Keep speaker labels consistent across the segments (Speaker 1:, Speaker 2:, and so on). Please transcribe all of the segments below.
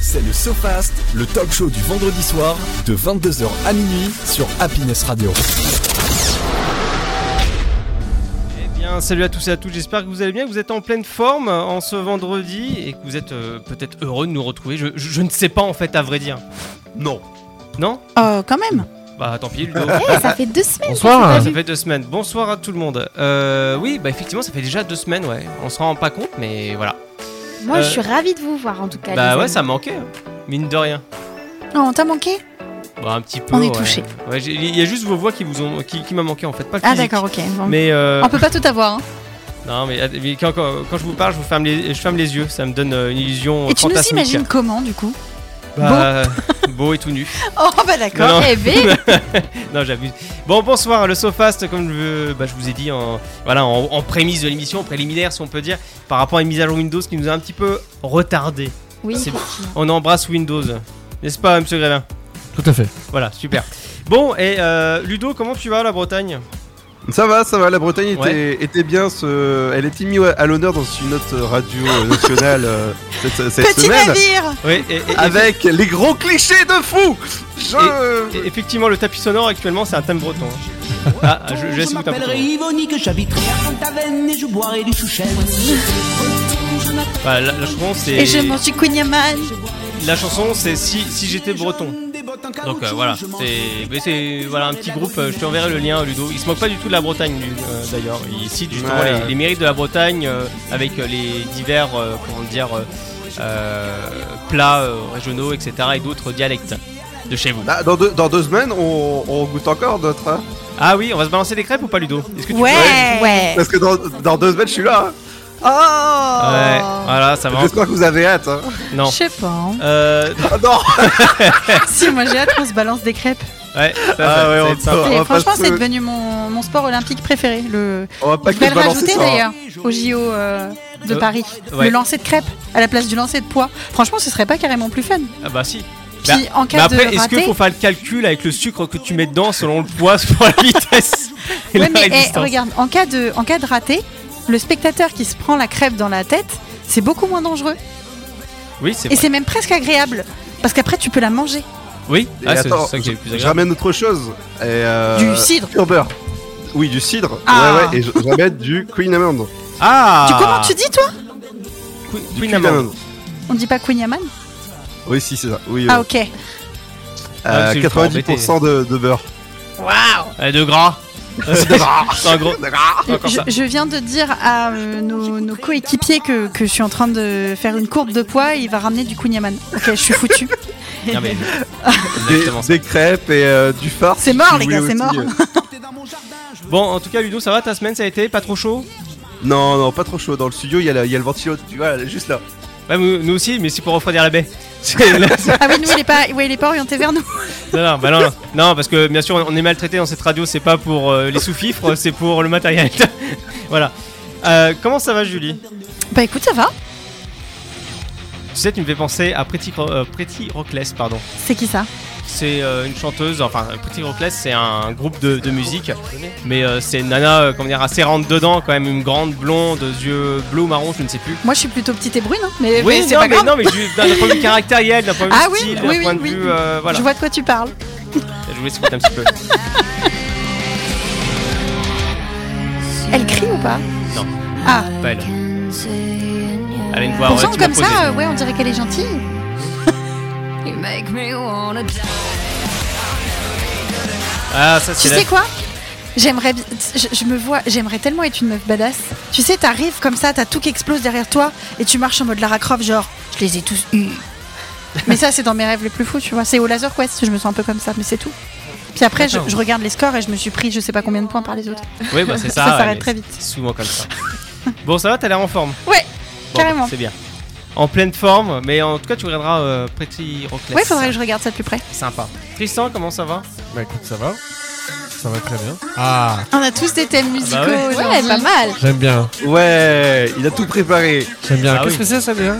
Speaker 1: C'est le SoFast, le talk show du vendredi soir de 22h à minuit sur Happiness Radio.
Speaker 2: Eh bien, salut à tous et à toutes, j'espère que vous allez bien, que vous êtes en pleine forme euh, en ce vendredi et que vous êtes euh, peut-être heureux de nous retrouver. Je, je- je ne sais pas en fait, à vrai dire.
Speaker 3: Non.
Speaker 2: Non
Speaker 4: Oh, quand même
Speaker 2: Bah tant pis, Ludo.
Speaker 4: Eh, Ça fait deux semaines
Speaker 2: Ah,
Speaker 5: Bonsoir.
Speaker 2: ça fait deux semaines. Bonsoir à tout le monde. Euh, oui, bah effectivement, ça fait déjà deux semaines, ouais. On se rend pas compte, mais voilà.
Speaker 5: Moi,
Speaker 2: Euh,
Speaker 5: je suis ravie de vous voir en tout cas.
Speaker 2: Bah
Speaker 5: les
Speaker 2: ouais,
Speaker 5: amis.
Speaker 2: ça manquait, hein. mine de rien.
Speaker 4: Oh, on t'a manqué
Speaker 2: Bah un petit peu.
Speaker 4: On est
Speaker 2: ouais.
Speaker 4: touchés.
Speaker 2: Ouais, j'ai- il y a juste vos voix qui vous ont, qui, qui m'a manqué en fait, pas le
Speaker 4: Ah
Speaker 2: physique.
Speaker 4: d'accord, ok. bon.
Speaker 2: Mais euh,
Speaker 4: On peut pas tout avoir. hein.
Speaker 2: non, mais, mais quand, quand- quand je vous parle, je vous ferme les, je ferme les yeux. Ça me donne euh, une illusion
Speaker 4: Et tu nous
Speaker 2: fantasmique.
Speaker 4: imagines comment du coup
Speaker 2: Bah, beau et tout nu.
Speaker 4: Oh bah
Speaker 2: Non,
Speaker 4: d'accord.
Speaker 2: non.
Speaker 5: Eh ben,
Speaker 2: Non, j'abuse. Bon, bonsoir, le SoFast, comme je, bah, je vous ai dit en, voilà, en, en prémisse de l'émission, en préliminaire, si on peut dire, par rapport à une mise à jour Windows qui nous a un petit peu retardé.
Speaker 5: oui,
Speaker 2: C'est-
Speaker 5: effectivement.
Speaker 2: On embrasse Windows, n'est-ce pas, monsieur Grévin
Speaker 3: Tout à fait.
Speaker 2: Voilà, super. Bon, et euh, Ludo, comment tu vas, la Bretagne
Speaker 3: Ça va, ça va. La Bretagne
Speaker 2: Ouais.
Speaker 3: était, était bien. Ce... Elle était mise à l'honneur dans une autre radio euh, nationale euh, cette, cette
Speaker 4: Petit
Speaker 3: semaine.
Speaker 4: navire
Speaker 2: Oui, et, et- et-
Speaker 3: Avec les gros clichés de fou Je...
Speaker 2: et- effectivement, le tapis sonore actuellement, c'est un thème breton. Ah, ah, je, je laisse
Speaker 6: je
Speaker 2: vous taper.
Speaker 6: m'appellerai Yvonnie, que j'habiterai à Fontaven et je boirai du chouchel.
Speaker 2: Voilà, la, la chanson, c'est.
Speaker 4: Et je mange du Kunyaman.
Speaker 2: La chanson, c'est si, si j'étais breton.
Speaker 4: Ah,
Speaker 2: Donc euh, voilà, c'est mais c'est- voilà, un petit groupe, euh, je te enverrai le lien Ludo. Il se moque pas du tout de la Bretagne lui, euh, d'ailleurs. Il cite justement
Speaker 3: Ouais.
Speaker 2: les, les mérites de la Bretagne euh, avec euh, les divers euh, comment dire euh, euh, plats euh, régionaux, etc. et d'autres dialectes de chez vous.
Speaker 3: Bah, dans, deux, dans deux semaines, on, on goûte encore d'autres. hein.
Speaker 2: Ah oui, on va se balancer des crêpes ou pas Ludo Est-ce que tu
Speaker 4: Ouais
Speaker 5: Ouais.
Speaker 3: Parce que dans, dans deux semaines, je suis là.
Speaker 2: peux-
Speaker 3: hein.
Speaker 2: Ouais, voilà, ça va.
Speaker 3: J'espère que vous avez hâte. hein.
Speaker 2: Non.
Speaker 4: Je sais pas. hein.
Speaker 2: Euh,
Speaker 3: Ah non
Speaker 4: si moi j'ai hâte qu'on se balance des crêpes.
Speaker 2: ouais, ça,
Speaker 3: Ah
Speaker 2: ça, ça
Speaker 3: ouais,
Speaker 2: va
Speaker 3: on
Speaker 2: être sympa.
Speaker 3: sort.
Speaker 4: Et
Speaker 3: va pas
Speaker 4: franchement
Speaker 3: se-
Speaker 4: c'est devenu mon, mon sport olympique préféré. Le...
Speaker 3: On va
Speaker 2: Ah,
Speaker 3: pas
Speaker 4: Je
Speaker 3: que
Speaker 4: vais le
Speaker 3: balancer
Speaker 4: rajouter
Speaker 3: ça. hein.
Speaker 4: d'ailleurs au JO euh, de
Speaker 2: hein. Euh,
Speaker 4: Paris.
Speaker 2: ouais.
Speaker 4: Le lancer de crêpes à la place du lancer de poids. Franchement ce serait pas carrément plus fun.
Speaker 2: Ah bah si. Bah,
Speaker 4: Puis en
Speaker 2: Mais
Speaker 4: cas
Speaker 2: après,
Speaker 4: de
Speaker 2: est-ce qu'il
Speaker 4: raté...
Speaker 2: faut faire le calcul avec le sucre que tu mets dedans selon le poids, selon la vitesse et
Speaker 4: Ouais,
Speaker 2: la
Speaker 4: mais eh,
Speaker 2: résistance
Speaker 4: regarde, en cas, de, en cas de raté, le spectateur qui se prend la crêpe dans la tête, c'est beaucoup moins dangereux.
Speaker 2: Oui, c'est
Speaker 4: Et
Speaker 2: vrai.
Speaker 4: c'est même presque agréable. Parce qu'après, tu peux la manger.
Speaker 2: Oui,
Speaker 3: Et
Speaker 2: ah, c'est
Speaker 3: attends,
Speaker 2: ça que j'ai le plus
Speaker 3: Je
Speaker 2: agréable.
Speaker 3: ramène autre chose. Et, euh,
Speaker 4: Du cidre.
Speaker 3: Pur beurre. Oui, du cidre.
Speaker 4: Ah.
Speaker 3: Ouais, ouais. Et je je ramène du Queen Amand.
Speaker 2: Ah
Speaker 4: Tu comment tu dis, toi
Speaker 2: dis
Speaker 3: Du
Speaker 2: Queen Amand.
Speaker 4: On dit pas Queen Yaman
Speaker 3: Oui, si, c'est ça. Oui,
Speaker 4: Ah,
Speaker 3: oui.
Speaker 4: ok.
Speaker 2: Ah,
Speaker 3: Euh,
Speaker 2: c'est
Speaker 3: 90% de, de beurre.
Speaker 2: Eh, De gras C'est un gros. Encore
Speaker 4: Je,
Speaker 2: ça.
Speaker 4: je viens de dire à euh, nos, nos coéquipiers que, que je suis en train de faire une courbe de poids et il va ramener du Queen Yaman. Ok, je suis foutu.
Speaker 2: Non, mais-
Speaker 3: Des,
Speaker 2: Exactement.
Speaker 3: des crêpes et euh, du farce.
Speaker 4: C'est
Speaker 3: si
Speaker 4: mort,
Speaker 3: vous
Speaker 4: les gars,
Speaker 3: voulez
Speaker 4: c'est
Speaker 3: aussi. euh.
Speaker 4: mort.
Speaker 2: Bon, en tout cas, Ludo, ça va ta semaine Ça a été pas trop chaud
Speaker 3: Non, non, pas trop chaud. Dans le studio, il y, a la- il y a le ventilo, tu vois, là, juste là.
Speaker 2: Ouais, nous nous aussi, mais c'est pour refroidir la baie. C'est- non,
Speaker 4: Ah oui, nous, il est pas, ouais, il est pas orienté vers nous.
Speaker 2: non, bah non, non. Non, parce que bien sûr, on est maltraité dans cette radio, c'est pas pour euh, les sous-fifres, c'est pour le matériel. voilà. Euh, comment ça va, Julie
Speaker 4: Bah écoute, ça va.
Speaker 2: Tu sais, tu me fais penser à Pretty, Cro- euh, Pretty Rockless, pardon.
Speaker 4: C'est qui ça
Speaker 2: C'est euh, une chanteuse, enfin Pretty Rockless, c'est un groupe de, de musique, mais euh, c'est une nana, euh, comment dire, assez rentre dedans, quand même, une grande blonde, aux yeux bleus ou marron, je ne sais plus.
Speaker 4: Moi, je suis plutôt petite et brune, hein, mais, mais
Speaker 2: Oui,
Speaker 4: c'est
Speaker 2: non,
Speaker 4: pas
Speaker 2: mais,
Speaker 4: grave.
Speaker 2: non, mais je- d'un point de vue caractériel, d'un point de vue
Speaker 4: Ah oui,
Speaker 2: style,
Speaker 4: oui,
Speaker 2: d'un
Speaker 4: oui,
Speaker 2: point de
Speaker 4: oui.
Speaker 2: vue. euh, voilà,
Speaker 4: Je vois de quoi tu parles.
Speaker 2: je voulais s'écouter un petit peu.
Speaker 4: Elle crie ou pas
Speaker 2: Non.
Speaker 4: Ah.
Speaker 2: Pas elle. Elle a une voix
Speaker 4: Pourtant,
Speaker 2: relativement
Speaker 4: comme
Speaker 2: posée.
Speaker 4: ça, euh, ouais, on dirait qu'elle est gentille.
Speaker 2: Ah, ça,
Speaker 4: Tu
Speaker 2: c'est
Speaker 4: sais
Speaker 2: la...
Speaker 4: quoi J'aimerais, bi- je, je me vois, j'aimerais tellement être une meuf badass. Tu sais, t'arrives comme ça, t'as tout qui explose derrière toi et tu marches en mode Lara Croft, genre, je les ai tous eus. mais ça, c'est dans mes rêves les plus fous, tu vois. C'est au Laser Quest, je me sens un peu comme ça, mais c'est tout. Puis après, je,
Speaker 2: D'accord.
Speaker 4: je regarde les scores et je me suis pris, je sais pas combien de points par les autres.
Speaker 2: Oui, bah, c'est ça.
Speaker 4: Ça s'arrête
Speaker 2: mais
Speaker 4: très vite.
Speaker 2: c'est Souvent comme ça. bon, ça va, t'as l'air en forme
Speaker 4: Ouais,
Speaker 2: Bon,
Speaker 4: carrément.
Speaker 2: C'est bien. En pleine forme, mais en tout cas, tu regarderas euh, Pretty Rockless.
Speaker 4: Ouais, faudrait que je regarde ça de plus près.
Speaker 2: Sympa. Tristan, comment ça va
Speaker 7: Bah écoute, ça va. Ça va très bien. Ah,
Speaker 4: On a tous des thèmes musicaux.
Speaker 2: Ah bah ouais.
Speaker 5: Ouais,
Speaker 4: aujourd'hui.
Speaker 5: pas mal.
Speaker 7: j'aime bien.
Speaker 3: Ouais, il a tout préparé.
Speaker 7: J'aime bien.
Speaker 2: Ah
Speaker 7: Qu'est-ce
Speaker 2: oui.
Speaker 7: que c'est ça déjà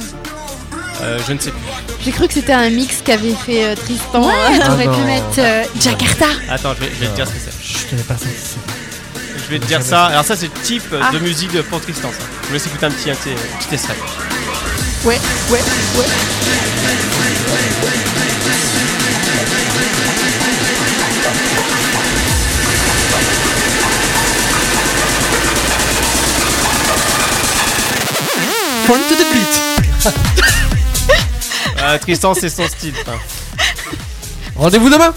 Speaker 2: Euh, Je ne sais plus.
Speaker 5: J'ai cru que c'était un mix qu'avait fait euh, Tristan.
Speaker 4: Ouais, t'aurais
Speaker 7: Ah
Speaker 4: pu
Speaker 7: non.
Speaker 4: mettre euh, Jakarta.
Speaker 2: Attends, je vais, je vais te dire ce que c'est.
Speaker 7: Je connais pas ça. c'est-
Speaker 2: Je vais te dire ça. Alors ça, c'est le type euh,
Speaker 4: Ah.
Speaker 2: de musique de- pour Tristan. Ça. Je vous laisse écouter un petit, un petit, un petit extrait.
Speaker 4: Ouais, ouais, ouais.
Speaker 2: Point to the beat. Ah, Tristan, c'est son style. hein.
Speaker 7: Rendez-vous demain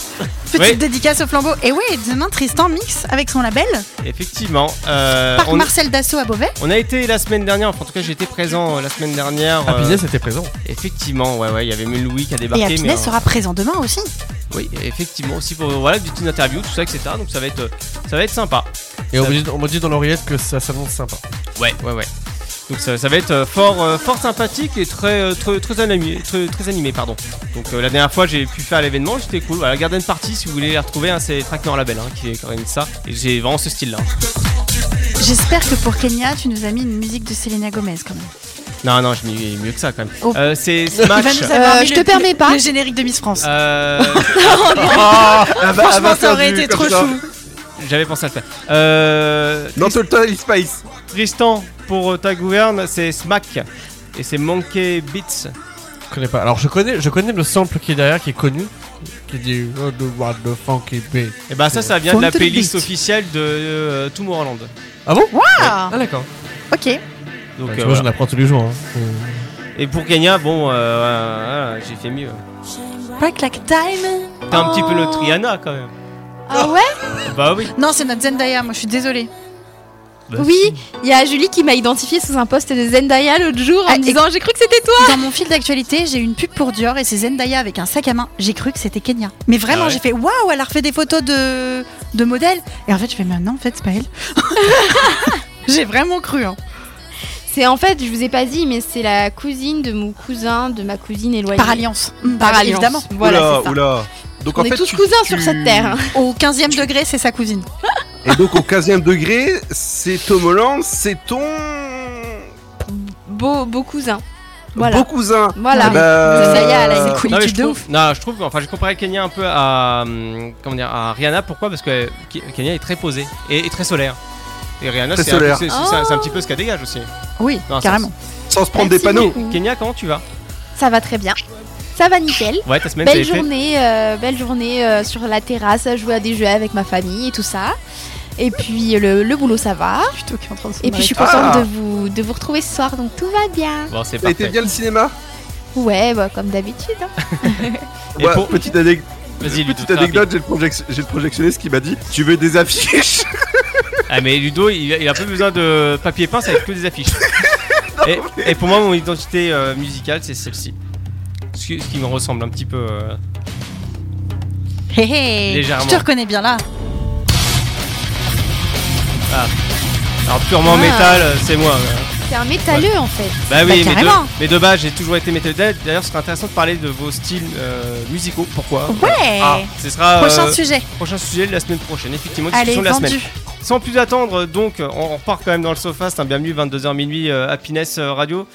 Speaker 4: Petite
Speaker 2: Oui.
Speaker 4: dédicace au flambeau. Et ouais, demain, Tristan mixe avec son label,
Speaker 2: Effectivement. euh,
Speaker 4: Parc
Speaker 2: on,
Speaker 4: Marcel Dassault à Beauvais.
Speaker 2: on a été la semaine dernière, enfin, en tout cas j'étais présent euh, la semaine dernière. euh,
Speaker 7: Happiness était présent.
Speaker 2: effectivement, ouais, ouais, il y avait même Louis qui a
Speaker 4: Et
Speaker 2: débarqué. mais,
Speaker 4: Happiness
Speaker 2: euh,
Speaker 4: sera présent demain aussi.
Speaker 2: Oui, effectivement, aussi pour voilà, du une interview, tout ça, etc. Donc ça va être, euh, ça va être sympa.
Speaker 7: Et on me dit, on me dit dans l'oreillette que ça s'annonce sympa.
Speaker 2: Ouais, ouais, ouais. Donc ça, ça va être euh, fort, euh, fort sympathique et très, euh, très, très animé, très, très animé, pardon. Donc euh, la dernière fois j'ai pu faire l'événement, c'était cool. Voilà, Garden Party, si vous voulez les retrouver, hein, c'est Tracknor Label hein, qui organise ça. Et j'ai vraiment ce style-là.
Speaker 4: J'espère que pour Kenya, tu nous as mis une musique de Selena Gomez quand même.
Speaker 2: Non, non, j'ai mis mieux que ça quand même.
Speaker 4: Oh.
Speaker 2: Euh, c'est
Speaker 4: Il va
Speaker 2: Smash.
Speaker 4: nous avoir
Speaker 5: Euh,
Speaker 4: mis
Speaker 5: je
Speaker 4: le-
Speaker 5: te permets pas.
Speaker 4: Le générique de Miss France.
Speaker 2: Euh,
Speaker 4: Ah, Franchement, ça aurait été trop chou.
Speaker 2: J'avais pensé à le faire. Euh,
Speaker 3: Dans tout le temps, il Spice.
Speaker 2: Tristan, pour euh, ta gouverne, c'est Smack. Et c'est Monkey Beats.
Speaker 7: Je connais pas. Alors je connais, je connais le sample qui est derrière, qui est connu, qui dit oh, the what the funky beat.
Speaker 2: Et bah ça, ça vient de la
Speaker 4: Fonte de
Speaker 2: playlist
Speaker 4: beat.
Speaker 2: officielle de euh, Tomorrowland.
Speaker 7: Ah bon
Speaker 4: Ah,
Speaker 7: Ah d'accord.
Speaker 4: ok.
Speaker 2: Donc,
Speaker 7: Bah,
Speaker 2: euh,
Speaker 7: tu vois,
Speaker 2: voilà.
Speaker 7: j'en apprends tous les jours. hein.
Speaker 2: Et pour Kenya, bon, euh, voilà, voilà, j'ai fait mieux.
Speaker 4: Break like diamond.
Speaker 2: T'es un petit peu
Speaker 5: Oh.
Speaker 2: notre Rihanna quand même.
Speaker 5: Ah ouais
Speaker 2: Bah oui.
Speaker 4: Non, c'est notre Zendaya, moi je suis désolée.
Speaker 2: Bah,
Speaker 5: Oui, il y a Julie qui m'a identifié sous un poste de Zendaya l'autre jour en
Speaker 4: Ah,
Speaker 5: me
Speaker 4: et-
Speaker 5: disant j'ai cru que c'était toi.
Speaker 4: Dans mon fil d'actualité, j'ai eu une pub pour Dior et c'est Zendaya avec un sac à main. J'ai cru que c'était Kenya. Mais vraiment,
Speaker 2: Ah ouais
Speaker 4: j'ai fait waouh, elle a refait des photos de, de modèles. Et en fait, je fais mais non, en fait, c'est pas elle. j'ai vraiment cru. Hein.
Speaker 5: C'est en fait, je vous ai pas dit, mais c'est la cousine de mon cousin, de ma cousine éloignée.
Speaker 4: Par alliance. Mm,
Speaker 5: Par
Speaker 4: bah,
Speaker 5: alliance.
Speaker 4: Évidemment.
Speaker 5: Voilà,
Speaker 3: oula,
Speaker 5: c'est ça.
Speaker 3: oula. Donc
Speaker 5: On
Speaker 3: en
Speaker 5: est
Speaker 3: fait,
Speaker 5: tous
Speaker 3: tu-
Speaker 5: cousins
Speaker 3: tu-
Speaker 5: sur cette terre. hein.
Speaker 4: Au 15 e degré, c'est sa cousine.
Speaker 2: Euh,
Speaker 3: Et donc au 15e degré, c'est Tom Holland, c'est ton
Speaker 5: Beau, beau cousin. Voilà.
Speaker 3: beau cousin.
Speaker 5: Voilà.
Speaker 3: Eh ben,
Speaker 5: Zendaya, elle a
Speaker 2: Non,
Speaker 5: une
Speaker 2: mais je
Speaker 4: Coolitude de
Speaker 2: trouve,
Speaker 4: ouf.
Speaker 2: non, je trouve que- enfin, j'ai comparé Kenya un peu à, hum, comment dire, à Rihanna. Pourquoi Parce que euh, Ke- Kenya est très posée et, et très solaire. Et Rihanna,
Speaker 3: Très
Speaker 2: c'est un, peu-
Speaker 3: solaire.
Speaker 2: c'est- c'est- c'est un-
Speaker 5: Oh.
Speaker 2: c'est un petit peu ce qu'elle dégage aussi.
Speaker 4: Oui,
Speaker 2: Non, ça,
Speaker 4: carrément.
Speaker 3: sans se prendre des
Speaker 5: Merci
Speaker 3: panneaux.
Speaker 5: beaucoup.
Speaker 2: Kenya, comment tu vas
Speaker 5: Ça va très bien. Ça va nickel.
Speaker 2: Ouais, ta semaine, c'est
Speaker 5: Belle journée, euh, belle journée euh, sur la terrasse, à jouer à des jeux avec ma famille et tout ça. Et puis le, le boulot ça va.
Speaker 4: Plutôt qu'en train de se
Speaker 5: Et puis je suis
Speaker 3: Ah.
Speaker 5: contente de, vous, de vous retrouver ce soir, donc tout va bien.
Speaker 2: Bon, c'est
Speaker 3: Ça a été
Speaker 2: parfait.
Speaker 3: bien le cinéma
Speaker 5: Ouais, bah, comme d'habitude. hein.
Speaker 2: Et
Speaker 3: Ouais,
Speaker 2: pour-
Speaker 3: Petite, anec-
Speaker 2: Vas-y, Ludo,
Speaker 3: petite
Speaker 2: très
Speaker 3: anecdote, j'ai le, project- j'ai le projectionniste qui m'a dit Tu veux des affiches
Speaker 2: rapide. Ah, mais Ludo, il, a- il a un peu besoin de papier peint avec que des affiches. et, et pour moi, mon identité euh, musicale, c'est celle-ci. Ce, qui- ce qui me ressemble un petit peu. euh,
Speaker 4: Hé, hé.
Speaker 2: Légèrement.
Speaker 4: Je te reconnais bien là.
Speaker 2: Alors purement
Speaker 4: Ah.
Speaker 2: métal, euh, c'est moi. euh.
Speaker 5: C'est un métalleux en fait.
Speaker 2: Bah oui, mais, de,
Speaker 4: carrément.
Speaker 2: mais de base, j'ai toujours été métal. D'ailleurs, ce serait intéressant de parler de vos styles euh, musicaux. Pourquoi
Speaker 4: Ouais.
Speaker 2: Ah, Ce sera euh,
Speaker 4: Prochain sujet.
Speaker 2: prochain sujet de la semaine prochaine. Effectivement,
Speaker 4: Allez,
Speaker 2: discussion de la semaine.
Speaker 4: vendu.
Speaker 2: Sans plus attendre, donc, on, on repart quand même dans le sofa. C'est un bienvenu, 22h minuit, euh, Happiness euh, Radio.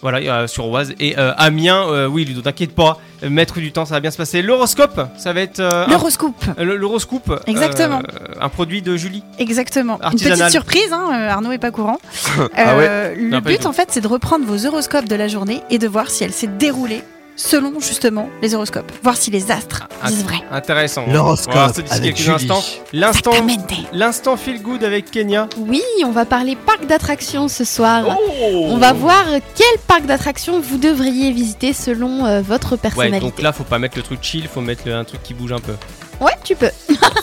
Speaker 2: Voilà, euh, sur Oise. Et euh, Amiens, euh, oui, Ludo, t'inquiète pas, euh, maître du temps, ça va bien se passer. L'horoscope, ça va être. euh, un-
Speaker 4: L'horoscope.
Speaker 2: euh, L'horoscope. euh,
Speaker 4: Exactement.
Speaker 2: un produit de Julie.
Speaker 4: Exactement. Une
Speaker 2: Artisanal.
Speaker 4: petite surprise, hein, euh, Arnaud est pas courant.
Speaker 3: Ah ouais
Speaker 4: Euh, le
Speaker 2: Non, pas du
Speaker 4: but
Speaker 2: tout.
Speaker 4: en fait c'est de reprendre vos horoscopes de la journée et de voir si elle s'est déroulée selon justement les horoscopes. Voir si les astres
Speaker 2: Ah,
Speaker 4: disent vrai.
Speaker 2: Intéressant. On va voir ça d'ici quelques instants. L'instant.
Speaker 4: Exactamente.
Speaker 2: L'instant feel good avec Kenya.
Speaker 5: Oui, on va parler parc d'attractions ce soir.
Speaker 2: Oh
Speaker 5: On va voir quel parc d'attractions vous devriez visiter selon euh, votre
Speaker 2: Ouais,
Speaker 5: personnalité.
Speaker 2: donc là, faut pas mettre le truc chill, faut mettre le- un truc qui bouge un peu.
Speaker 5: Ouais, tu peux.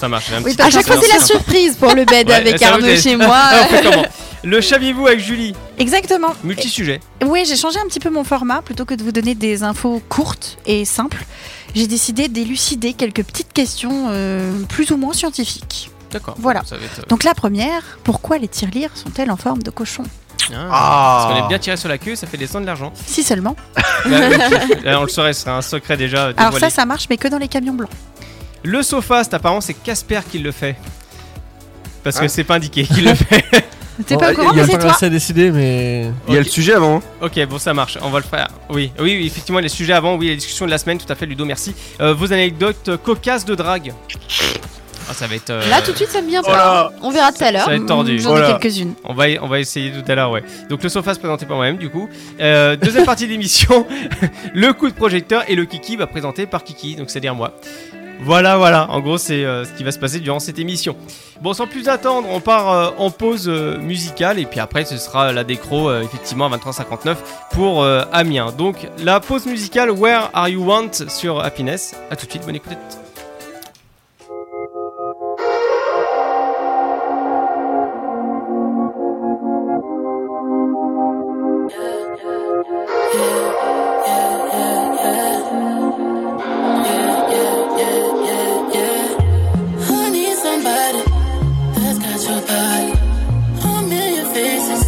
Speaker 2: Ça marche. un
Speaker 5: Oui,
Speaker 2: petit
Speaker 5: à
Speaker 2: peu
Speaker 5: chaque fois,
Speaker 2: silencieux.
Speaker 5: c'est la surprise pour le bed
Speaker 2: Ouais,
Speaker 5: avec
Speaker 2: ça va,
Speaker 5: Arnaud
Speaker 2: j'ai-
Speaker 5: chez moi.
Speaker 2: Ah, on fait comment le chaviez-vous avec Julie
Speaker 4: Exactement.
Speaker 2: Multisujet.
Speaker 4: Oui, j'ai changé un petit peu mon format plutôt que de vous donner des infos courtes et simples. J'ai décidé d'élucider quelques petites questions euh, plus ou moins scientifiques.
Speaker 2: D'accord.
Speaker 5: Ah.
Speaker 4: Voilà.
Speaker 2: Ça va être,
Speaker 4: Donc la première, pourquoi les tirelires sont-elles en forme de cochon
Speaker 2: Ah. Parce qu'on
Speaker 3: Ah
Speaker 2: est bien tiré sur la queue, ça fait descendre de l'argent.
Speaker 4: Si seulement.
Speaker 2: Là, là, Euh, on le saurait, ce serait un secret déjà euh,
Speaker 4: Alors
Speaker 2: dévoilé.
Speaker 4: ça, ça marche, mais que dans les camions blancs.
Speaker 2: Le sofaste, apparemment, c'est Casper qui le fait. Parce que
Speaker 3: Hein
Speaker 2: c'est pas indiqué qui le fait.
Speaker 4: T'es
Speaker 7: Bon,
Speaker 4: pas au
Speaker 7: il-
Speaker 4: courant,
Speaker 7: Il y
Speaker 4: mais
Speaker 7: a
Speaker 4: c'est
Speaker 7: pas
Speaker 4: toi.
Speaker 7: assez à décider, mais
Speaker 3: Il y a le sujet avant.
Speaker 2: Ok, bon, ça marche, on va le faire. Oui, oui, oui, effectivement, les sujets avant, oui, les discussions de la semaine, tout à fait, Ludo, merci. Euh, vos anecdotes euh, cocasses de drague. Ah, ça va être. euh,
Speaker 5: Là, tout de suite, ça me vient pas. On verra tout à l'heure.
Speaker 2: Ça va être tordu.
Speaker 4: J'en ai
Speaker 2: Voilà.
Speaker 4: quelques-unes.
Speaker 2: On va, on va essayer tout à l'heure, ouais. Donc le sofa se présenté par moi-même, du coup. Euh, deuxième partie d'émission, le coup de projecteur et le kiki va présenté par Kiki, donc c'est-à-dire moi. Voilà, voilà. En gros, c'est euh, ce qui va se passer durant cette émission. Bon, sans plus attendre, on part euh, en pause euh, musicale et puis après, ce sera la décro, euh, effectivement, à 23h59 pour euh, Amiens. Donc la pause musicale Where Are You Want sur Happiness. À tout de suite, bonne écoute.
Speaker 8: I need somebody that's got your body. A million faces,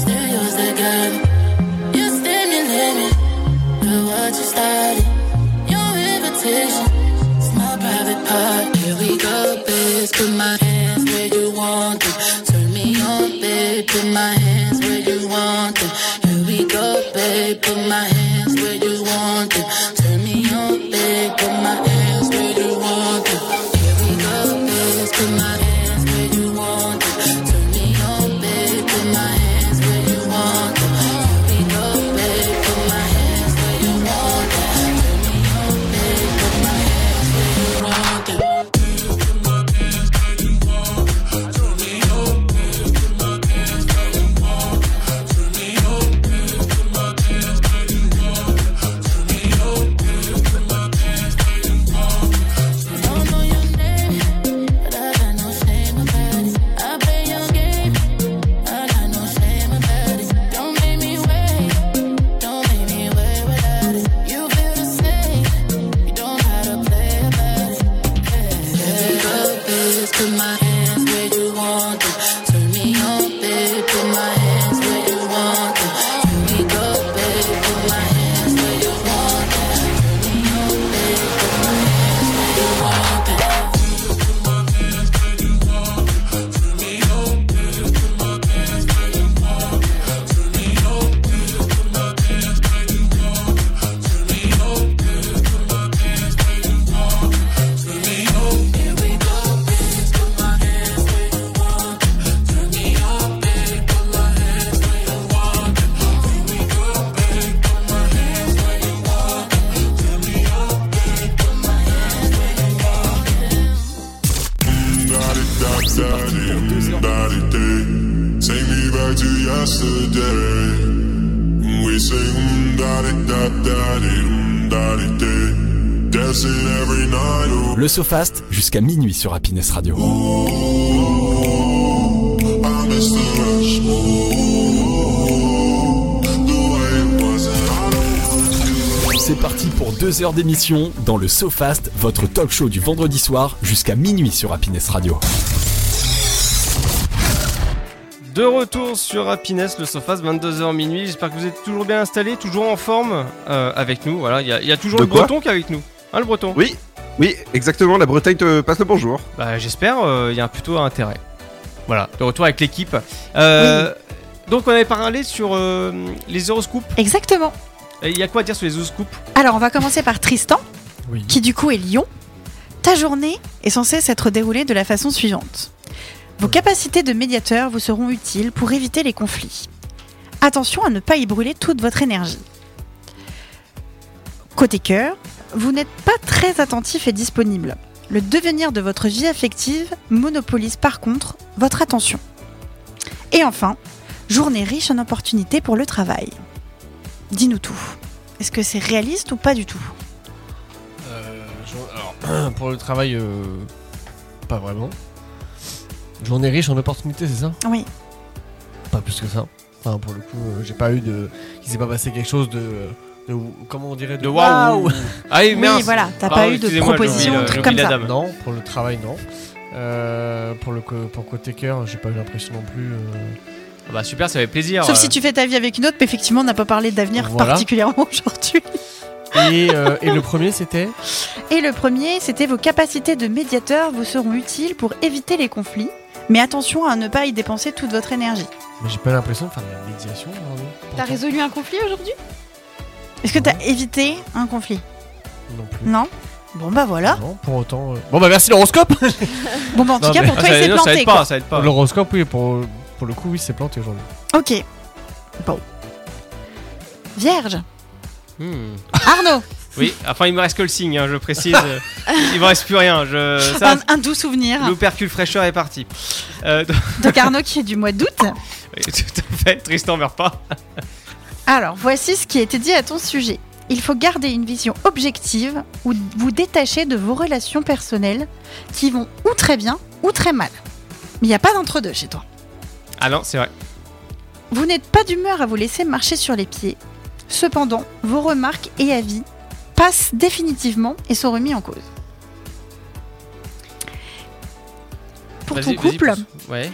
Speaker 8: still yours that got it. You stimulate me with what you started. Your invitation, it's my private part. Here we go, babe. Put my hands where you want them. Turn me on, babe. Put my hands where you want them. Here we go, babe. Put my hands where you want them. Turn me on, babe. Put my hands where you want them. Here we go, babe. Put my hands where you want them. Turn me on, babe. Put my hands where you want them. Here we go, babe. Put my hands where you want them. Turn me on, babe. Put my hands where you want them. Don't know your name, but I got no shame about it. I play your game, I got no shame about it. Don't make me wait, don't make me wait without it. You feel the same, you don't gotta play about it. Every good bitch, put my hands where you want them. Turn me on, babe, put my hands where you want them. Here we go, babe, put my hands where you want them. Turn me on, babe, put my hands where you want them.
Speaker 1: C'est parti pour deux heures.
Speaker 9: Take me back to yesterday. We sing da di da da di da di day. Dancing every night away.
Speaker 1: Le SoFast jusqu'à minuit sur Happiness Radio.
Speaker 9: I miss the rush. Ooh, the way it was, and I don't
Speaker 1: C'est parti pour deux heures d'émission dans le SoFast, votre talk show du vendredi soir jusqu'à minuit sur Happiness Radio.
Speaker 2: De retour sur Happiness, le Sofas, 22h minuit. J'espère que vous êtes toujours bien installés, toujours en forme euh, avec nous. Voilà, il y, a- il y a toujours
Speaker 3: De
Speaker 2: le
Speaker 3: quoi
Speaker 2: breton qui est avec nous. Hein, le breton
Speaker 3: Oui, oui, exactement. La Bretagne te passe le bonjour.
Speaker 2: Bah, j'espère, euh, il y a plutôt un intérêt. Voilà, de retour avec l'équipe. Euh, Donc, on avait parlé sur euh, les horoscopes.
Speaker 4: Exactement.
Speaker 2: Et Il y a quoi à dire sur les horoscopes
Speaker 4: Alors, on va commencer par Tristan,
Speaker 7: Oui.
Speaker 4: qui du coup est Lion. Ta journée est censée s'être déroulée de la façon suivante. Vos capacités de médiateur vous seront utiles pour éviter les conflits. Attention à ne pas y brûler toute votre énergie. Côté cœur, vous n'êtes pas très attentif et disponible. Le devenir de votre vie affective monopolise par contre votre attention. Et enfin, journée riche en opportunités pour le travail. Dis-nous tout. Est-ce que c'est réaliste ou pas du tout
Speaker 7: Euh, jour- alors, pour le travail, euh, pas vraiment. Journée riche en opportunités, c'est ça
Speaker 4: Oui.
Speaker 7: Pas plus que ça. Enfin, pour le coup, euh, j'ai pas eu de. Il s'est pas passé quelque chose de. de- comment on dirait
Speaker 2: De waouh Ah oui,
Speaker 4: Oui,
Speaker 2: mince.
Speaker 4: voilà, t'as
Speaker 2: Pardon,
Speaker 4: pas eu de
Speaker 2: excusez-moi, j'ai
Speaker 4: proposition,
Speaker 2: oublié le-
Speaker 4: truc
Speaker 2: j'ai
Speaker 4: comme
Speaker 2: oublié la
Speaker 4: ça.
Speaker 2: dame.
Speaker 7: Non, pour le travail, non. Euh, pour le co- pour côté cœur, j'ai pas eu l'impression non plus. euh,
Speaker 2: Ah Bah, super, ça fait plaisir.
Speaker 4: Sauf
Speaker 2: Euh,
Speaker 4: si tu fais ta vie avec une autre, mais effectivement, on n'a pas parlé d'avenir
Speaker 7: Voilà.
Speaker 4: particulièrement aujourd'hui.
Speaker 7: Et, euh, et le premier, c'était
Speaker 4: Et le premier, c'était vos capacités de médiateur vous seront utiles pour éviter les conflits, mais attention à ne pas y dépenser toute votre énergie.
Speaker 7: Mais j'ai pas l'impression de faire de la médiation. hein, vraiment.
Speaker 5: T'as résolu un conflit aujourd'hui
Speaker 2: Mmh.
Speaker 4: Est-ce que t'as évité un conflit
Speaker 7: Non plus.
Speaker 4: Non Bon bah voilà.
Speaker 7: Non, pour autant. euh, Bon bah merci l'horoscope
Speaker 4: Bon bah en tout
Speaker 7: Non,
Speaker 4: cas
Speaker 7: mais-
Speaker 4: pour
Speaker 2: Ah,
Speaker 4: toi il
Speaker 2: ça,
Speaker 4: s'est
Speaker 2: non, ça
Speaker 4: planté
Speaker 2: aide
Speaker 4: quoi.
Speaker 2: pas, ça aide pas.
Speaker 7: L'horoscope, oui, pour, pour le coup, oui, c'est planté aujourd'hui.
Speaker 4: Ok. Bon. Vierge.
Speaker 2: Hmm.
Speaker 4: Arnaud.
Speaker 2: Oui, enfin il me reste que le signe, hein, je précise. euh, il me reste plus rien. Je... Ça,
Speaker 4: Un, un doux souvenir.
Speaker 2: l'opercule fraîcheur est parti. Euh, donc-
Speaker 4: Donc Arnaud qui est du mois d'août.
Speaker 2: oui, tout à fait, Tristan meurt pas.
Speaker 4: Alors, voici ce qui a été dit à ton sujet. Il faut garder une vision objective ou vous détacher de vos relations personnelles qui vont ou très bien ou très mal. Mais il n'y a pas d'entre-deux chez toi.
Speaker 2: Ah non, c'est vrai.
Speaker 4: Vous n'êtes pas d'humeur à vous laisser marcher sur les pieds. Cependant, vos remarques et avis passent définitivement et sont remis en cause. Pour ton
Speaker 2: Vas-y, vas-y,
Speaker 4: couple,
Speaker 2: pousse. Ouais.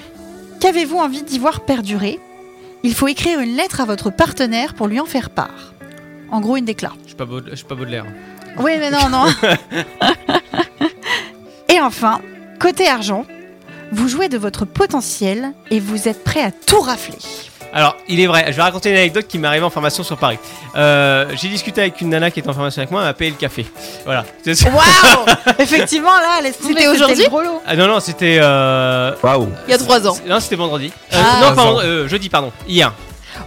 Speaker 4: Qu'avez-vous envie d'y voir perdurer Il faut écrire une lettre à votre partenaire pour lui en faire part. En gros, une déclare.
Speaker 2: Je suis pas, Baud- je suis pas Baudelaire.
Speaker 4: Oui, mais non, non. et enfin, côté argent, vous jouez de votre potentiel et vous êtes prêt à tout rafler.
Speaker 2: Alors, il est vrai, je vais raconter une anecdote qui m'est arrivée en formation sur Paris. Euh, J'ai discuté avec une nana qui était en formation avec moi, elle m'a payé le café. Voilà. C'est-
Speaker 4: Waouh Effectivement, là, laisse tomber,
Speaker 5: C'était aujourd'hui
Speaker 4: le gros lot.
Speaker 2: Ah non, non, c'était. euh,
Speaker 3: Waouh.
Speaker 5: Il y a trois ans.
Speaker 2: c'est- Non, c'était vendredi. Euh,
Speaker 5: Ah.
Speaker 2: non,
Speaker 7: Trois
Speaker 2: pardon,
Speaker 7: ans.
Speaker 2: euh, jeudi, pardon, hier.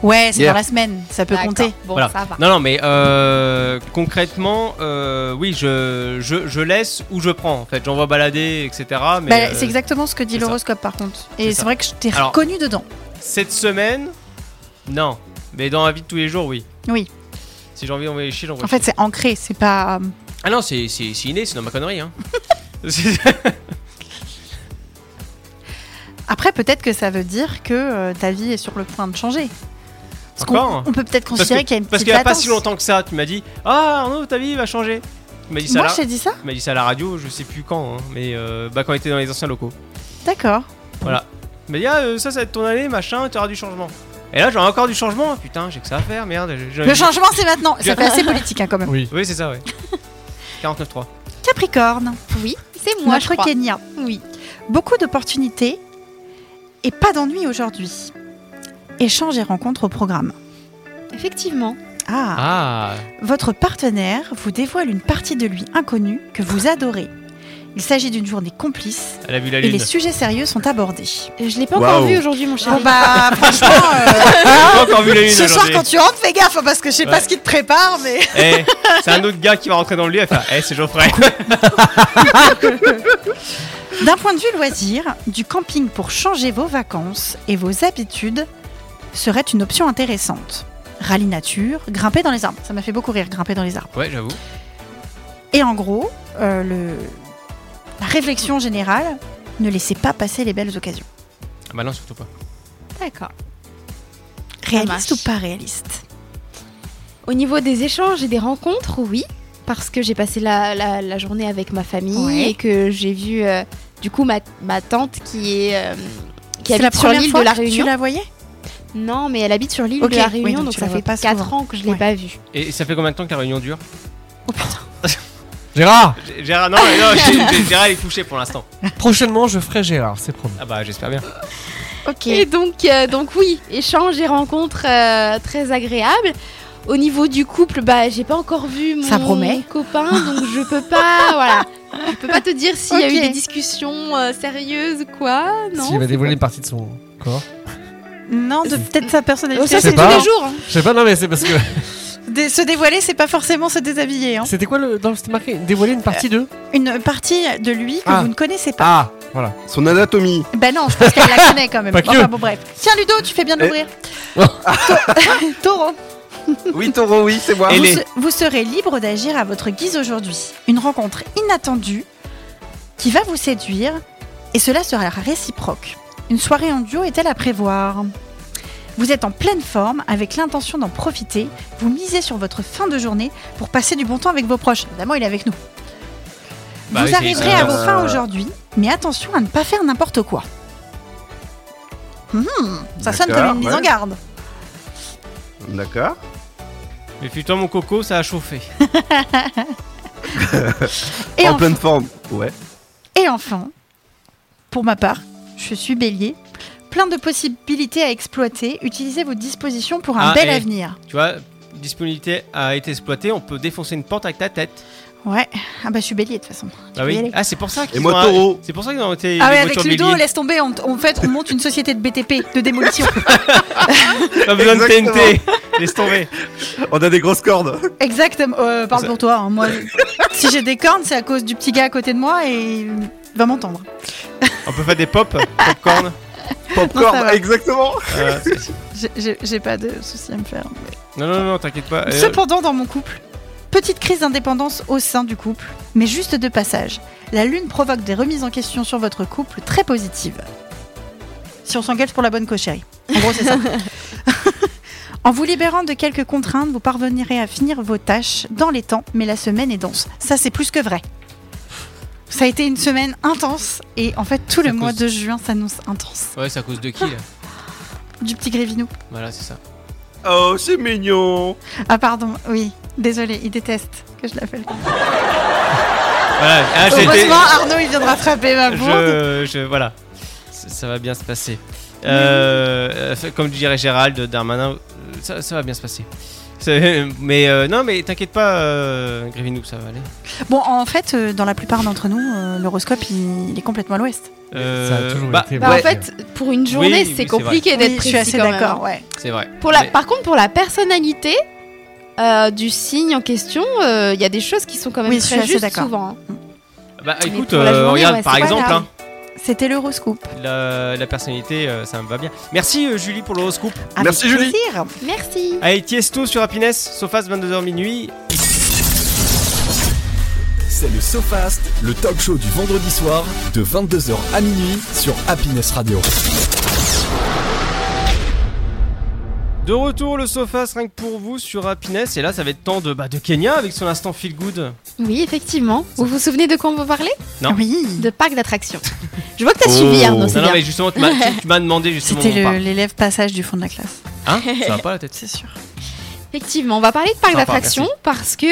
Speaker 4: Ouais, c'est
Speaker 3: Hier.
Speaker 4: dans la semaine, ça peut
Speaker 5: D'accord.
Speaker 4: compter.
Speaker 5: Bon,
Speaker 2: Voilà.
Speaker 5: ça va.
Speaker 2: Non, non, mais euh, concrètement, euh, oui, je, je, je laisse ou je prends. En fait, j'envoie balader, etc. Mais
Speaker 4: Bah,
Speaker 2: euh,
Speaker 4: c'est exactement ce que dit
Speaker 2: c'est ça.
Speaker 4: l'horoscope, par contre.
Speaker 2: C'est
Speaker 4: Et
Speaker 2: ça.
Speaker 4: c'est vrai que je t'ai
Speaker 2: Alors-
Speaker 4: reconnu dedans.
Speaker 2: cette semaine, non. Mais dans la vie de tous les jours, oui.
Speaker 4: Oui.
Speaker 2: Si j'ai envie d'envoyer chier, j'envoie
Speaker 4: En fait, c'est ancré, c'est pas. euh,
Speaker 2: chier. Ah non, c'est c'est- c'est inné, c'est dans ma connerie. Hein. C'est-
Speaker 4: Après, peut-être que ça veut dire que euh, ta vie est sur le point de changer. Parce qu'on-
Speaker 2: Encore
Speaker 4: on peut peut-être
Speaker 2: Parce
Speaker 4: considérer
Speaker 2: que-
Speaker 4: qu'il y a une petite
Speaker 2: Parce qu'il n'y a pas
Speaker 4: latence.
Speaker 2: si longtemps que ça, tu m'as dit Ah Arnaud, ta vie va changer. Tu m'as dit, ça à
Speaker 4: Moi,
Speaker 2: la-
Speaker 4: je t'ai dit ça
Speaker 2: tu m'as dit ça à la radio, je sais plus quand, hein, mais euh, bah, quand on était dans les anciens locaux.
Speaker 4: D'accord.
Speaker 2: Tu m'as dit Ah, euh, ça, ça va être ton année, machin, tu auras du changement. Et là, j'aurai encore du changement. Putain, j'ai que ça à faire, merde. j'ai- j'ai-
Speaker 4: Le changement, c'est maintenant.
Speaker 2: Bien.
Speaker 4: Ça fait assez politique hein, quand même.
Speaker 7: Oui.
Speaker 2: Oui, c'est ça, ouais. 49.3.
Speaker 4: Capricorne,
Speaker 5: Oui, c'est moi, je
Speaker 4: notre
Speaker 5: crois.
Speaker 4: Kenya.
Speaker 5: Oui.
Speaker 4: Beaucoup d'opportunités et pas d'ennui aujourd'hui. Échanges et rencontres au programme.
Speaker 5: Effectivement.
Speaker 4: Ah.
Speaker 2: Ah
Speaker 4: Votre partenaire vous dévoile une partie de lui inconnue que vous adorez. Il s'agit d'une journée complice
Speaker 2: Elle a vu la
Speaker 4: et les
Speaker 2: lune.
Speaker 4: sujets sérieux sont abordés.
Speaker 5: Euh, Je l'ai pas encore
Speaker 3: Waouh.
Speaker 5: vu aujourd'hui, mon chéri.
Speaker 4: Bon bah franchement,
Speaker 2: J'ai pas encore vu la lune
Speaker 4: Ah ce soir
Speaker 2: aujourd'hui.
Speaker 4: quand tu rentres, fais gaffe hein, parce que je sais
Speaker 2: pas
Speaker 4: pas
Speaker 2: Ouais.
Speaker 4: ce qui te prépare, mais
Speaker 2: Eh, c'est un autre gars qui va rentrer dans le lieu et faire Eh, c'est Geoffrey.
Speaker 4: D'un point de vue loisir, du camping pour changer vos vacances et vos habitudes serait une option intéressante. Rallye nature, grimper dans les arbres. Ça m'a fait beaucoup rire, grimper dans les arbres.
Speaker 2: ouais, j'avoue.
Speaker 4: Et en gros, euh, le... la réflexion générale, ne laissez pas passer les belles occasions.
Speaker 2: Ah bah non, surtout pas.
Speaker 5: D'accord. marche.
Speaker 4: Réaliste ou pas réaliste
Speaker 5: Au niveau des échanges et des rencontres, oui, parce que j'ai passé la, la- la journée avec ma famille
Speaker 4: Ouais.
Speaker 5: et que j'ai vu euh, du coup ma, ma tante qui est euh, qui
Speaker 4: C'est la
Speaker 5: habite sur
Speaker 4: première
Speaker 5: l'île
Speaker 4: fois
Speaker 5: de la
Speaker 4: que tu
Speaker 5: Réunion.
Speaker 4: la voyais
Speaker 5: Non, mais elle habite sur l'île
Speaker 4: Ok,
Speaker 5: de la
Speaker 4: oui,
Speaker 5: Réunion,
Speaker 4: donc
Speaker 5: donc,
Speaker 4: tu
Speaker 5: ça
Speaker 4: la vois
Speaker 5: fait
Speaker 4: pas
Speaker 5: 4
Speaker 4: souvent.
Speaker 5: ans que je l'ai
Speaker 4: Ouais.
Speaker 5: pas vue.
Speaker 2: Et ça fait combien de temps que la réunion dure
Speaker 4: Oh putain.
Speaker 7: Gérard
Speaker 2: G- Gérard, non, mais non, G- Gérard il est couché pour l'instant.
Speaker 7: Prochainement, je ferai Gérard, c'est promis.
Speaker 2: Ah bah, j'espère bien.
Speaker 4: Ok.
Speaker 5: Et donc, euh, donc oui, échanges et rencontres euh, très agréables. Au niveau du couple, bah j'ai pas encore vu mon
Speaker 4: Ça promet.
Speaker 5: copain, donc je peux pas, voilà, je peux pas te dire s'il y a eu
Speaker 4: Ok.
Speaker 5: des discussions euh, sérieuses ou quoi, non.
Speaker 7: S'il va dévoiler une partie de son corps.
Speaker 4: Non, de peut-être sa personnalité.
Speaker 5: Oh, ça
Speaker 7: c'est
Speaker 5: c'est tous
Speaker 7: pas-
Speaker 5: les jours. hein.
Speaker 7: Je sais pas, non mais c'est parce que.
Speaker 4: Dé- se dévoiler, c'est pas forcément se déshabiller. hein.
Speaker 7: C'était quoi le. Non, c'était marqué dévoiler une
Speaker 5: Euh,
Speaker 7: partie de.
Speaker 4: Une partie de lui que
Speaker 7: Ah.
Speaker 4: vous ne connaissez pas.
Speaker 7: Ah Voilà.
Speaker 3: Son anatomie.
Speaker 4: Ben non, je pense qu'elle la connaît quand même.
Speaker 7: Bah Pas que.
Speaker 4: Enfin, bon, bref. Tiens, Ludo, tu fais bien de
Speaker 3: Eh.
Speaker 4: l'ouvrir. Tau- Taureau,
Speaker 3: Oui, taureau, oui, c'est moi.
Speaker 2: Et
Speaker 4: vous,
Speaker 2: les-
Speaker 4: se- vous serez libre d'agir à votre guise aujourd'hui. Une rencontre inattendue qui va vous séduire et cela sera réciproque. Une soirée en duo est-elle à prévoir Vous êtes en pleine forme avec l'intention d'en profiter. Vous misez sur votre fin de journée pour passer du bon temps avec vos proches. Évidemment, il est avec nous.
Speaker 2: Bah oui,
Speaker 4: vous
Speaker 2: c'est-
Speaker 4: arriverez
Speaker 2: c'est-
Speaker 4: à vos fins aujourd'hui, mais attention à ne pas faire n'importe quoi. Mhm, ça sonne
Speaker 3: D'accord,
Speaker 4: comme une mise en
Speaker 3: ouais.
Speaker 4: garde.
Speaker 3: D'accord.
Speaker 2: Mais putain, mon coco, ça a chauffé.
Speaker 4: Et
Speaker 3: en
Speaker 4: enfin,
Speaker 3: pleine forme. Ouais.
Speaker 4: Et enfin, pour ma part, je suis bélier. Plein de possibilités à exploiter. Utilisez vos dispositions pour un
Speaker 2: Ah,
Speaker 4: bel
Speaker 2: et-
Speaker 4: avenir.
Speaker 2: Tu vois, disponibilité a été exploitée, on peut défoncer une porte avec ta tête.
Speaker 4: Ouais. Ah bah je suis bélier de toute façon.
Speaker 2: Ah
Speaker 4: peux y
Speaker 2: oui.
Speaker 4: aller.
Speaker 2: Ah, c'est pour ça qu'ils
Speaker 3: Et moi,
Speaker 2: ont un-
Speaker 3: taureau.
Speaker 2: C'est pour ça qu'ils ont été
Speaker 4: Ah
Speaker 2: les
Speaker 4: ouais, avec
Speaker 2: voitures
Speaker 4: Ludo,
Speaker 2: béliers.
Speaker 4: laisse tomber, on, en fait, on monte une société de BTP, de démolition.
Speaker 2: Pas besoin de
Speaker 3: Exactement.
Speaker 2: TNT. Laisse tomber.
Speaker 3: On a des grosses cordes.
Speaker 4: Exactement. Euh, parle pour toi. hein, Moi, si j'ai des cornes, c'est à cause du petit gars à côté de moi et il va m'entendre.
Speaker 2: On peut faire des pop, popcorn.
Speaker 4: Non, ça
Speaker 3: Popcorn,
Speaker 4: va.
Speaker 3: exactement.
Speaker 2: Euh,
Speaker 4: J'ai- J'ai j'ai pas de soucis à me faire.
Speaker 2: non, non, non, t'inquiète pas. Euh,
Speaker 4: Cependant, dans mon couple, petite crise d'indépendance au sein du couple, mais juste de passage. La lune provoque des remises en question sur votre couple très positives. Si on s'engage pour la bonne cochère. En gros, c'est ça. en vous libérant de quelques contraintes, vous parvenirez à finir vos tâches dans les temps, mais la semaine est dense. Ça, c'est plus que vrai. Ça a été une semaine intense et en fait tout le
Speaker 2: cause-
Speaker 4: mois de juin s'annonce intense.
Speaker 7: Ouais, c'est à cause de qui là
Speaker 4: Du petit Grévinou.
Speaker 7: Voilà, c'est ça.
Speaker 3: Oh, c'est mignon.
Speaker 4: Ah pardon, oui, désolé, il déteste que je l'appelle. comme ça.
Speaker 2: voilà. Ah, j'ai été-
Speaker 4: Heureusement, Arnaud, il vient de rattraper
Speaker 5: Ah
Speaker 4: ma bourde.
Speaker 2: je, je- voilà, ça, ça va bien se passer. Euh, euh, comme dirait Gérald Darmanin, euh, ça, ça va bien se passer. C'est- Mais euh, non, mais t'inquiète pas, euh, Grévinou, ça va aller.
Speaker 4: Bon, en fait, euh, dans la plupart d'entre nous, euh, l'horoscope, il, il est complètement à l'ouest.
Speaker 2: Euh,
Speaker 7: ça a toujours
Speaker 2: bah,
Speaker 7: été.
Speaker 5: Bah,
Speaker 7: vrai.
Speaker 5: En fait, pour une journée,
Speaker 2: Oui, oui,
Speaker 5: c'est
Speaker 2: c'est
Speaker 5: compliqué d'être
Speaker 4: Oui, je
Speaker 5: précis
Speaker 4: suis assez
Speaker 5: quand même. hein.
Speaker 4: d'accord, ouais.
Speaker 2: c'est vrai.
Speaker 5: Pour la,
Speaker 2: Mais-
Speaker 5: Par contre, pour la personnalité euh, du signe en question, euh, il y a des choses qui sont quand même
Speaker 4: Oui, je suis
Speaker 5: très
Speaker 4: assez
Speaker 5: justes
Speaker 4: d'accord.
Speaker 5: souvent. hein.
Speaker 2: bah,
Speaker 5: mais
Speaker 2: écoute,
Speaker 5: pour la
Speaker 2: euh,
Speaker 5: journée,
Speaker 2: regarde,
Speaker 5: ouais,
Speaker 2: par
Speaker 5: c'est pas
Speaker 2: exemple,
Speaker 5: grave.
Speaker 4: C'était l'horoscope.
Speaker 2: hein, la, la personnalité, euh, ça me va bien. Merci euh, Julie pour l'horoscope.
Speaker 4: Avec
Speaker 3: Merci, Julie.
Speaker 4: plaisir.
Speaker 5: Merci.
Speaker 2: Allez, Tiesto sur Happiness, Sofas 22h minuit.
Speaker 1: C'est le SoFast, le talk show du vendredi soir de 22h à minuit sur Happiness Radio.
Speaker 2: De retour, le Sofas rien que pour vous sur Happiness. Et là, ça va être temps de, bah, de Kenya avec son instant feel good.
Speaker 5: Oui, effectivement. Vous vous souvenez de quoi on va parler
Speaker 2: Non.
Speaker 4: Oui.
Speaker 5: De parc d'attractions. Je vois que t'as
Speaker 3: Oh.
Speaker 5: suivi Arnaud, c'est
Speaker 2: Non, non,
Speaker 5: bien.
Speaker 2: mais justement, tu m'as tu- tu m'as demandé justement.
Speaker 4: C'était
Speaker 2: mon
Speaker 4: le-
Speaker 2: part.
Speaker 4: l'élève passage du fond de la classe,
Speaker 2: Hein Ça va pas la tête.
Speaker 4: c'est sûr.
Speaker 5: Effectivement, on va parler de parc
Speaker 2: Sympa,
Speaker 5: d'attractions parce que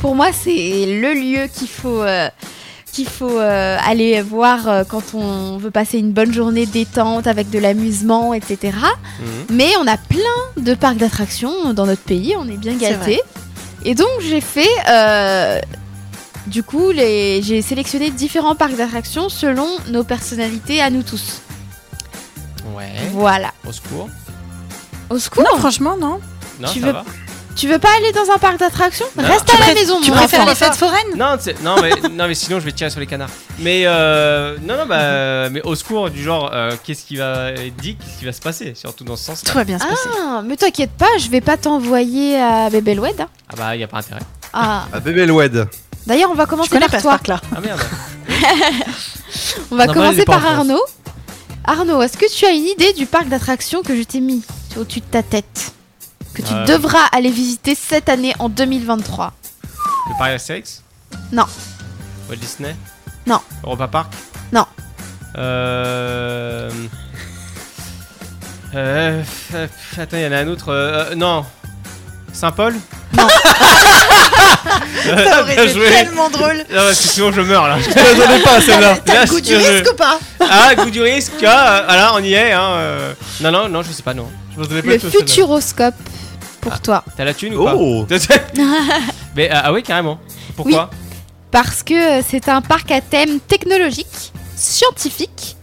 Speaker 5: pour moi, c'est le lieu qu'il faut, euh, qu'il faut euh, aller voir euh, quand on veut passer une bonne journée détente avec de l'amusement, etc.
Speaker 2: Mhm.
Speaker 5: Mais on a plein de parcs d'attractions dans notre pays, on est bien
Speaker 4: C'est
Speaker 5: gâtés. Et donc j'ai fait, euh, du coup, les- j'ai sélectionné différents parcs d'attractions selon nos personnalités à nous tous.
Speaker 2: Ouais,
Speaker 4: Eh.
Speaker 5: Voilà.
Speaker 2: au secours.
Speaker 5: Au secours,
Speaker 4: Non, franchement, non.
Speaker 2: Non,
Speaker 5: Tu
Speaker 2: ça
Speaker 5: veux-
Speaker 2: va.
Speaker 5: tu veux pas aller dans un parc d'attractions
Speaker 2: Non.
Speaker 5: Reste
Speaker 4: Tu
Speaker 5: à la
Speaker 4: pré-
Speaker 5: maison,
Speaker 4: Tu
Speaker 5: mon
Speaker 4: préfères
Speaker 5: enfant.
Speaker 4: les fêtes foraines
Speaker 2: Non, c'est- non, mais, non, mais sinon je vais tirer sur les canards. Mais euh, non, non, bah, mais au secours du genre, euh, qu'est-ce qui va être dit, qu'est-ce qui va se passer, surtout dans ce sens.
Speaker 4: Tout va bien se passer.
Speaker 5: Ah, mais t'inquiète pas, je vais pas t'envoyer à Bébelwed. hein.
Speaker 2: Ah bah, y a pas intérêt.
Speaker 5: Ah.
Speaker 3: Ah, bébé Loued.
Speaker 5: D'ailleurs, on va
Speaker 4: Je
Speaker 5: commencer
Speaker 4: connais
Speaker 5: par
Speaker 4: pas ce
Speaker 5: toi.
Speaker 4: parc-là.
Speaker 2: Ah merde.
Speaker 5: On
Speaker 2: Non, bah,
Speaker 5: va
Speaker 2: il est
Speaker 5: commencer
Speaker 2: pas
Speaker 5: par
Speaker 2: en France.
Speaker 5: Arnaud. Arnaud, est-ce que tu as une idée du parc d'attractions que je t'ai mis au-dessus de ta tête Que tu
Speaker 2: Euh.
Speaker 5: devras aller visiter cette année en 2023
Speaker 2: Le Paris Astérix
Speaker 5: Non.
Speaker 2: Walt Disney
Speaker 5: Non.
Speaker 2: Europa Park
Speaker 5: Non.
Speaker 2: Euh. Euh. f- f- Attends, y en a un autre. euh, euh, non. Saint-Paul Non.
Speaker 4: Ça aurait
Speaker 2: Ah, bien
Speaker 4: été
Speaker 2: joué.
Speaker 4: tellement drôle.
Speaker 2: Non, parce que sinon je meurs là.
Speaker 3: J'en ai pas celle-là.
Speaker 4: T'as
Speaker 2: Là,
Speaker 4: le goût
Speaker 2: je-
Speaker 4: du risque ou pas
Speaker 2: Ah, goût du risque, ah, ah, là, on y est, hein. euh. Non, non, non, je sais pas, non.
Speaker 5: Le futuroscope pour toi.
Speaker 2: T'as la thune ou pas
Speaker 3: Oh,
Speaker 2: Mais ah, ah oui, carrément. Pourquoi
Speaker 5: Parce que euh, c'est un parc à thème technologique, scientifique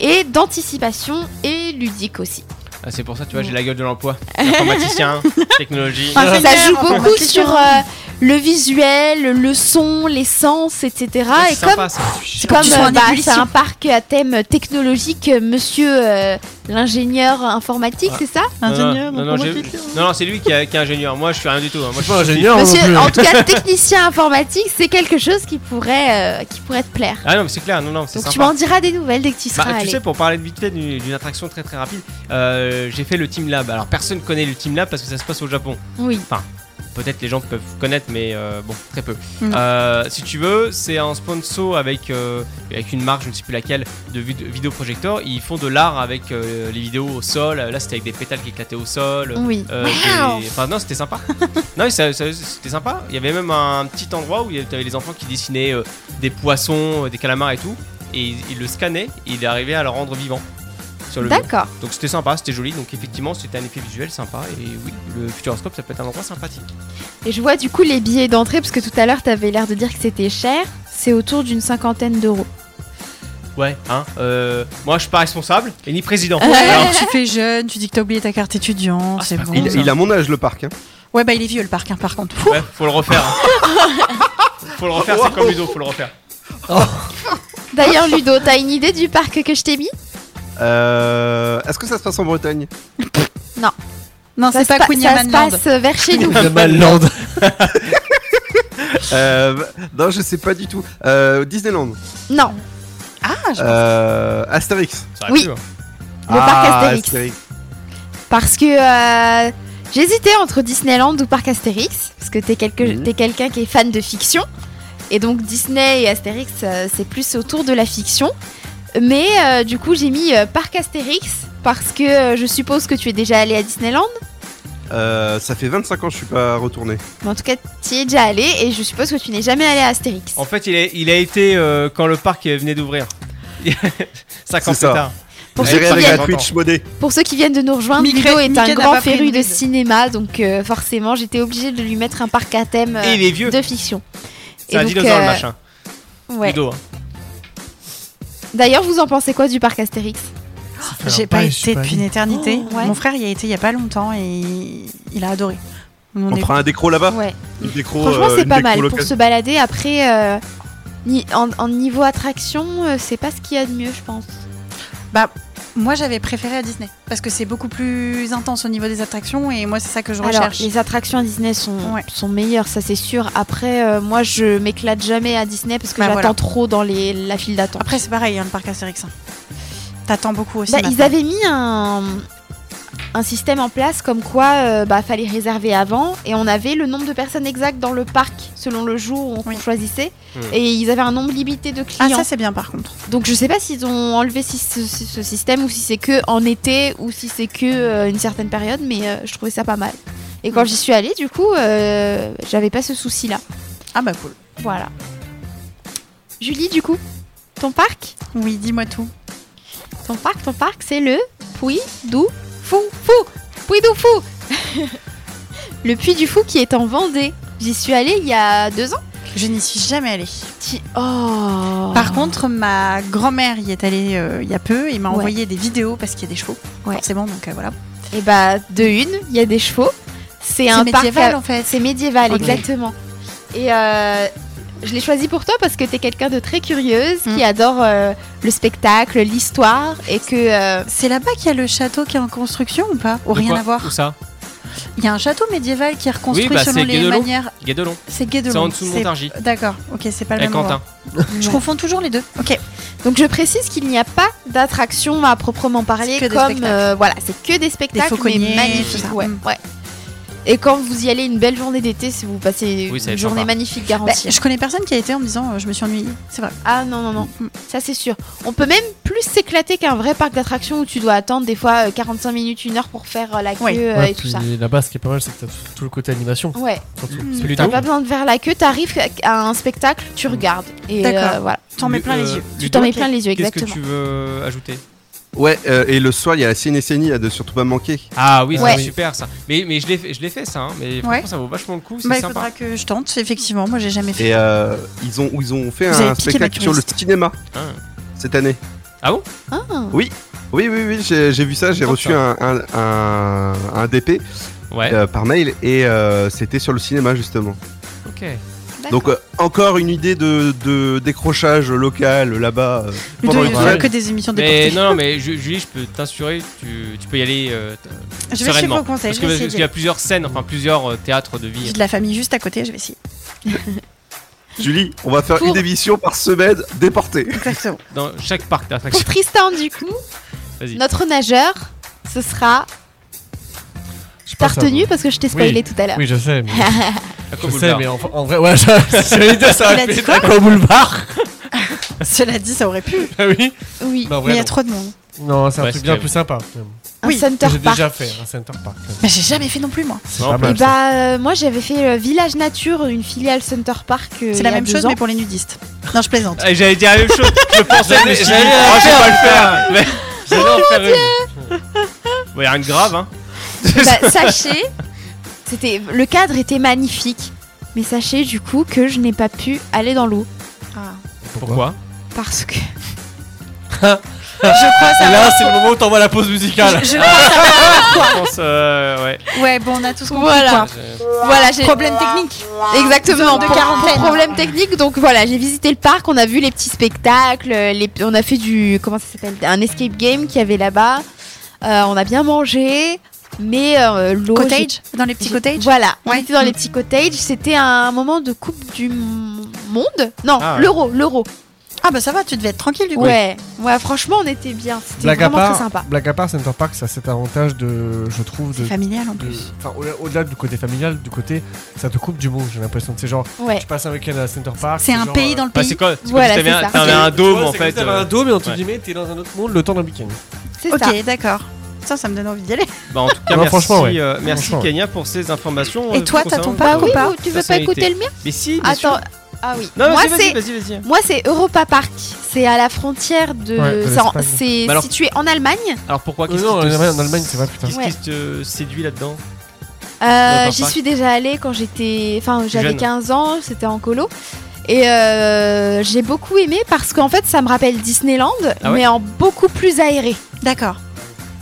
Speaker 5: et d'anticipation et ludique aussi.
Speaker 2: Ah, C'est pour ça, tu vois, j'ai la gueule de l'emploi. Informaticien, technologie.
Speaker 4: Ah,
Speaker 5: ça
Speaker 4: Ingénieur,
Speaker 5: joue beaucoup
Speaker 4: informaticien.
Speaker 5: sur euh, le visuel, le son, les sens, etc.
Speaker 2: Ah,
Speaker 5: et
Speaker 2: c'est
Speaker 5: comme
Speaker 2: sympa, ça.
Speaker 4: C'est
Speaker 5: comme euh, bah, c'est
Speaker 4: ébullition.
Speaker 5: un parc à thème technologique, euh, monsieur euh, l'ingénieur informatique, c'est ça
Speaker 4: Ingénieur,
Speaker 2: non, non, non, j'ai-
Speaker 4: informatique.
Speaker 2: non, non, c'est lui qui, a- qui est ingénieur. Moi, je suis rien du tout. hein. Moi, je
Speaker 7: Je
Speaker 2: suis
Speaker 7: suis pas ingénieur non
Speaker 5: Monsieur,
Speaker 7: plus.
Speaker 5: en tout cas, technicien informatique, c'est quelque chose qui pourrait, euh, qui pourrait te plaire.
Speaker 2: Ah non, mais c'est clair, non, non, c'est
Speaker 5: Donc tu
Speaker 2: sympa.
Speaker 5: m'en diras des nouvelles dès que tu seras
Speaker 2: Bah, tu
Speaker 5: allé.
Speaker 2: sais, pour parler de vite fait d'une d'une attraction très très rapide, euh, j'ai fait le Team Lab. Alors personne connaît le Team Lab parce que ça se passe au Japon.
Speaker 5: Oui.
Speaker 2: Peut-être les gens peuvent connaître, mais euh, bon, très peu.
Speaker 4: Non.
Speaker 2: Euh, si tu veux, c'est un sponsor avec, euh, avec une marque, je ne sais plus laquelle, de vid- vidéoprojecteurs. Ils font de l'art avec euh, les vidéos au sol. Là, c'était avec des pétales qui éclataient au sol.
Speaker 5: Oui.
Speaker 2: Euh,
Speaker 4: Wow.
Speaker 2: des- Enfin non, c'était sympa. non, mais ça- ça- c'était sympa. Il y avait même un petit endroit où tu avais les enfants qui dessinaient euh, des poissons, euh, des calamars et tout, et ils, ils le scannaient. Et il arrivait à le rendre vivant sur le mur.
Speaker 5: D'accord.
Speaker 2: Donc c'était sympa, c'était joli. Donc effectivement, c'était un effet visuel sympa. Et oui, le Futuroscope, ça peut être un endroit sympathique.
Speaker 5: Et je vois du coup les billets d'entrée, parce que tout à l'heure, t'avais l'air de dire que c'était cher. C'est autour d'une cinquantaine d'euros.
Speaker 2: Ouais. Hein euh, moi, je suis pas responsable et ni président. Alors,
Speaker 4: Alors, tu fais jeune, tu dis que t'as oublié ta carte étudiante,
Speaker 2: Ah,
Speaker 4: c'est bon.
Speaker 3: Il,
Speaker 4: ça.
Speaker 3: il a mon âge, le parc. hein.
Speaker 4: Ouais, bah il est vieux le parc, hein, par contre. Fou.
Speaker 2: ouais, faut le refaire. hein. faut le refaire, c'est comme Ludo, faut le refaire.
Speaker 5: D'ailleurs, Ludo, t'as une idée du parc que je t'ai mis
Speaker 3: Euh, Est-ce que ça se passe en Bretagne
Speaker 4: Non,
Speaker 5: Ça
Speaker 4: c'est
Speaker 5: se
Speaker 4: pas
Speaker 5: pa-
Speaker 4: Queen
Speaker 5: Ça se
Speaker 4: Yaman Land.
Speaker 5: passe euh, vers chez nous.
Speaker 7: De Malland.
Speaker 3: euh, Non, je sais pas du tout. Euh, Disneyland.
Speaker 5: Non,
Speaker 4: Ah, je-
Speaker 3: Euh, Astérix.
Speaker 2: Ça aurait
Speaker 5: Oui.
Speaker 2: pu, hein.
Speaker 5: le parc
Speaker 3: Ah,
Speaker 5: Astérix. Parce que euh, j'hésitais entre Disneyland ou Parc Astérix, parce que t'es quelque-
Speaker 3: Mhm.
Speaker 5: t'es quelqu'un qui est fan de fiction. Et donc Disney et Astérix, euh, c'est plus autour de la fiction. Mais euh, du coup, j'ai mis euh, Parc Astérix, parce que euh, je suppose que tu es déjà allé à Disneyland.
Speaker 3: Euh, ça fait 25 ans que je suis pas retourné.
Speaker 5: Mais en tout cas, tu y es déjà allé, et je suppose que tu n'es jamais allé à Astérix.
Speaker 2: En fait, il a, il a été euh, quand le parc euh, venait d'ouvrir. 50 ans
Speaker 3: C'est ça.
Speaker 2: plus tard.
Speaker 5: Pour ceux,
Speaker 3: J'irai
Speaker 5: qui
Speaker 3: avec la
Speaker 5: viennent,
Speaker 3: Twitch modée.
Speaker 5: pour ceux qui viennent de nous rejoindre,
Speaker 4: Mickey-
Speaker 5: Ludo est
Speaker 4: Mickey
Speaker 5: un
Speaker 4: n'a
Speaker 5: grand
Speaker 4: pas pris
Speaker 5: féru de
Speaker 4: Nouvelle.
Speaker 5: cinéma, donc euh, forcément, j'étais obligée de lui mettre un parc à thème
Speaker 2: Et il
Speaker 5: euh,
Speaker 2: est vieux.
Speaker 5: de fiction.
Speaker 2: C'est un
Speaker 5: donc,
Speaker 2: dinosaure le
Speaker 5: euh,
Speaker 2: machin.
Speaker 5: ouais.
Speaker 2: Ludo, hein.
Speaker 5: D'ailleurs, vous en pensez quoi du parc Astérix
Speaker 4: J'ai pas été depuis une éternité.
Speaker 5: Oh, ouais.
Speaker 4: Mon frère y a été il y a pas longtemps et il il a adoré. On
Speaker 3: On
Speaker 4: est-
Speaker 3: fera un décro
Speaker 2: Ah,
Speaker 3: là-bas.
Speaker 5: Ouais.
Speaker 3: Une décro,
Speaker 5: Franchement,
Speaker 3: euh,
Speaker 5: c'est
Speaker 3: une
Speaker 5: pas
Speaker 3: décro
Speaker 5: mal pour
Speaker 3: locale.
Speaker 5: se balader. Après, euh, ni- en, en niveau attraction, euh, c'est pas ce qu'il y a de mieux, je pense.
Speaker 4: Moi, j'avais préféré à Disney parce que c'est beaucoup plus intense au niveau des attractions et moi, c'est ça que je
Speaker 5: Alors,
Speaker 4: recherche.
Speaker 5: les attractions à Disney sont,
Speaker 4: Ouais.
Speaker 5: sont meilleures, ça c'est sûr. Après, euh, moi, je m'éclate jamais à Disney parce que
Speaker 4: Bah,
Speaker 5: j'attends
Speaker 4: voilà.
Speaker 5: trop dans les, la file d'attente.
Speaker 4: Après, c'est pareil, hein, le parc Astérix. hein. T'attends beaucoup aussi.
Speaker 5: Bah, ils
Speaker 4: maintenant.
Speaker 5: avaient mis un, un système en place comme quoi euh, bah, fallait réserver avant et on avait le nombre de personnes exactes dans le parc selon le jour où on
Speaker 4: Oui.
Speaker 5: choisissait.
Speaker 2: Hmm.
Speaker 5: Et ils avaient un nombre limité de
Speaker 4: Ah,
Speaker 5: clients.
Speaker 4: ça, c'est bien par contre.
Speaker 5: Donc je sais pas s'ils ont enlevé si- ce, ce- ce système ou si c'est que en été ou si c'est que euh, une certaine période, mais euh, je trouvais ça pas mal. Et quand
Speaker 4: Mm.
Speaker 5: j'y suis allée, du coup, euh, j'avais pas ce souci-là.
Speaker 4: Ah, bah cool.
Speaker 5: Voilà. Julie, du coup, ton parc,
Speaker 4: Oui, dis-moi tout.
Speaker 5: ton parc, ton parc, c'est le Puy du Fou Fou Puy du Fou Le Puy du Fou qui est en Vendée. J'y suis allée il y a deux ans.
Speaker 4: Je n'y suis jamais allée.
Speaker 5: Ti- Oh
Speaker 4: Par contre, ma grand-mère y est allée euh, il y a peu et m'a
Speaker 5: Ouais.
Speaker 4: envoyé des vidéos parce qu'il y a des chevaux.
Speaker 5: Ouais.
Speaker 4: Forcément, donc euh, voilà.
Speaker 5: Et bah, de une, il y a des chevaux. C'est
Speaker 4: C'est
Speaker 5: un parc à-
Speaker 4: médiéval en fait.
Speaker 5: C'est médiéval,
Speaker 4: Ok.
Speaker 5: exactement. Et euh, je l'ai choisi pour toi parce que t'es quelqu'un de très curieuse,
Speaker 4: Mm.
Speaker 5: qui adore euh, le spectacle, l'histoire, et que euh,
Speaker 4: C'est là-bas qu'il y a le château qui est en construction ou pas Ou
Speaker 2: De
Speaker 4: rien
Speaker 2: quoi
Speaker 4: à voir
Speaker 2: Où ça
Speaker 4: Il y a un château médiéval qui est reconstruit
Speaker 2: Oui, bah,
Speaker 4: selon
Speaker 2: c'est
Speaker 4: les
Speaker 2: Guédelon.
Speaker 4: manières.
Speaker 2: Guédelon.
Speaker 4: C'est
Speaker 2: C'est
Speaker 4: Guédelon.
Speaker 2: en dessous de Montargis.
Speaker 4: C'est- D'accord, ok, c'est pas le
Speaker 2: Et
Speaker 4: même
Speaker 2: Quentin.
Speaker 4: endroit. Je
Speaker 5: Ouais.
Speaker 4: confonds toujours les deux. Ok,
Speaker 5: donc je précise qu'il n'y a pas d'attraction à proprement parler,
Speaker 4: C'est que des
Speaker 5: comme
Speaker 4: spectacles.
Speaker 5: euh, voilà, c'est que des spectacles, mais
Speaker 4: fauconniers, tout
Speaker 5: magnifiques,
Speaker 4: ça.
Speaker 5: ouais,
Speaker 4: Mm.
Speaker 5: ouais. Et quand vous y allez une belle journée d'été, si vous passez
Speaker 2: Oui, ça va
Speaker 5: une
Speaker 2: être
Speaker 5: journée
Speaker 2: sympa.
Speaker 5: magnifique
Speaker 4: Bah,
Speaker 5: garantie.
Speaker 4: je connais personne qui a été en me disant euh, je me suis ennuyée. C'est vrai.
Speaker 5: Ah non, non, non,
Speaker 4: Mm.
Speaker 5: ça c'est sûr. On peut même plus s'éclater qu'un vrai parc d'attractions où tu dois attendre des fois euh, 45 minutes, une heure pour faire euh, la queue
Speaker 4: Ouais.
Speaker 5: euh,
Speaker 7: Ouais,
Speaker 5: et tout
Speaker 7: puis
Speaker 5: ça.
Speaker 7: là-bas, ce qui est pas mal, c'est que t'as tout- tout le côté animation.
Speaker 5: Ouais. Hmm.
Speaker 7: surtout.
Speaker 4: Mm.
Speaker 7: C'est
Speaker 5: T'as
Speaker 7: plutôt-
Speaker 5: pas besoin de faire la queue, t'arrives à un spectacle,
Speaker 2: Mm.
Speaker 5: tu regardes. Et
Speaker 4: D'accord.
Speaker 5: euh, voilà.
Speaker 4: T'en mets
Speaker 2: Lu-
Speaker 4: plein les
Speaker 2: euh,
Speaker 4: yeux.
Speaker 5: Tu t'en
Speaker 2: Ludo,
Speaker 5: mets plein les yeux,
Speaker 2: Qu'est-ce que
Speaker 5: exactement.
Speaker 2: tu veux ajouter
Speaker 3: Ouais, euh, et le soir, il y a la Ciné-Cénie à ne surtout pas manquer.
Speaker 2: Ah oui, ça,
Speaker 5: Ouais.
Speaker 2: c'est super ça. Mais, mais je l'ai fait, je l'ai fait ça, hein. mais franchement,
Speaker 4: Ouais.
Speaker 2: ça vaut vachement le coup, c'est
Speaker 4: Bah, il
Speaker 2: sympa.
Speaker 4: faudra que je tente, effectivement. Moi, j'ai jamais fait.
Speaker 3: Et euh, ils, ont, ils ont fait
Speaker 4: Vous
Speaker 3: un
Speaker 4: avez piqué ma
Speaker 3: spectacle sur le cinéma
Speaker 2: Ah.
Speaker 3: cette année.
Speaker 5: Ah.
Speaker 3: Oui, oui, oui, j'ai j'ai vu ça, j'ai
Speaker 2: Ah,
Speaker 3: reçu un, un, un, un DP
Speaker 2: Ouais,
Speaker 3: euh, par mail et euh, c'était sur le cinéma justement.
Speaker 2: ok.
Speaker 3: Donc euh, encore une idée de, de décrochage local là-bas. euh,
Speaker 4: Ludo,
Speaker 3: pendant
Speaker 4: il
Speaker 3: les
Speaker 4: ne
Speaker 7: soirée.
Speaker 4: fait que des émissions
Speaker 2: Mais
Speaker 4: déportées.
Speaker 2: non, non, mais Ju- Julie, je peux t'assurer, tu, tu peux y aller euh, t-
Speaker 4: Je vais suivre
Speaker 2: sereinement.
Speaker 4: vos conseils,
Speaker 2: parce
Speaker 4: je
Speaker 2: que-
Speaker 4: vais
Speaker 2: parce
Speaker 4: essayer.
Speaker 2: qu'il y a plusieurs scènes, enfin plusieurs euh, théâtres de
Speaker 4: J'ai
Speaker 2: vie.
Speaker 4: de la famille juste à côté, je vais essayer.
Speaker 3: Julie, on va faire
Speaker 5: Pour-
Speaker 3: une émission par semaine déportée.
Speaker 4: Exactement.
Speaker 2: Dans chaque parc d'attraction.
Speaker 5: Pour Tristan, du coup,
Speaker 2: Vas-y.
Speaker 5: notre nageur, ce sera.
Speaker 7: Je
Speaker 5: T'as
Speaker 7: pense à-
Speaker 5: retenu parce que je t'ai spoilé
Speaker 7: Oui.
Speaker 5: tout à l'heure.
Speaker 7: Oui, je sais, mais.
Speaker 2: À
Speaker 7: Je
Speaker 2: Koh
Speaker 7: sais,
Speaker 2: Boulevard.
Speaker 7: mais en, en vrai, ouais, j'allais dire ça
Speaker 4: Il a
Speaker 7: aurait
Speaker 4: dit
Speaker 7: fait
Speaker 4: quoi
Speaker 7: Draco Boulevard.
Speaker 4: Cela dit, ça aurait pu.
Speaker 7: Ah oui.
Speaker 5: Oui,
Speaker 2: Bah,
Speaker 7: Mais
Speaker 4: Mais il
Speaker 7: en vrai,
Speaker 4: y a
Speaker 7: non.
Speaker 4: trop de monde.
Speaker 7: Non, c'est un
Speaker 2: Ouais,
Speaker 7: truc
Speaker 2: c'est
Speaker 7: bien
Speaker 2: vrai.
Speaker 7: plus sympa.
Speaker 5: un
Speaker 4: Oui,
Speaker 5: Center
Speaker 7: Que j'ai
Speaker 5: Park.
Speaker 7: déjà fait, un Center Park.
Speaker 4: Mais j'ai jamais fait non plus, moi.
Speaker 7: C'est
Speaker 2: Non,
Speaker 7: pas
Speaker 2: mais-
Speaker 5: Et
Speaker 7: mal. ça.
Speaker 5: bah, euh, moi j'avais fait euh, Village Nature, une filiale Center Park. euh, il y
Speaker 4: C'est
Speaker 5: a
Speaker 4: la même
Speaker 5: deux
Speaker 4: chose,
Speaker 5: ans.
Speaker 4: mais pour les nudistes. Non, je plaisante.
Speaker 2: Ah, J'allais dire la même chose. Je pensais, mais
Speaker 7: j'allais la
Speaker 2: Ah, je vais pas le faire. J'allais en faire une. Ouais, rien de grave, hein.
Speaker 5: Bah, sachez, c'était le cadre était magnifique, mais sachez du coup que je n'ai pas pu aller dans l'eau
Speaker 2: Pourquoi
Speaker 5: parce que Eh ben,
Speaker 4: Je crois
Speaker 2: Et
Speaker 4: ça.
Speaker 2: là, c'est le moment où t'envoies la pause musicale.
Speaker 4: Je, je crois ça.
Speaker 2: Je pense, euh, ouais.
Speaker 4: Ouais, bon, on a tous compris.
Speaker 5: Voilà.
Speaker 4: quoi.
Speaker 5: voilà, j'ai
Speaker 4: Problème technique.
Speaker 5: exactement
Speaker 4: Ah, Zone de
Speaker 5: pour-
Speaker 4: quarantaine.
Speaker 5: pour problème technique. Donc voilà, j'ai visité le parc, on a vu les petits spectacles, euh, les, on a fait du comment ça s'appelle un escape game qu'il y avait là-bas. Euh, on a bien mangé, mais euh, l'eau j'ai-
Speaker 4: Cottage Dans les petits cottages
Speaker 5: Voilà, on
Speaker 4: Ouais.
Speaker 5: était dans les petits cottages. C'était un moment de Coupe du m- Monde Non,
Speaker 2: Ah ouais.
Speaker 5: l'Euro, l'Euro.
Speaker 4: Ah, bah ça va, tu devais être tranquille du coup.
Speaker 5: Ouais, ouais, franchement, on était bien. C'était
Speaker 7: Blague à
Speaker 5: vraiment
Speaker 7: part,
Speaker 5: très sympa.
Speaker 7: Blague à part, Center Park, ça a cet avantage de, je trouve, de.
Speaker 4: C'est familial en
Speaker 7: de-
Speaker 4: plus.
Speaker 7: Enfin, au- au-delà du côté familial, du côté, ça te coupe du monde. J'ai l'impression que c'est genre,
Speaker 5: Ouais.
Speaker 7: je passe un week-end à Center Park.
Speaker 4: C'est un
Speaker 7: genre,
Speaker 4: pays
Speaker 7: euh,
Speaker 4: dans le
Speaker 2: Bah,
Speaker 4: pays.
Speaker 2: c'est quoi C'est
Speaker 5: Voilà,
Speaker 2: comme si
Speaker 5: c'est
Speaker 2: t'avais un,
Speaker 5: ça.
Speaker 2: t'avais un
Speaker 7: tu vois,
Speaker 2: dôme, en
Speaker 7: c'est comme
Speaker 2: fait.
Speaker 7: si t'avais un
Speaker 2: euh,
Speaker 7: dôme et entre
Speaker 2: ouais.
Speaker 7: guillemets, t'es dans un autre monde le temps d'un week-end.
Speaker 5: C'est ça.
Speaker 4: Ok, d'accord. Ça, ça me donne envie d'y aller.
Speaker 2: Bah, en tout cas,
Speaker 7: Non,
Speaker 2: merci,
Speaker 7: franchement, ouais.
Speaker 2: euh, merci
Speaker 7: Franchement, ouais.
Speaker 2: Kenya pour ces informations.
Speaker 4: Et
Speaker 2: euh,
Speaker 4: toi, t'as
Speaker 2: concernant-
Speaker 4: ton
Speaker 5: Bah
Speaker 4: parc
Speaker 5: oui,
Speaker 4: ou pas
Speaker 5: ou tu veux pas
Speaker 2: Personnalité.
Speaker 5: écouter le mien
Speaker 2: Mais si, bien sûr.
Speaker 5: Attends. Ah oui.
Speaker 2: Non,
Speaker 5: moi
Speaker 2: vas-y, vas-y,
Speaker 5: c'est
Speaker 2: vas-y, vas-y.
Speaker 5: moi c'est Europa Park. C'est à la frontière de.
Speaker 7: Ouais, de
Speaker 5: c'est en-
Speaker 7: l'Espagne.
Speaker 5: c'est
Speaker 2: Bah alors-
Speaker 5: situé en Allemagne.
Speaker 2: Alors pourquoi
Speaker 7: Non,
Speaker 2: Qu'est-ce
Speaker 7: Euh, non,
Speaker 2: qui te-
Speaker 7: en Allemagne, c'est pas putain.
Speaker 2: Qu'est-ce qui te séduit là-dedans
Speaker 5: Euh,
Speaker 2: Europa
Speaker 5: J'y
Speaker 2: Park.
Speaker 5: suis déjà allée quand j'étais. Enfin, j'avais
Speaker 2: jeune.
Speaker 5: 15 ans, c'était en colo. Et euh, j'ai beaucoup aimé parce qu'en fait, ça me rappelle Disneyland,
Speaker 2: Ah ouais
Speaker 5: mais en beaucoup plus aéré.
Speaker 4: D'accord.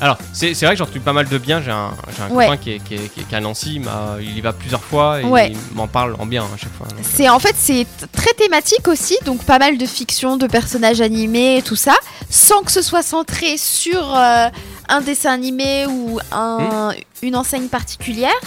Speaker 2: Alors, c'est c'est vrai que j'en retrouve pas mal de bien. J'ai un, j'ai un
Speaker 5: Ouais.
Speaker 2: copain qui est, qui, est, qui est- qui est à Nancy, il m'a- il y va plusieurs fois et
Speaker 5: Ouais.
Speaker 2: il m'en parle en bien à chaque fois. donc.
Speaker 5: C'est en fait c'est t- très thématique aussi, donc pas mal de fiction, de personnages animés, et tout ça, sans que ce soit centré sur euh, un dessin animé ou un-
Speaker 2: Hmm.
Speaker 5: une enseigne particulière.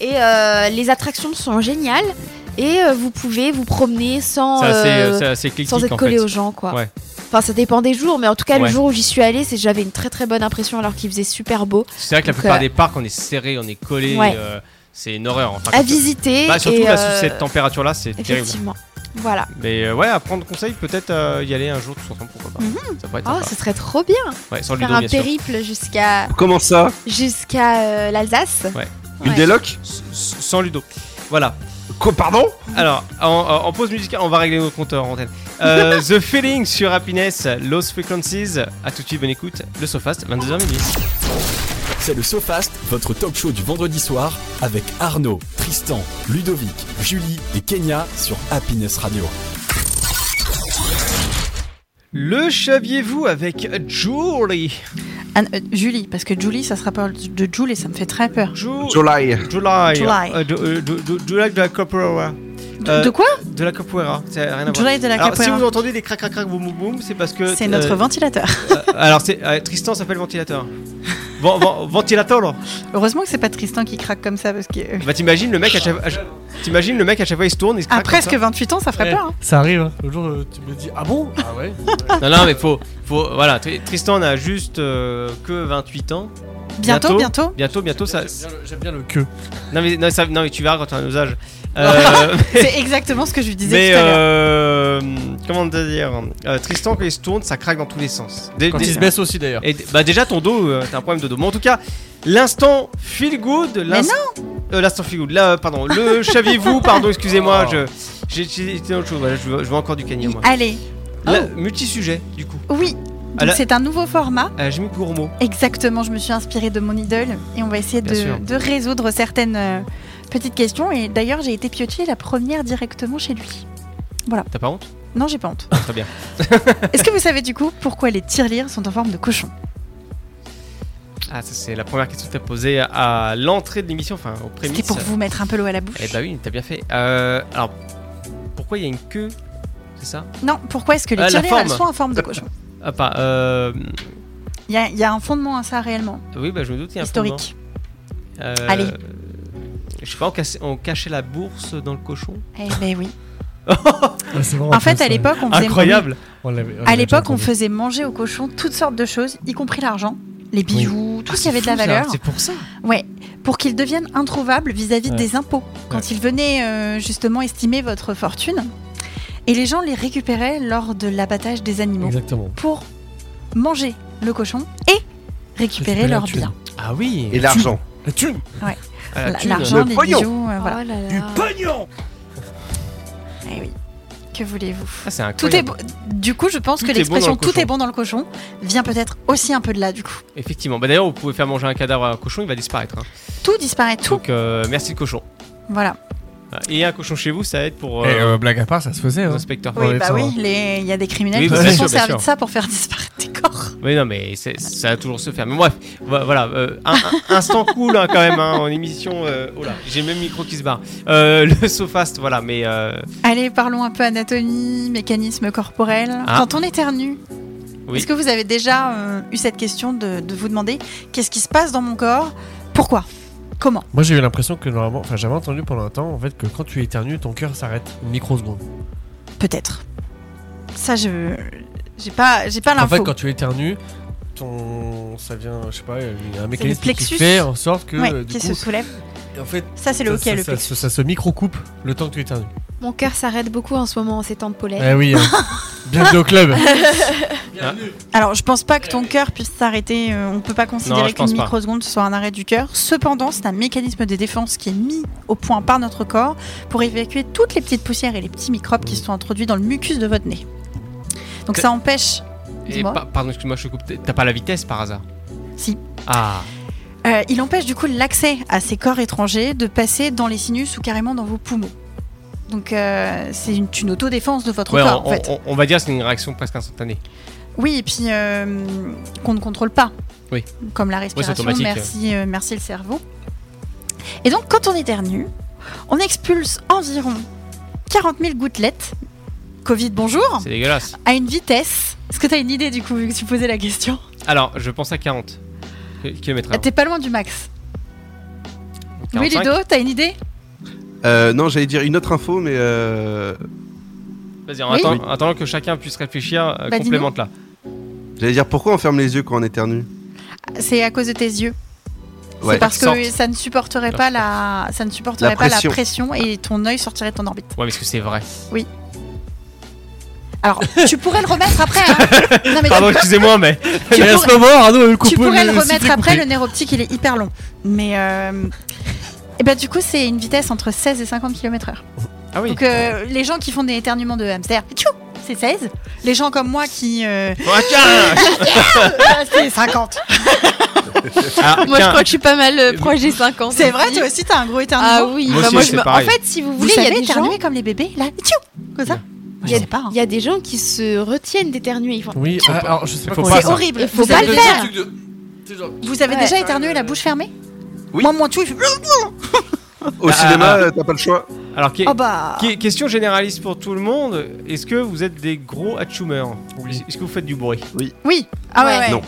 Speaker 5: Et euh, les attractions sont géniales et euh, vous pouvez vous promener sans
Speaker 2: C'est assez,
Speaker 5: euh,
Speaker 2: c'est assez éclectique
Speaker 5: sans être
Speaker 2: en
Speaker 5: collé
Speaker 2: fait.
Speaker 5: aux gens quoi.
Speaker 2: Ouais.
Speaker 5: Enfin ça dépend des jours, mais en tout cas le
Speaker 2: Ouais.
Speaker 5: jour où j'y suis allée, c'est j'avais une très très bonne impression alors qu'il faisait super beau
Speaker 2: C'est vrai que la
Speaker 5: Donc,
Speaker 2: plupart
Speaker 5: euh,
Speaker 2: des parcs, on est serré, on est collé.
Speaker 5: Ouais.
Speaker 2: euh, c'est une horreur. Enfin,
Speaker 5: à
Speaker 2: quand-
Speaker 5: visiter.
Speaker 2: Bah, surtout
Speaker 5: et,
Speaker 2: là,
Speaker 5: euh,
Speaker 2: sous cette température-là, c'est terrible.
Speaker 5: effectivement. Voilà.
Speaker 2: Mais euh, ouais, à prendre conseil, peut-être euh, y aller un jour, tout ensemble, pourquoi pas. Ça pourrait être
Speaker 5: Oh,
Speaker 2: sympa.
Speaker 5: ce serait trop bien
Speaker 2: Ouais, sans
Speaker 5: faire
Speaker 2: Ludo,
Speaker 5: un
Speaker 2: bien sûr.
Speaker 5: périple jusqu'à
Speaker 3: Comment ça
Speaker 5: jusqu'à euh, l'Alsace.
Speaker 3: Une
Speaker 5: Ouais.
Speaker 3: déloc
Speaker 2: S- s- Sans Ludo. Voilà.
Speaker 3: Quoi, Pardon
Speaker 2: Alors, en, en- en pause musicale, on va régler nos compteurs en antenne. Euh, The Feeling sur Happiness, Lost Frequencies. À tout de suite, bonne écoute. Le Sofast, 22h midi.
Speaker 1: C'est le SoFast, votre talk show du vendredi soir avec Arnaud, Tristan, Ludovic, Julie et Kenya sur Happiness Radio.
Speaker 2: Le chaviez-vous avec Julie
Speaker 4: Anne- euh, Julie, parce que Julie, ça se rappelle de Julie et ça me fait très peur.
Speaker 2: Ju-
Speaker 3: July.
Speaker 2: July.
Speaker 4: July.
Speaker 2: Euh, de- euh, de- de- July de la Capoeira.
Speaker 4: De,
Speaker 2: Euh,
Speaker 4: de quoi
Speaker 2: De la Capoeira. Ça a rien à voir.
Speaker 4: Julie de la
Speaker 2: Alors, si
Speaker 4: capoeira.
Speaker 2: vous entendez des crac crac crac boum boum boum, c'est parce que.
Speaker 4: C'est notre
Speaker 2: euh,
Speaker 4: ventilateur.
Speaker 2: euh, alors, c'est euh, Tristan s'appelle ventilateur. Van- van- ventilator.
Speaker 4: Heureusement que c'est pas Tristan qui craque comme ça parce que. euh,
Speaker 2: Bah t'imagines le mec à chaque, à chaque- t'imagines le mec à chaque fois il se tourne, il se
Speaker 4: À
Speaker 2: craque comme Eh,
Speaker 4: presque 28 ans, ça ferait
Speaker 7: Ouais,
Speaker 4: peur. hein.
Speaker 7: Ça arrive, hein. le jour, euh, tu me dis Ah bon Ah ouais
Speaker 2: ça. Non non mais faut, faut voilà Tri- Tristan n'a juste euh, que 28 ans. Bientôt.
Speaker 4: Bientôt, bientôt.
Speaker 2: Bientôt bientôt ça.
Speaker 7: J'aime bien le- J'aime bien le queue.
Speaker 2: Non mais non, ça- non, mais tu verras quand tu as nos âges. Euh,
Speaker 4: C'est exactement ce que je lui disais
Speaker 2: mais
Speaker 4: tout à l'heure.
Speaker 2: euh, comment te dire euh, Tristan quand il se tourne ça craque dans tous les sens. Dé-
Speaker 7: Quand
Speaker 2: dé-
Speaker 7: il se baisse aussi d'ailleurs.
Speaker 2: et d- bah déjà ton dos euh, t'as un problème de dos. Mais en tout cas l'instant feel good. l'inst- Euh, l'instant feel good. Là euh, pardon le chaviez-vous pardon excusez-moi
Speaker 7: Oh.
Speaker 2: je j'ai j'ai été dans autre chose. Voilà, je, veux, je veux encore du canier moi.
Speaker 4: Allez, Oh,
Speaker 2: Là, multisujet du coup.
Speaker 4: oui.
Speaker 2: Ah
Speaker 4: Donc
Speaker 2: là-
Speaker 4: c'est un nouveau format.
Speaker 2: Euh, J'ai mis Gourmaud.
Speaker 4: Exactement, je me suis inspirée de mon idole et on va essayer
Speaker 2: Bien
Speaker 4: de,
Speaker 2: sûr.
Speaker 4: de résoudre certaines euh, petites questions. Et d'ailleurs, j'ai été piocher la première directement chez lui.
Speaker 2: T'as pas honte
Speaker 4: Non, j'ai pas honte.
Speaker 2: Ah, Très bien.
Speaker 4: Est-ce que vous savez du coup pourquoi les tirelires sont en forme de cochon
Speaker 2: Ah, ça, c'est la première question que t'as posée à l'entrée de l'émission, enfin au prémices.
Speaker 4: C'était pour vous mettre un peu l'eau à la bouche.
Speaker 2: Eh bah oui, t'as bien fait. Euh, alors, pourquoi il y a une queue C'est ça
Speaker 4: Non, pourquoi est-ce que les
Speaker 2: Ah, la
Speaker 4: tirelires elles
Speaker 2: forme.
Speaker 4: sont en forme de cochon
Speaker 2: Ah, pas. Euh,
Speaker 4: Il y, a- il y a un fondement à ça réellement,
Speaker 2: oui, bah je me doute, il y a un
Speaker 4: historique.
Speaker 2: fondement. Euh,
Speaker 4: Allez.
Speaker 2: Je sais pas, on cassait- on cachait la bourse dans le cochon.
Speaker 4: Eh ben oui.
Speaker 7: Ah, c'est marrant,
Speaker 4: En fait,
Speaker 7: ça,
Speaker 4: à l'époque, on faisait
Speaker 2: Incroyable
Speaker 7: on l'avait- on l'avait
Speaker 4: À
Speaker 7: déjà
Speaker 4: l'époque, on
Speaker 7: entendu.
Speaker 4: faisait manger aux cochons toutes sortes de choses, y compris l'argent, les bijoux, tout
Speaker 2: Ah,
Speaker 4: ce qui avait de la
Speaker 2: fou, ça,
Speaker 4: valeur,
Speaker 2: C'est pour ça
Speaker 4: ouais, pour qu'ils deviennent introuvables vis-à-vis
Speaker 7: Ouais.
Speaker 4: des impôts. Quand
Speaker 7: Ouais.
Speaker 4: ils venaient euh, justement estimer votre fortune, et les gens les récupéraient lors de l'abattage des animaux
Speaker 7: Exactement.
Speaker 4: pour manger le cochon et récupérer
Speaker 7: Récupérer la
Speaker 4: leurs
Speaker 7: thune.
Speaker 4: biens.
Speaker 2: Ah oui
Speaker 3: Et l'argent.
Speaker 7: La thune
Speaker 2: Ah, la
Speaker 4: La-
Speaker 2: thune.
Speaker 4: L'argent, euh,
Speaker 3: Le
Speaker 4: les
Speaker 3: pognon.
Speaker 4: bijoux, euh, voilà.
Speaker 5: Oh là là.
Speaker 3: Pognon
Speaker 4: Eh oui. Que voulez-vous
Speaker 2: Ah, c'est
Speaker 4: tout est
Speaker 2: incroyable.
Speaker 4: bon- Du coup, je pense
Speaker 2: Tout
Speaker 4: que
Speaker 2: est bon dans
Speaker 4: l'expression
Speaker 2: le
Speaker 4: tout
Speaker 2: cochon.
Speaker 4: est bon dans le cochon vient peut-être aussi un peu de là, du coup.
Speaker 2: Effectivement. Bah, D'ailleurs, vous pouvez faire manger un cadavre à un cochon, il va disparaître. hein.
Speaker 4: Tout disparaît, tout.
Speaker 2: Donc, euh, merci le cochon.
Speaker 4: Voilà.
Speaker 2: Et un cochon chez vous, ça aide pour
Speaker 7: Et
Speaker 2: euh,
Speaker 7: euh, blague à part, ça se faisait.
Speaker 2: les
Speaker 7: Hein.
Speaker 2: inspecteurs.
Speaker 7: Oui,
Speaker 4: Oui,
Speaker 7: bah
Speaker 4: bah
Speaker 7: ça va.
Speaker 4: oui, les- il y a des criminels
Speaker 2: Oui,
Speaker 4: qui
Speaker 2: bah,
Speaker 4: se
Speaker 2: bien
Speaker 4: sont
Speaker 2: sûr, bien
Speaker 4: servis
Speaker 2: sûr.
Speaker 4: de ça pour faire disparaître des corps.
Speaker 2: Oui, non, mais c'est- ça va toujours se faire. Mais bref, vo- voilà, euh, un, un- instant cool hein, quand même hein, en émission. euh, oh là, j'ai même le micro qui se barre. Euh, le Sofast, voilà, mais euh,
Speaker 4: Allez, parlons un peu anatomie, mécanisme corporel.
Speaker 2: Ah.
Speaker 4: Quand on éternue,
Speaker 2: Oui.
Speaker 4: est-ce que vous avez déjà euh, eu cette question de, de vous demander qu'est-ce qui se passe dans mon corps Pourquoi Comment
Speaker 7: Moi j'ai eu l'impression que normalement, enfin j'avais entendu pendant un temps en fait que quand tu éternues, ton cœur s'arrête une microseconde.
Speaker 4: Peut-être. Ça, je. J'ai pas, j'ai pas
Speaker 7: En
Speaker 4: l'info.
Speaker 7: fait, quand tu éternues, ton ça vient, je sais pas, un mécanisme qui
Speaker 4: plexus.
Speaker 7: fait en sorte que
Speaker 4: Ouais,
Speaker 7: euh, du
Speaker 4: qui
Speaker 7: coup,
Speaker 4: se soulève.
Speaker 7: en fait,
Speaker 4: Ça, c'est le
Speaker 7: ça,
Speaker 4: hockey,
Speaker 7: ça-
Speaker 4: le
Speaker 7: ça-
Speaker 4: plexus.
Speaker 7: ça- ça se micro-coupe le temps que tu éternues.
Speaker 5: Mon cœur s'arrête beaucoup en ce moment en ces temps de polaire.
Speaker 7: Eh oui. hein. Bienvenue au club.
Speaker 4: Alors, je pense pas que ton cœur puisse s'arrêter. euh, on peut pas
Speaker 2: Euh. Non,
Speaker 4: considérer
Speaker 2: je pense
Speaker 4: qu'une
Speaker 2: pas.
Speaker 4: microseconde soit un arrêt du cœur. Cependant, c'est un mécanisme de défense qui est mis au point par notre corps pour évacuer toutes les petites poussières et les petits microbes qui sont introduits dans le mucus de votre nez. Donc, ça empêche.
Speaker 2: et
Speaker 4: Dis-moi.
Speaker 2: pa- pardon, excuse-moi, je te coupe. T'as pas la vitesse par hasard
Speaker 4: Si.
Speaker 2: Ah,
Speaker 4: Euh, il empêche du coup l'accès à ces corps étrangers de passer dans les sinus ou carrément dans vos poumons. Donc, euh, c'est une, une autodéfense de votre
Speaker 2: ouais,
Speaker 4: corps,
Speaker 2: on,
Speaker 4: en fait.
Speaker 2: on- on va dire c'est une réaction presque instantanée.
Speaker 4: Oui, et puis euh, qu'on ne contrôle pas.
Speaker 2: Oui.
Speaker 4: Comme la
Speaker 2: c'est
Speaker 4: respiration.
Speaker 2: automatique.
Speaker 4: merci, euh, merci le cerveau. Et donc, quand on éternue, on expulse environ 40 000 gouttelettes. Covid, bonjour.
Speaker 2: C'est dégueulasse.
Speaker 4: À une vitesse. Est-ce que tu as une idée du coup, vu que tu posais la question Ah,
Speaker 2: Alors, je pense à 40 km
Speaker 4: T'es pas loin du max. Oui, Ludo, t'as une idée
Speaker 3: Euh, non, j'allais dire une autre info, mais euh,
Speaker 2: Vas-y, en
Speaker 4: Oui.
Speaker 2: attend- en attendant que chacun puisse réfléchir, euh,
Speaker 4: Bah,
Speaker 2: complémente là.
Speaker 3: j'allais dire pourquoi on ferme les yeux quand on éternue
Speaker 4: C'est à cause de tes yeux.
Speaker 3: Ouais.
Speaker 4: C'est parce que
Speaker 2: Sorte.
Speaker 4: ça ne supporterait pas la, ça ne supporterait
Speaker 3: La
Speaker 4: pas
Speaker 3: pression.
Speaker 4: la pression et ton œil sortirait de ton orbite.
Speaker 2: Ouais, parce que c'est vrai.
Speaker 4: Alors, tu pourrais le remettre après. hein. Non, mais tu
Speaker 2: Pardon, excusez-moi, mais.
Speaker 4: Tu
Speaker 7: Et à ce
Speaker 4: pourrais-
Speaker 7: moment, Arnaud le coupe.
Speaker 4: Tu pourrais le
Speaker 7: sifflet
Speaker 4: remettre après,
Speaker 7: coupé.
Speaker 4: le nerf optique il est hyper long. Mais euh, et ben, du coup, c'est une vitesse entre 16 et 50 km/h.
Speaker 2: Ah oui.
Speaker 4: Donc euh, les gens qui font des éternuements de hamster, tchou, c'est 16. Les gens comme moi qui. euh,
Speaker 2: Ah, tiens
Speaker 4: ah, c'est 50.
Speaker 2: Alors,
Speaker 5: Moi, je
Speaker 2: tiens,
Speaker 5: crois que je suis pas mal euh, proche des 50.
Speaker 4: C'est vrai,
Speaker 5: aussi.
Speaker 4: toi aussi, t'as un gros
Speaker 5: Ah
Speaker 4: éternuement.
Speaker 5: oui,
Speaker 2: Moi
Speaker 5: bah
Speaker 2: aussi,
Speaker 5: moi,
Speaker 2: c'est
Speaker 5: je me- en
Speaker 2: pareil.
Speaker 5: fait, si vous
Speaker 4: Vous
Speaker 5: voulez, il y a
Speaker 4: savez
Speaker 5: des gens,
Speaker 4: éternuer comme les bébés Là, tchou, comme ça
Speaker 5: Il y a-
Speaker 4: Je sais pas, hein.
Speaker 5: il y a des gens qui se retiennent d'éternuer, ils font
Speaker 7: Oui, ah, alors je sais pas
Speaker 2: Faut
Speaker 7: comment
Speaker 2: pas
Speaker 7: il
Speaker 4: C'est
Speaker 2: ça.
Speaker 7: s'appelle.
Speaker 4: horrible.
Speaker 5: Il faut
Speaker 4: Vous
Speaker 5: pas
Speaker 4: avez
Speaker 5: le
Speaker 4: déjà-
Speaker 5: faire.
Speaker 4: Vous avez
Speaker 5: Ouais.
Speaker 4: déjà éternué la bouche fermée
Speaker 3: Oui.
Speaker 4: Moi, mon tout, il fait-
Speaker 3: Au
Speaker 2: Ah,
Speaker 3: cinéma,
Speaker 2: ah,
Speaker 3: euh, t'as pas le choix.
Speaker 2: alors, qui-
Speaker 4: Oh bah.
Speaker 2: qui- question généraliste pour tout le monde est-ce que vous êtes des gros atchoumeurs
Speaker 7: Oui.
Speaker 2: Est-ce que vous faites du bruit
Speaker 4: Oui. Ah ouais.
Speaker 5: Ouais.
Speaker 4: ouais.
Speaker 3: Non.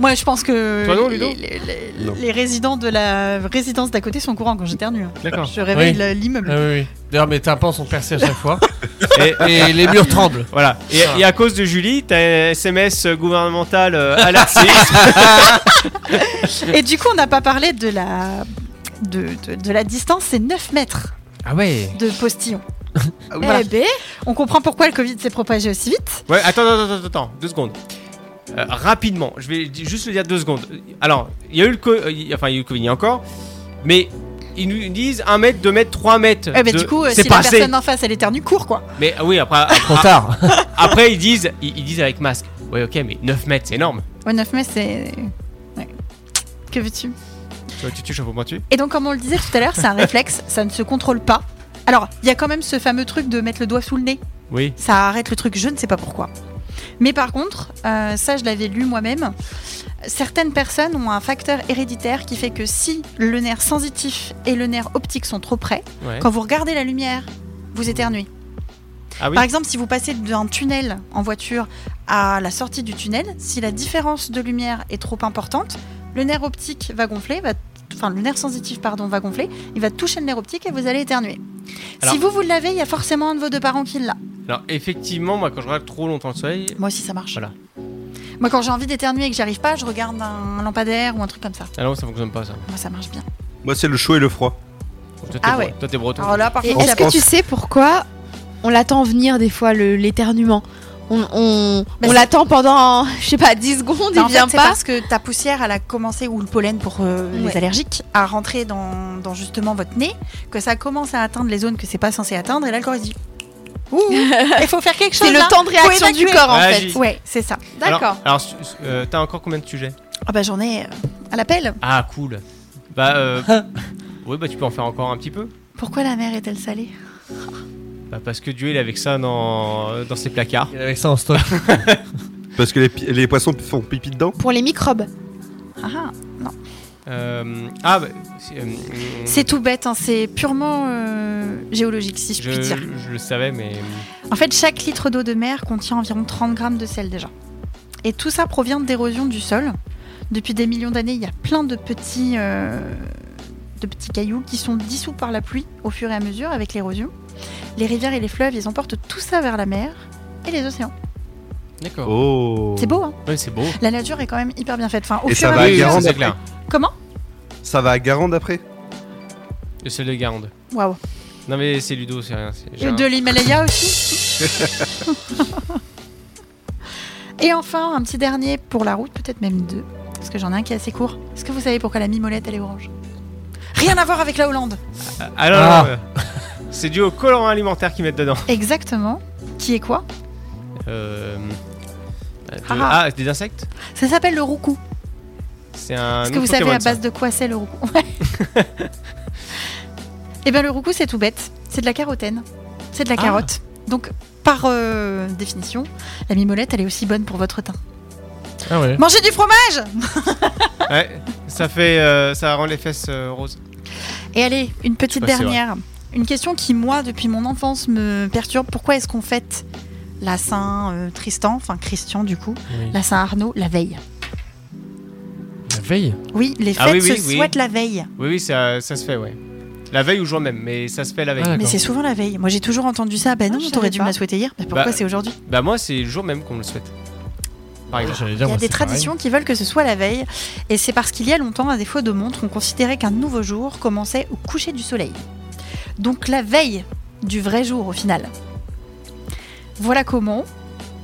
Speaker 4: Moi, je pense que
Speaker 2: Toi non, Ludo
Speaker 4: les, les- les-
Speaker 3: Non.
Speaker 4: les résidents de la résidence d'à côté sont au courant quand j'éternue. hein.
Speaker 2: D'accord.
Speaker 4: Je réveille
Speaker 7: Oui.
Speaker 4: le- l'immeuble.
Speaker 2: Euh,
Speaker 7: Ah oui, oui. D'ailleurs, mes tympans sont percés à chaque fois
Speaker 2: Et-
Speaker 7: et les murs tremblent.
Speaker 2: Voilà. Et, et à cause de Julie, t'as un SMS gouvernemental euh, alerte séisme.
Speaker 4: Et du coup, on n'a pas parlé de la. De, de- de la distance, c'est 9 mètres
Speaker 7: Ah ouais.
Speaker 4: de postillon.
Speaker 3: Ah oui.
Speaker 5: Eh ben,
Speaker 4: On comprend pourquoi le Covid s'est propagé aussi vite.
Speaker 2: Ouais, attends, attends, attends, attends, deux secondes. Euh, rapidement, je vais di- juste le dire deux secondes. Alors, il y a eu le co- euh, il- enfin, il y a eu le Covid, il y a encore, mais ils nous disent 1 mètre, 2 mètres, 3 mètres.
Speaker 4: Eh ben,
Speaker 2: de-
Speaker 4: du coup, euh,
Speaker 2: c'est
Speaker 4: si la
Speaker 2: passé.
Speaker 4: personne en face, elle éternue, court quoi.
Speaker 2: Mais ah oui, après,
Speaker 7: Trop
Speaker 2: après,
Speaker 7: tard.
Speaker 2: après, ils disent, ils, ils disent avec masque. Ouais, ok, mais 9 mètres, c'est énorme.
Speaker 4: Ouais, 9 mètres, c'est. ouais. Que veux-tu
Speaker 2: Tu vois, tu touches au pointu.
Speaker 4: Et donc, comme on le disait tout à l'heure, c'est un réflexe, ça ne se contrôle pas. Alors, il y a quand même ce fameux truc de mettre le doigt sous le nez.
Speaker 2: Oui.
Speaker 4: ça arrête le truc, je ne sais pas pourquoi. Mais par contre, euh, ça je l'avais lu moi-même, certaines personnes ont un facteur héréditaire qui fait que si le nerf sensitif et le nerf optique sont trop près,
Speaker 2: Ouais.
Speaker 4: quand vous regardez la lumière, vous éternuez.
Speaker 2: Ah oui.
Speaker 4: Par exemple, si vous passez d'un tunnel en voiture à la sortie du tunnel, si la différence de lumière est trop importante, le nerf optique va gonfler, va- enfin le nerf sensitif pardon va gonfler, il va toucher le nerf optique et vous allez éternuer.
Speaker 2: Alors-
Speaker 4: Si vous vous l'avez, il y a forcément un de vos deux parents qui l'a.
Speaker 2: Alors, effectivement, moi, quand je regarde trop longtemps le soleil,
Speaker 4: Moi aussi, ça marche.
Speaker 2: Voilà.
Speaker 4: Moi, quand j'ai envie d'éternuer et que j'y arrive pas, je regarde un lampadaire ou un truc comme ça.
Speaker 2: ah non, ça fonctionne pas ça.
Speaker 4: Moi, ça marche bien.
Speaker 3: Moi, c'est le chaud et le froid.
Speaker 2: Toi, t'es
Speaker 4: Ah
Speaker 2: bre-
Speaker 4: ouais.
Speaker 2: Toi, t'es breton.
Speaker 4: Alors là, par
Speaker 5: et
Speaker 4: contre,
Speaker 5: est-ce
Speaker 4: ça-
Speaker 5: que tu sais pourquoi on l'attend venir des fois, le- l'éternuement On, on,
Speaker 4: Bah,
Speaker 5: on
Speaker 4: c'est-
Speaker 5: l'attend pendant, je sais pas, 10 secondes,
Speaker 4: Bah, en
Speaker 5: il vient
Speaker 4: fait, c'est
Speaker 5: pas.
Speaker 4: parce que ta poussière, elle a commencé, ou le pollen pour euh,
Speaker 5: Ouais.
Speaker 4: les allergiques, à rentrer dans, dans justement votre nez, que ça commence à atteindre les zones que c'est pas censé atteindre, et là, le corps, il se dit Il faut faire quelque chose.
Speaker 5: C'est le
Speaker 4: là.
Speaker 5: temps de
Speaker 4: Faut
Speaker 5: réaction du
Speaker 4: évacuer.
Speaker 5: corps en
Speaker 2: Ouais,
Speaker 5: fait.
Speaker 2: j'y-
Speaker 4: Ouais, c'est ça.
Speaker 2: Alors-
Speaker 5: D'accord.
Speaker 2: Alors, su- su- euh, t'as encore combien de sujets
Speaker 4: Ah bah j'en ai euh, à l'appel.
Speaker 2: Ah, cool. Bah, euh, oui, bah tu peux en faire encore un petit peu.
Speaker 4: Pourquoi la mer est-elle salée
Speaker 2: Bah, parce que Dieu il est avec ça dans, dans ses placards.
Speaker 7: Il y en avait que ça en stock.
Speaker 3: Parce que les, pi- les poissons font pipi dedans.
Speaker 5: Pour les microbes.
Speaker 4: Ah, ah.
Speaker 2: Euh, ah, bah, c'est, euh,
Speaker 4: C'est tout bête, hein, c'est purement euh, géologique si je,
Speaker 2: je,
Speaker 4: puis dire.
Speaker 2: je le savais, mais
Speaker 4: En fait, chaque litre d'eau de mer contient environ 30 grammes de sel déjà. Et tout ça provient d'érosion du sol. Depuis des millions d'années, il y a plein de petits, euh, de petits cailloux qui sont dissous par la pluie au fur et à mesure avec l'érosion. Les rivières et les fleuves, ils emportent tout ça vers la mer et les océans.
Speaker 2: d'accord.
Speaker 3: Oh.
Speaker 4: C'est beau, hein
Speaker 2: Ouais, c'est beau. Ah
Speaker 4: La nature est quand même hyper bien faite. Enfin, au
Speaker 3: Et
Speaker 4: fur
Speaker 3: ça
Speaker 4: et
Speaker 3: va
Speaker 4: à
Speaker 3: à
Speaker 2: oui,
Speaker 4: mesure.
Speaker 2: ça,
Speaker 3: Garande
Speaker 2: c'est
Speaker 3: après.
Speaker 2: clair.
Speaker 4: Comment
Speaker 3: Ça va à Garande après
Speaker 2: Et celle de Garande.
Speaker 4: Waouh.
Speaker 2: Non mais c'est Ludo, c'est rien. c'est- j'ai
Speaker 4: Et
Speaker 2: un-
Speaker 4: de l'Himalaya aussi. et enfin, un petit dernier pour la route, peut-être même deux, parce que j'en ai un qui est assez court. Est-ce que vous savez pourquoi la mimolette elle est orange Rien à voir avec la Hollande.
Speaker 2: Ah non,
Speaker 7: Ah.
Speaker 2: non, euh, c'est dû au colorant alimentaire qu'ils mettent dedans.
Speaker 4: Exactement. Qui est quoi
Speaker 2: Euh, euh, de-
Speaker 4: Ah.
Speaker 2: ah, des insectes
Speaker 4: Ça s'appelle le roucou.
Speaker 2: C'est un.
Speaker 4: Est-ce que
Speaker 2: autre
Speaker 4: vous savez
Speaker 2: Pokémon,
Speaker 4: à
Speaker 2: ça.
Speaker 4: base de quoi c'est le roucou Ouais. Eh bien, le roucou, c'est tout bête. C'est de la carotène. C'est de la
Speaker 2: Ah.
Speaker 4: carotte. Donc, par euh, définition, la mimolette, elle est aussi bonne pour votre teint.
Speaker 7: Ah ouais.
Speaker 4: Mangez du fromage
Speaker 2: Ouais, ça fait, euh, ça rend les fesses euh, roses.
Speaker 4: Et allez, une
Speaker 2: Je sais
Speaker 4: petite
Speaker 2: pas si c'est
Speaker 4: dernière. Une question qui, moi, depuis mon enfance, me perturbe. Pourquoi est-ce qu'on fête la Saint-Tristan, enfin Christian du coup,
Speaker 7: Oui.
Speaker 4: la Saint-Arnaud la veille
Speaker 7: La veille
Speaker 4: Oui, les fêtes
Speaker 2: Ah oui, oui,
Speaker 4: se
Speaker 2: oui.
Speaker 4: souhaitent la veille.
Speaker 2: Oui, oui, ça, ça se fait, ouais. La veille ou le jour même, mais ça se fait la veille.
Speaker 7: Ah, d'accord.
Speaker 4: Mais c'est souvent la veille. Moi, j'ai toujours entendu ça. Ben
Speaker 5: Ah,
Speaker 4: non,
Speaker 5: je
Speaker 4: t'aurais
Speaker 5: savais
Speaker 4: dû
Speaker 5: pas.
Speaker 4: me la souhaiter hier. Ben pourquoi
Speaker 2: Bah,
Speaker 4: c'est aujourd'hui
Speaker 2: Bah moi, c'est le jour même qu'on me le souhaite. Par exemple.
Speaker 7: Ah, J'allais dire,
Speaker 4: Il y a
Speaker 7: moi,
Speaker 4: des
Speaker 7: c'est pareil.
Speaker 4: traditions qui veulent que ce soit la veille. Et c'est parce qu'il y a longtemps, à défaut de montre, on considérait qu'un nouveau jour commençait au coucher du soleil. Donc la veille du vrai jour, au final. Voilà comment,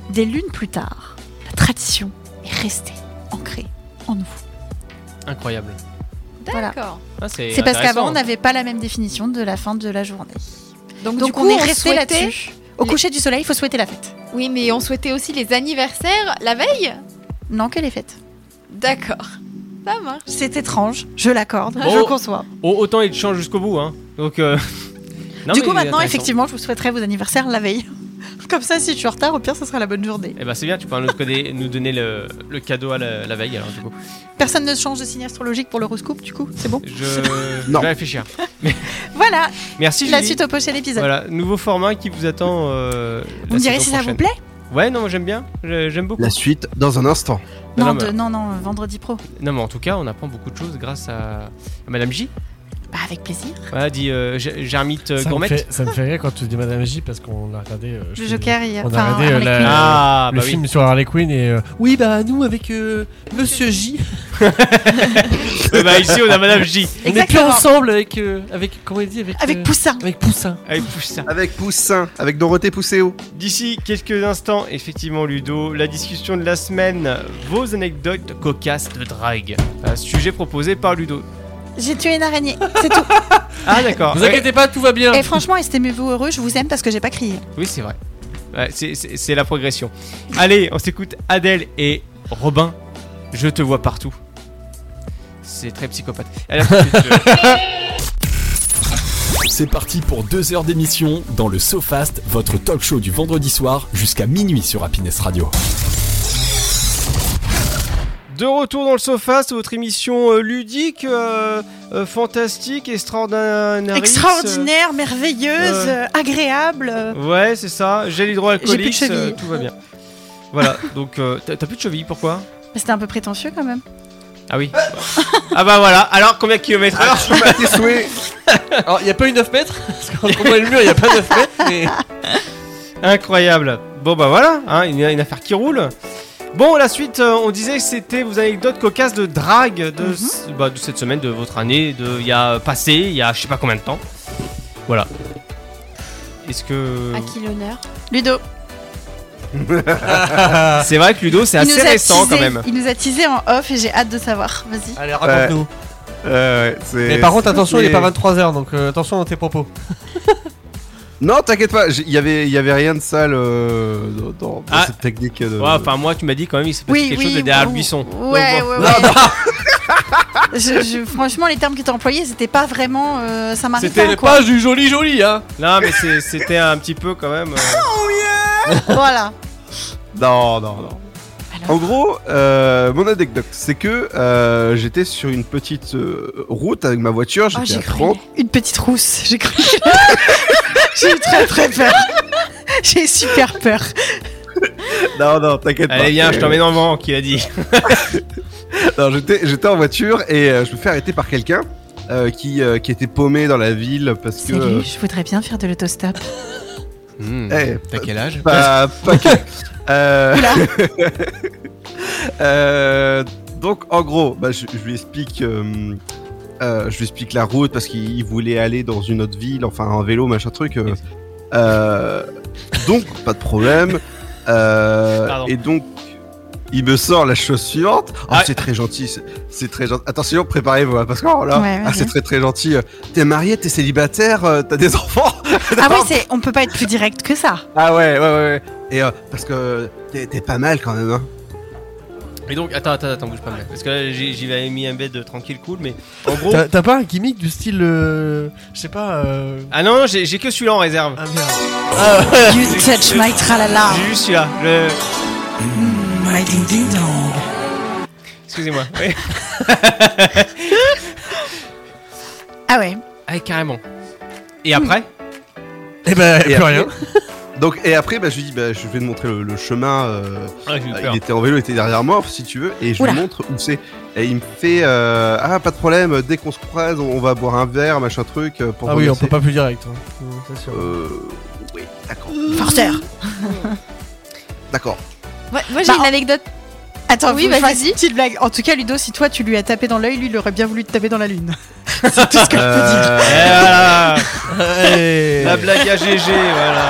Speaker 4: des lunes plus tard, la tradition est restée ancrée en nous.
Speaker 2: Incroyable.
Speaker 4: Voilà.
Speaker 5: D'accord.
Speaker 2: Ah, c'est
Speaker 4: C'est parce qu'avant, on
Speaker 2: intéressant.
Speaker 4: n'avait pas la même définition de la fin de la journée.
Speaker 5: Donc,
Speaker 4: Donc
Speaker 5: du coup,
Speaker 4: on est
Speaker 5: on
Speaker 4: resté
Speaker 5: souhaitait-
Speaker 4: là-dessus. Au
Speaker 5: les-
Speaker 4: coucher du soleil, il faut souhaiter la fête.
Speaker 5: Oui, mais on souhaitait aussi les anniversaires la veille
Speaker 4: Non, que les fêtes.
Speaker 5: D'accord. Ça marche.
Speaker 4: C'est étrange, je l'accorde, je
Speaker 2: Oh.
Speaker 4: conçois.
Speaker 2: Au- autant ils changent jusqu'au bout, hein. Donc. euh, non,
Speaker 4: du
Speaker 2: mais
Speaker 4: coup, maintenant,
Speaker 2: intéressant.
Speaker 4: effectivement, je vous souhaiterais vos anniversaires la veille. Comme ça, si je suis en retard, au pire, ce sera la bonne journée.
Speaker 2: Eh bah c'est bien, tu pourras nous, coder- nous donner le, le cadeau à la, la veille alors du coup.
Speaker 4: Personne ne change de signe astrologique pour l'horoscope, du coup, c'est bon.
Speaker 2: Euh, Je,
Speaker 3: Non.
Speaker 2: je vais réfléchir.
Speaker 4: Voilà,
Speaker 2: Merci
Speaker 4: la
Speaker 2: Julie.
Speaker 4: suite au prochain épisode.
Speaker 2: Voilà, nouveau format qui vous attend. euh,
Speaker 4: Vous
Speaker 2: la
Speaker 4: me direz
Speaker 2: saison
Speaker 4: si ça vous
Speaker 2: prochaine.
Speaker 4: plaît
Speaker 2: Ouais, non, moi j'aime bien. Je- J'aime beaucoup.
Speaker 3: La suite dans un instant.
Speaker 2: Non,
Speaker 4: non,
Speaker 2: mais-
Speaker 4: de- non, non, vendredi pro.
Speaker 2: Non, mais en tout cas, on apprend beaucoup de choses grâce à, à Madame J.
Speaker 4: Bah, avec plaisir.
Speaker 2: Voilà, dit euh, J- Jarmite euh,
Speaker 7: Ça me,
Speaker 2: Gourmette.
Speaker 7: fait, ça me fait rire quand tu dis Madame J parce qu'on l'a regardé. euh, je
Speaker 4: Le
Speaker 7: sais-
Speaker 4: Joker, il y a-
Speaker 7: On a
Speaker 4: enfin,
Speaker 7: regardé euh,
Speaker 4: Harley
Speaker 7: la-
Speaker 4: Quinn.
Speaker 2: Ah,
Speaker 7: le
Speaker 2: bah
Speaker 7: film sur Harley Quinn et. euh, oui, bah nous avec euh, Monsieur J.
Speaker 2: oui. Ouais, bah ici, on a Madame J.
Speaker 7: On est plus
Speaker 4: Exactement.
Speaker 7: ensemble avec. euh, avec comment il dit Avec,
Speaker 4: Avec
Speaker 7: euh,
Speaker 4: Poussin.
Speaker 7: avec Poussin.
Speaker 2: Allez, pousse ça.
Speaker 3: Avec Poussin, avec Dorothée Pousséo.
Speaker 2: D'ici quelques instants, effectivement, Ludo, la discussion de la semaine, vos anecdotes cocasses de drague. Un sujet proposé par Ludo.
Speaker 4: J'ai tué une araignée, c'est tout.
Speaker 2: Ah, d'accord.
Speaker 7: Vous
Speaker 2: Ouais.
Speaker 7: inquiétez pas, tout va bien.
Speaker 4: Et franchement, estimez-vous heureux, je vous aime parce que j'ai pas crié.
Speaker 2: Oui, c'est vrai. Ouais, c'est- c'est c'est la progression. Allez, on s'écoute Adèle et Robin. Je te vois partout. C'est très psychopathe. Allez, à tout de suite, je-
Speaker 1: C'est parti pour deux heures d'émission dans le SoFast, votre talk show du vendredi soir jusqu'à minuit sur Happiness Radio.
Speaker 2: De retour dans le sofa, c'est votre émission euh, ludique, euh, euh, fantastique, extraordinaire.
Speaker 4: Extraordinaire, merveilleuse,
Speaker 2: euh,
Speaker 4: euh, agréable. euh,
Speaker 2: ouais, c'est ça. J'ai
Speaker 4: J'ai plus de
Speaker 2: l'hydroalcoolique,
Speaker 4: cheville.
Speaker 2: tout va bien. Voilà, donc euh, t'as t'as plus de cheville, pourquoi
Speaker 4: C'était un peu prétentieux quand même.
Speaker 2: Ah oui. ah bah voilà, alors combien de kilomètres heure
Speaker 3: À tes souhaits.
Speaker 7: Alors, il n'y a pas eu 9 mètres Parce qu'on voit le mur, il n'y a pas 9 mètres. Mais...
Speaker 2: Incroyable. Bon bah voilà, hein, une, une affaire qui roule. Bon, la suite, euh, on disait que c'était vos anecdotes cocasses de drague
Speaker 4: Mhm.
Speaker 2: de, ce- bah, de cette semaine, de votre année, de il y a euh, passé, il y a je sais pas combien de temps. Voilà. Est-ce que...
Speaker 5: À qui l'honneur
Speaker 4: Ludo,
Speaker 2: C'est vrai que Ludo, c'est
Speaker 4: il nous,
Speaker 2: assez
Speaker 4: a
Speaker 2: récent
Speaker 4: teasé,
Speaker 2: quand même.
Speaker 4: il nous a teasé en off et j'ai hâte de savoir. Vas-y.
Speaker 7: Allez, raconte-nous.
Speaker 2: Ah,
Speaker 3: Euh, ouais, c'est-
Speaker 7: mais par contre, attention, il
Speaker 3: c'est-
Speaker 7: est pas 23h, donc euh, attention à tes propos.
Speaker 3: Non, t'inquiète pas, j'ai- il y avait, il y avait rien de sale euh, dans, dans- dans
Speaker 2: Ah.
Speaker 3: cette technique. De...
Speaker 2: Ouais, enfin, moi, tu m'as dit quand même, il s'est passé
Speaker 4: Oui,
Speaker 2: quelque
Speaker 4: oui.
Speaker 2: chose de derrière
Speaker 4: ou-
Speaker 2: le buisson.
Speaker 4: Ouais,
Speaker 2: Donc,
Speaker 4: ouais, ouais. Je- je- franchement, les termes qui étaient employés, c'était pas vraiment euh,
Speaker 7: C'était
Speaker 4: Samaritain, quoi.
Speaker 7: pas du joli joli, hein.
Speaker 2: bon, Non, mais c'est- c'était un petit peu quand même. euh,
Speaker 4: Voilà.
Speaker 3: Non, non, non. En gros, euh, mon anecdote, c'est que euh, j'étais sur une petite euh, route avec ma voiture,
Speaker 5: Oh,
Speaker 3: j'étais
Speaker 5: j'ai
Speaker 3: à
Speaker 5: cru.
Speaker 3: 30.
Speaker 4: Une petite rousse, j'ai cru. j'ai eu très très peur. J'ai eu super peur.
Speaker 3: Non, non, t'inquiète pas.
Speaker 2: Allez, viens, je
Speaker 3: Euh,
Speaker 2: t'emmène en vent, qui a dit.
Speaker 3: Non, j'étais, j'étais en voiture et euh, je me fais arrêter par quelqu'un euh, qui, euh, qui était paumé dans la ville parce que.
Speaker 4: Salut, je voudrais bien faire de l'autostop. Ah
Speaker 7: Hmm,
Speaker 3: Eh,
Speaker 7: T'as quel âge
Speaker 3: Pas, pas que. Bah, Euh, euh, donc en gros, bah, je, je lui explique, euh, euh, je lui explique la route parce qu'il il voulait aller dans une autre ville, enfin en vélo, machin truc. euh. Euh, donc pas de problème. Euh,
Speaker 2: Pardon.
Speaker 3: et donc il me sort la chose suivante. Oh,
Speaker 2: Ah.
Speaker 3: c'est très gentil, c'est- c'est très gentil. Attention, préparez-vous hein, parce que oh là,
Speaker 4: Ouais,
Speaker 3: ah,
Speaker 4: vas-y.
Speaker 3: c'est très très gentil. T'es marié, t'es célibataire, euh, t'as des enfants.
Speaker 4: Ah oui, c'est, on peut pas être plus direct que ça.
Speaker 3: Ah ouais, ouais, ouais. ouais. Et euh, parce que t'es t'es pas mal quand même, hein.
Speaker 2: Et donc, attends, attends, attends, bouge pas mal. Parce que là, j'ai- j'y avais mis un bed euh, tranquille, cool, mais en gros.
Speaker 7: T'as t'as pas un gimmick du style, euh, je sais pas. euh,
Speaker 2: Ah non, non, j'ai j'ai que celui-là en réserve.
Speaker 7: Ah merde.
Speaker 4: You touch my tralala.
Speaker 2: J'ai juste celui-là. Le...
Speaker 4: Mm,
Speaker 6: My ding ding dong.
Speaker 2: Excusez-moi. Oui.
Speaker 4: Ah ouais.
Speaker 2: Ah, carrément. Et après
Speaker 7: Eh ben,
Speaker 3: Et
Speaker 7: plus
Speaker 3: après-
Speaker 7: rien.
Speaker 3: Donc, et après, bah, je lui dis, bah, je vais te montrer le, le chemin. euh,
Speaker 2: Ah, j'ai eu peur.
Speaker 3: il était en vélo, il était derrière moi, si tu veux. Et je
Speaker 4: Oula.
Speaker 3: lui montre où c'est. Et il me fait, euh, ah, pas de problème, dès qu'on se croise, on, on va boire un verre, machin truc. euh, Pour
Speaker 7: Ah oui, on
Speaker 3: remercier.
Speaker 7: peut pas plus direct. hein. Mm, c'est sûr.
Speaker 3: Euh, oui, d'accord.
Speaker 4: Forceur.
Speaker 3: D'accord.
Speaker 5: Moi, moi, j'ai
Speaker 4: Bah,
Speaker 5: une
Speaker 4: en-
Speaker 5: anecdote.
Speaker 4: Attends,
Speaker 5: Oui,
Speaker 4: oui,
Speaker 5: bah,
Speaker 4: vas-y.
Speaker 5: vas-y.
Speaker 4: Petite blague. En tout cas, Ludo, si toi tu lui as tapé dans l'œil, lui il aurait bien voulu te taper dans la lune. c'est tout ce que je peux dire.
Speaker 2: Eh,
Speaker 3: Euh,
Speaker 2: voilà.
Speaker 7: Eh.
Speaker 2: La blague à GG, voilà.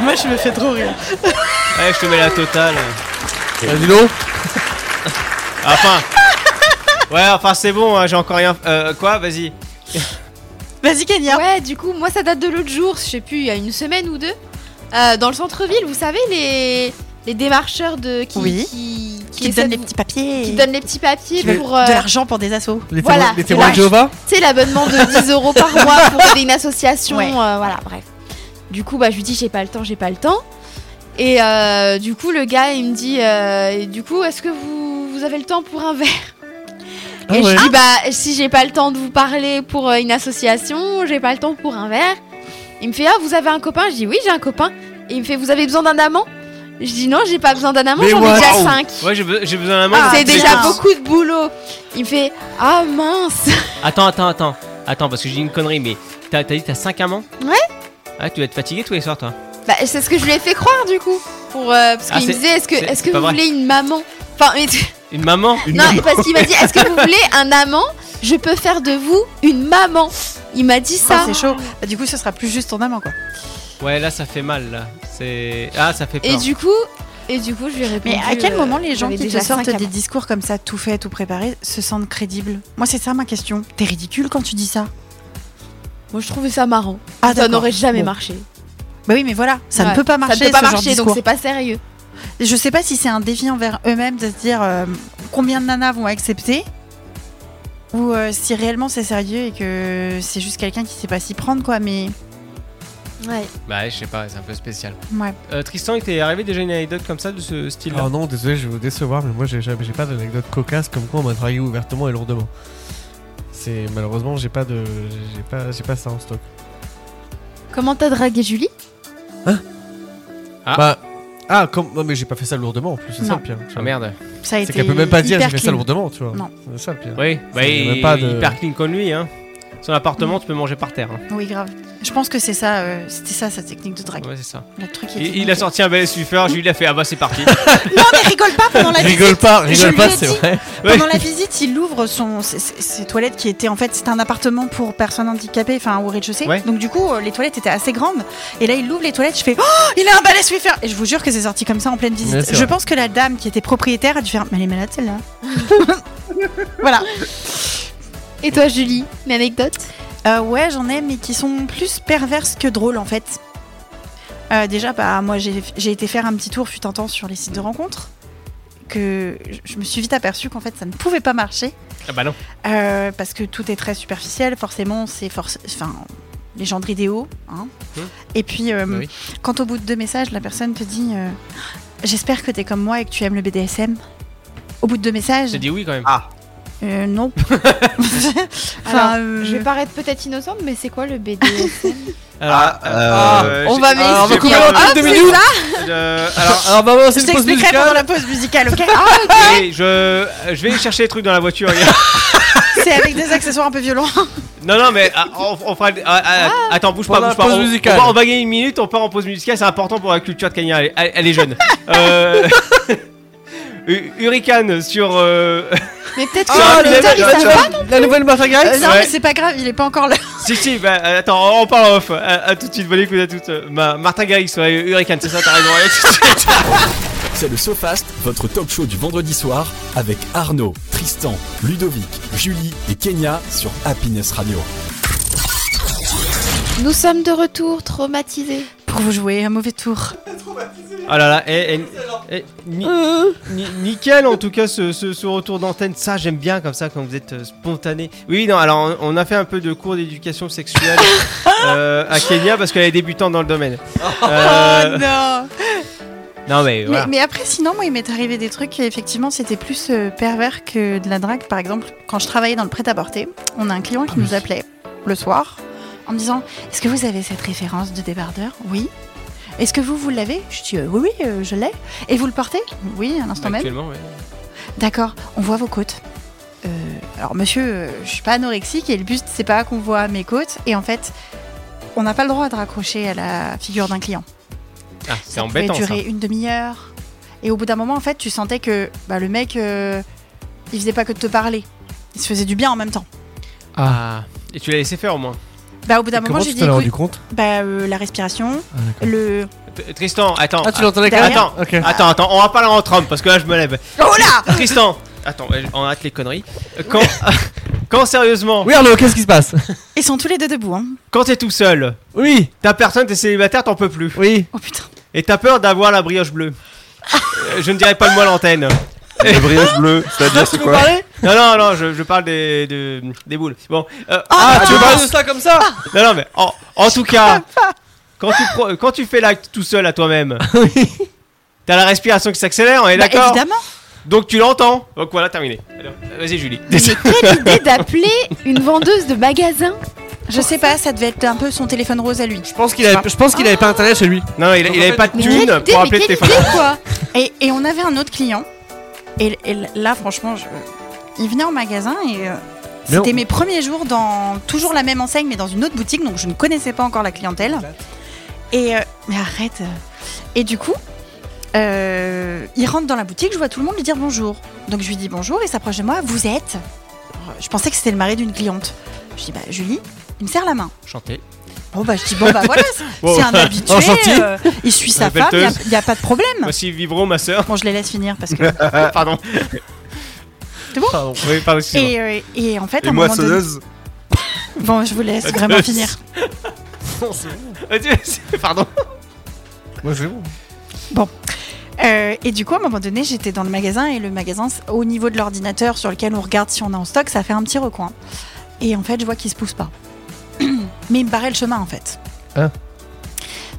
Speaker 4: Moi, je me fais trop rire.
Speaker 2: Ouais, je te mets la totale.
Speaker 7: Ah, dis donc.
Speaker 2: Enfin. Ouais, enfin, c'est bon, hein, j'ai encore rien. Euh, quoi Vas-y.
Speaker 4: Vas-y, Kenya.
Speaker 5: Ouais, du coup, moi, ça date de l'autre jour, je sais plus, il y a une semaine ou deux. Euh, dans le centre-ville, vous savez, les, les démarcheurs de, qui,
Speaker 4: Oui.
Speaker 5: qui, qui
Speaker 4: Qui te
Speaker 5: essaient
Speaker 4: donne
Speaker 5: de-
Speaker 4: les petits papiers.
Speaker 5: qui donnent les petits papiers
Speaker 4: Tu veux
Speaker 5: pour. euh,
Speaker 4: de l'argent pour des assos.
Speaker 7: Les
Speaker 5: Voilà,
Speaker 7: témoins- les
Speaker 5: c'est
Speaker 7: témoins de
Speaker 5: lâche.
Speaker 7: Jéhovah
Speaker 5: Tu sais, l'abonnement de 10 euros par mois pour aider une association.
Speaker 4: Ouais.
Speaker 5: euh, voilà, bref. Du coup, bah, je lui dis, j'ai pas le temps, j'ai pas le temps. Et euh, du coup, le gars, il me dit, euh, Et du coup, est-ce que vous, vous avez le temps pour un verre
Speaker 7: Ah
Speaker 5: Et
Speaker 7: ouais.
Speaker 5: je dis, bah, si j'ai pas le temps de vous parler pour euh, une association, j'ai pas le temps pour un verre. Il me fait, ah, vous avez un copain Je dis, oui, j'ai un copain. Et il me fait, vous avez besoin d'un amant Je dis, non, j'ai pas besoin d'un amant,
Speaker 7: Mais
Speaker 5: j'en ai
Speaker 7: what
Speaker 5: déjà
Speaker 7: Wow.
Speaker 5: 5.
Speaker 2: Ouais, j'ai be- j'ai besoin d'un
Speaker 4: Ah,
Speaker 2: membre.
Speaker 5: C'est
Speaker 4: putain.
Speaker 5: déjà beaucoup de boulot. Il me fait, ah mince.
Speaker 2: Attends, attends, attends. Attends, parce que j'ai dit une connerie, mais t'as t'as dit t'as 5 amants
Speaker 5: Ouais.
Speaker 2: Ah, tu vas être fatigué tous les soirs, toi.
Speaker 5: Bah, c'est ce que je lui ai fait croire du coup. Pour, euh, parce
Speaker 2: Ah,
Speaker 5: qu'il
Speaker 2: c'est-
Speaker 5: me disait est-ce que,
Speaker 2: c'est-
Speaker 5: est
Speaker 2: c'est
Speaker 5: -ce que
Speaker 2: pas
Speaker 5: vous
Speaker 2: vrai.
Speaker 5: voulez une maman Enfin, mais tu-
Speaker 2: Une maman
Speaker 5: non, parce qu'il m'a dit est-ce que vous voulez un amant Je peux faire de vous une maman. Il m'a dit
Speaker 4: Ça,
Speaker 5: ça.
Speaker 4: c'est chaud. Bah, du coup, ce sera plus juste ton amant, quoi.
Speaker 2: Ouais, là, ça fait mal, là. C'est. Ah, ça fait peur.
Speaker 5: et du coup, et du coup, je lui ai répondu.
Speaker 4: Mais à quel
Speaker 5: euh,
Speaker 4: moment les gens
Speaker 5: j'avais
Speaker 4: qui te
Speaker 5: déjà
Speaker 4: sortent
Speaker 5: cinq
Speaker 4: des
Speaker 5: amants.
Speaker 4: discours comme ça, tout fait, tout préparé, se sentent crédibles Moi, c'est ça ma question. T'es ridicule quand tu dis ça.
Speaker 5: Moi, je trouvais ça marrant.
Speaker 4: Ah,
Speaker 5: ça
Speaker 4: d'accord.
Speaker 5: n'aurait jamais
Speaker 4: Bon.
Speaker 5: marché.
Speaker 4: Bah oui, mais voilà, ça
Speaker 5: Ouais.
Speaker 4: ne peut pas marcher.
Speaker 5: Ça ne peut pas
Speaker 4: ce genre de
Speaker 5: marcher, donc
Speaker 4: discours.
Speaker 5: c'est pas sérieux.
Speaker 4: Je sais pas si c'est un défi envers eux-mêmes de se dire euh, combien de nanas vont accepter ou euh, si réellement c'est sérieux et que c'est juste quelqu'un qui sait pas s'y prendre quoi mais
Speaker 5: Ouais.
Speaker 2: Bah, je sais pas, c'est un peu spécial.
Speaker 4: ouais
Speaker 2: Euh, Tristan, il t'est arrivé déjà une anecdote comme ça de ce style-là
Speaker 7: Ah non, désolé, je vais vous décevoir, mais moi j'ai jamais- j'ai pas d'anecdote cocasse comme quoi on m'a travaillé ouvertement et lourdement. C'est malheureusement j'ai pas de j'ai pas j'ai pas ça en stock.
Speaker 5: Comment t'as dragué Julie
Speaker 2: Ah.
Speaker 7: Bah ah comme non mais j'ai pas fait ça lourdement en plus, c'est ça
Speaker 4: Non.
Speaker 7: le pire.
Speaker 2: Ah merde.
Speaker 4: ça a
Speaker 7: C'est
Speaker 4: été
Speaker 7: qu'elle peut même pas dire j'ai
Speaker 4: hyper
Speaker 7: fait ça
Speaker 4: clean.
Speaker 7: lourdement, tu vois.
Speaker 4: Non.
Speaker 7: C'est ça le pire.
Speaker 2: Oui, bah,
Speaker 7: Ça, il y
Speaker 2: il
Speaker 7: avait pas de-
Speaker 2: hyper clean comme lui, hein. Son appartement, tu peux manger par terre. hein.
Speaker 4: oui grave je pense que c'est ça euh, c'était ça sa technique de drague
Speaker 2: Ouais, c'est ça.
Speaker 4: le truc
Speaker 2: Il,
Speaker 4: était
Speaker 2: il a sorti un bel essuie-fleur, Julie a fait Ah bah, c'est parti.
Speaker 4: non mais rigole pas pendant la
Speaker 7: Rigole
Speaker 4: visite
Speaker 7: pas,
Speaker 4: je
Speaker 7: rigole
Speaker 4: lui
Speaker 7: pas,
Speaker 4: ai
Speaker 7: c'est
Speaker 4: dit.
Speaker 7: vrai.
Speaker 2: Ouais.
Speaker 4: pendant la visite il ouvre son ses, ses- ses toilettes qui étaient en fait c'était un appartement pour personnes handicapées enfin au rez-de-chaussée
Speaker 2: Ouais.
Speaker 4: donc du coup euh, les toilettes étaient assez grandes et là il ouvre les toilettes je fais oh il a un balai Swiffer et je vous jure que c'est sorti comme ça en pleine visite
Speaker 7: Ouais, c'est
Speaker 4: je
Speaker 7: vrai.
Speaker 4: pense que la dame qui était propriétaire a dû faire mais elle est malade celle-là
Speaker 5: Et toi, Julie, une anecdote
Speaker 4: Euh, ouais, j'en ai, mais qui sont plus perverses que drôles en fait. Euh, déjà, bah, moi j'ai j'ai été faire un petit tour fut un temps sur les sites de rencontres. Que je- je me suis vite aperçu qu'en fait ça ne pouvait pas marcher.
Speaker 2: Ah bah non.
Speaker 4: euh, parce que tout est très superficiel, forcément, c'est force. Enfin, les gens de l'idéo. Hein.
Speaker 2: Mmh.
Speaker 4: Et puis, euh,
Speaker 10: Bah oui.
Speaker 4: quand au bout de deux messages, la personne te dit euh, J'espère que t'es comme moi et que tu aimes le BDSM. Au bout de deux messages,
Speaker 2: J'ai dit oui quand même.
Speaker 4: euh, non. enfin,
Speaker 5: Alors,
Speaker 4: euh,
Speaker 5: Je vais paraître peut-être innocente, mais c'est quoi le BDSM
Speaker 3: Ah, euh,
Speaker 5: on
Speaker 7: Ah,
Speaker 5: va
Speaker 2: m'expliquer. Ah, On va
Speaker 5: m'expliquer.
Speaker 2: couper
Speaker 5: Hop,
Speaker 2: l'antenne deux
Speaker 5: c'est
Speaker 2: minutes. Euh, alors, alors, bah, bah, c'est
Speaker 4: je
Speaker 2: une pause
Speaker 4: t'expliquerai pendant
Speaker 2: musicale.
Speaker 4: la pause musicale, Ah ok
Speaker 2: Et je, euh, je vais chercher les trucs dans la voiture. regarde.
Speaker 4: C'est avec des accessoires un peu violents.
Speaker 2: Non, non, mais ah, on, on fera. ah, ah, attends, bouge pas,
Speaker 10: Pendant
Speaker 2: bouge
Speaker 10: la
Speaker 2: pas.
Speaker 10: pause
Speaker 2: on,
Speaker 10: musicale.
Speaker 2: on va, on va gagner une minute, on part en pause musicale, c'est important pour la culture de Kenya, elle, elle- elle est jeune. euh, Hu- Hurricane sur. euh,
Speaker 5: Mais peut-être que
Speaker 2: Ah,
Speaker 5: les
Speaker 2: mais
Speaker 5: auditeurs,
Speaker 2: la-
Speaker 5: ils savent pas.
Speaker 10: La nouvelle Martha
Speaker 4: Euh,
Speaker 10: Garrix
Speaker 4: non,
Speaker 2: Ouais.
Speaker 4: mais c'est pas grave, il est pas encore là.
Speaker 2: si, si, bah, euh, attends, on parle en off. À, à tout de suite, bonne écoute à toutes. Euh, Ma, Martin Garrix, ouais, Hurricane, c'est ça, t'as raison. allez, tout de suite.
Speaker 1: C'est le SoFast, votre talk show du vendredi soir avec Arnaud, Tristan, Ludovic, Julie et Kenya sur Happiness Radio.
Speaker 5: Nous sommes de retour, traumatisés.
Speaker 4: Pour vous jouer un mauvais tour.
Speaker 2: Oh là là, eh, eh, eh, ni-
Speaker 10: Euh.
Speaker 2: ni- nickel en tout cas ce, ce- ce retour d'antenne, ça j'aime bien comme ça quand vous êtes euh, spontané. Oui, non, alors on, on a fait un peu de cours d'éducation sexuelle euh, à Kenya parce qu'elle est débutante dans le domaine. Euh,
Speaker 4: Oh non
Speaker 2: non mais
Speaker 4: mais,
Speaker 2: voilà.
Speaker 4: mais après, sinon, moi, il m'est arrivé des trucs qui, effectivement, c'était plus euh, pervers que de la drague. Par exemple, quand je travaillais dans le prêt-à-porter, on a un client qui nous appelait le soir en me disant Est-ce que vous avez cette référence de débardeur Oui. Est-ce que vous, vous l'avez Je dis euh, Oui, oui, euh, je l'ai. Et vous le portez Oui, à l'instant même.
Speaker 2: Actuellement, ouais.
Speaker 4: D'accord, on voit vos côtes. Euh, alors monsieur, euh, je suis pas anorexique et le but c'est pas qu'on voit mes côtes et en fait on n'a pas le droit de raccrocher à la figure d'un client.
Speaker 2: Ah, c'est
Speaker 4: Ça pouvait
Speaker 2: embêtant ça.
Speaker 4: durer une demi-heure et au bout d'un moment en fait tu sentais que bah, le mec euh, il faisait pas que de te parler, il se faisait du bien en même temps.
Speaker 2: Ah. Et tu l'as laissé faire au moins.
Speaker 4: Bah au bout d'un
Speaker 7: Comment
Speaker 4: moment j'ai
Speaker 7: tu
Speaker 4: dit
Speaker 7: t'en es rendu
Speaker 4: écoute,
Speaker 7: compte
Speaker 4: bah, euh, la respiration,
Speaker 2: Ah,
Speaker 4: le
Speaker 2: T- Tristan, attends.
Speaker 10: Ah, tu l'entendais
Speaker 4: quand même
Speaker 2: Attends,
Speaker 7: Ok.
Speaker 2: attends, attends, on va pas la rentrer Trump parce que là je me lève.
Speaker 4: oh là
Speaker 2: Tristan, attends, on hâte les conneries. Euh, Quand, quand sérieusement,
Speaker 10: Oui, Arnaud, qu'est-ce qui se passe
Speaker 4: ils sont tous les deux debout hein.
Speaker 2: quand t'es tout seul,
Speaker 10: Oui,
Speaker 2: ta personne, t'es célibataire, t'en peux plus.
Speaker 10: oui.
Speaker 4: Oh putain.
Speaker 2: Et t'as peur d'avoir la brioche bleue. Euh, je ne dirai pas le mot à l'antenne.
Speaker 3: le brioche bleu, c'est-à-dire c'est quoi
Speaker 2: Non, non, non, je, je parle des, de- des boules. Bon, euh,
Speaker 10: Ah, tu
Speaker 2: non,
Speaker 7: Bah,
Speaker 10: parles de ça comme ça
Speaker 2: non, non, mais en, en tout cas, quand tu, pro- quand tu fais l'acte tout seul à toi-même, t'as la respiration qui s'accélère, on est
Speaker 4: Bah,
Speaker 2: d'accord
Speaker 4: évidemment.
Speaker 2: Donc tu l'entends. Donc voilà, terminé. Alors, euh, vas-y, Julie.
Speaker 5: Mais quelle idée d'appeler une vendeuse de magasin
Speaker 4: Je sais pas, ça devait être un peu son téléphone rose à lui.
Speaker 10: Je pense qu'il avait, je pense
Speaker 4: Ah.
Speaker 10: qu'il avait pas internet chez lui.
Speaker 2: Non, non, il, il avait pas de
Speaker 5: Mais quelle
Speaker 2: thune
Speaker 5: idée,
Speaker 2: pour
Speaker 5: mais
Speaker 2: appeler le
Speaker 5: quelle
Speaker 2: téléphone.
Speaker 5: idée quoi
Speaker 4: Et, et on avait un autre client. Et, et là, franchement, je- il venait en magasin et euh,
Speaker 7: Mais
Speaker 4: c'était
Speaker 7: on-
Speaker 4: mes premiers jours dans toujours la même enseigne, mais dans une autre boutique, donc je ne connaissais pas encore la clientèle. Et euh, mais arrête. Et du coup, euh, il rentre dans la boutique, je vois tout le monde lui dire bonjour. Donc je lui dis bonjour, il s'approche de moi. Vous êtes Alors, Je pensais que c'était le mari d'une cliente. Je dis bah Julie. Il me serre la main.
Speaker 2: Chanter.
Speaker 4: Bon bah je dis bon bah voilà, c'est
Speaker 2: Wow.
Speaker 4: c'est un habitué.
Speaker 10: Enchanté.
Speaker 4: euh, il suit sa femme,
Speaker 2: Répéteuse.
Speaker 4: il n'y a, pas de problème.
Speaker 2: Voici Vibro, ma soeur.
Speaker 4: Bon je les laisse finir parce que
Speaker 2: Pardon.
Speaker 10: Pardon.
Speaker 2: Oui, pardon, excuse-moi.
Speaker 4: Et, euh, et en fait, à
Speaker 3: Et
Speaker 4: un
Speaker 3: moi,
Speaker 4: moment donné...
Speaker 3: sonneuse
Speaker 4: Bon, je vous laisse vraiment finir.
Speaker 2: Ah, Pardon.
Speaker 7: Moi, c'est bon.
Speaker 4: Euh, et du coup, à un moment donné, j'étais dans le magasin et le magasin, c- au niveau de l'ordinateur sur lequel on regarde si on a en stock, ça fait un petit recoin. Et en fait, je vois qu'il se pousse pas. Mais il me barrait le chemin, en fait.
Speaker 7: Hein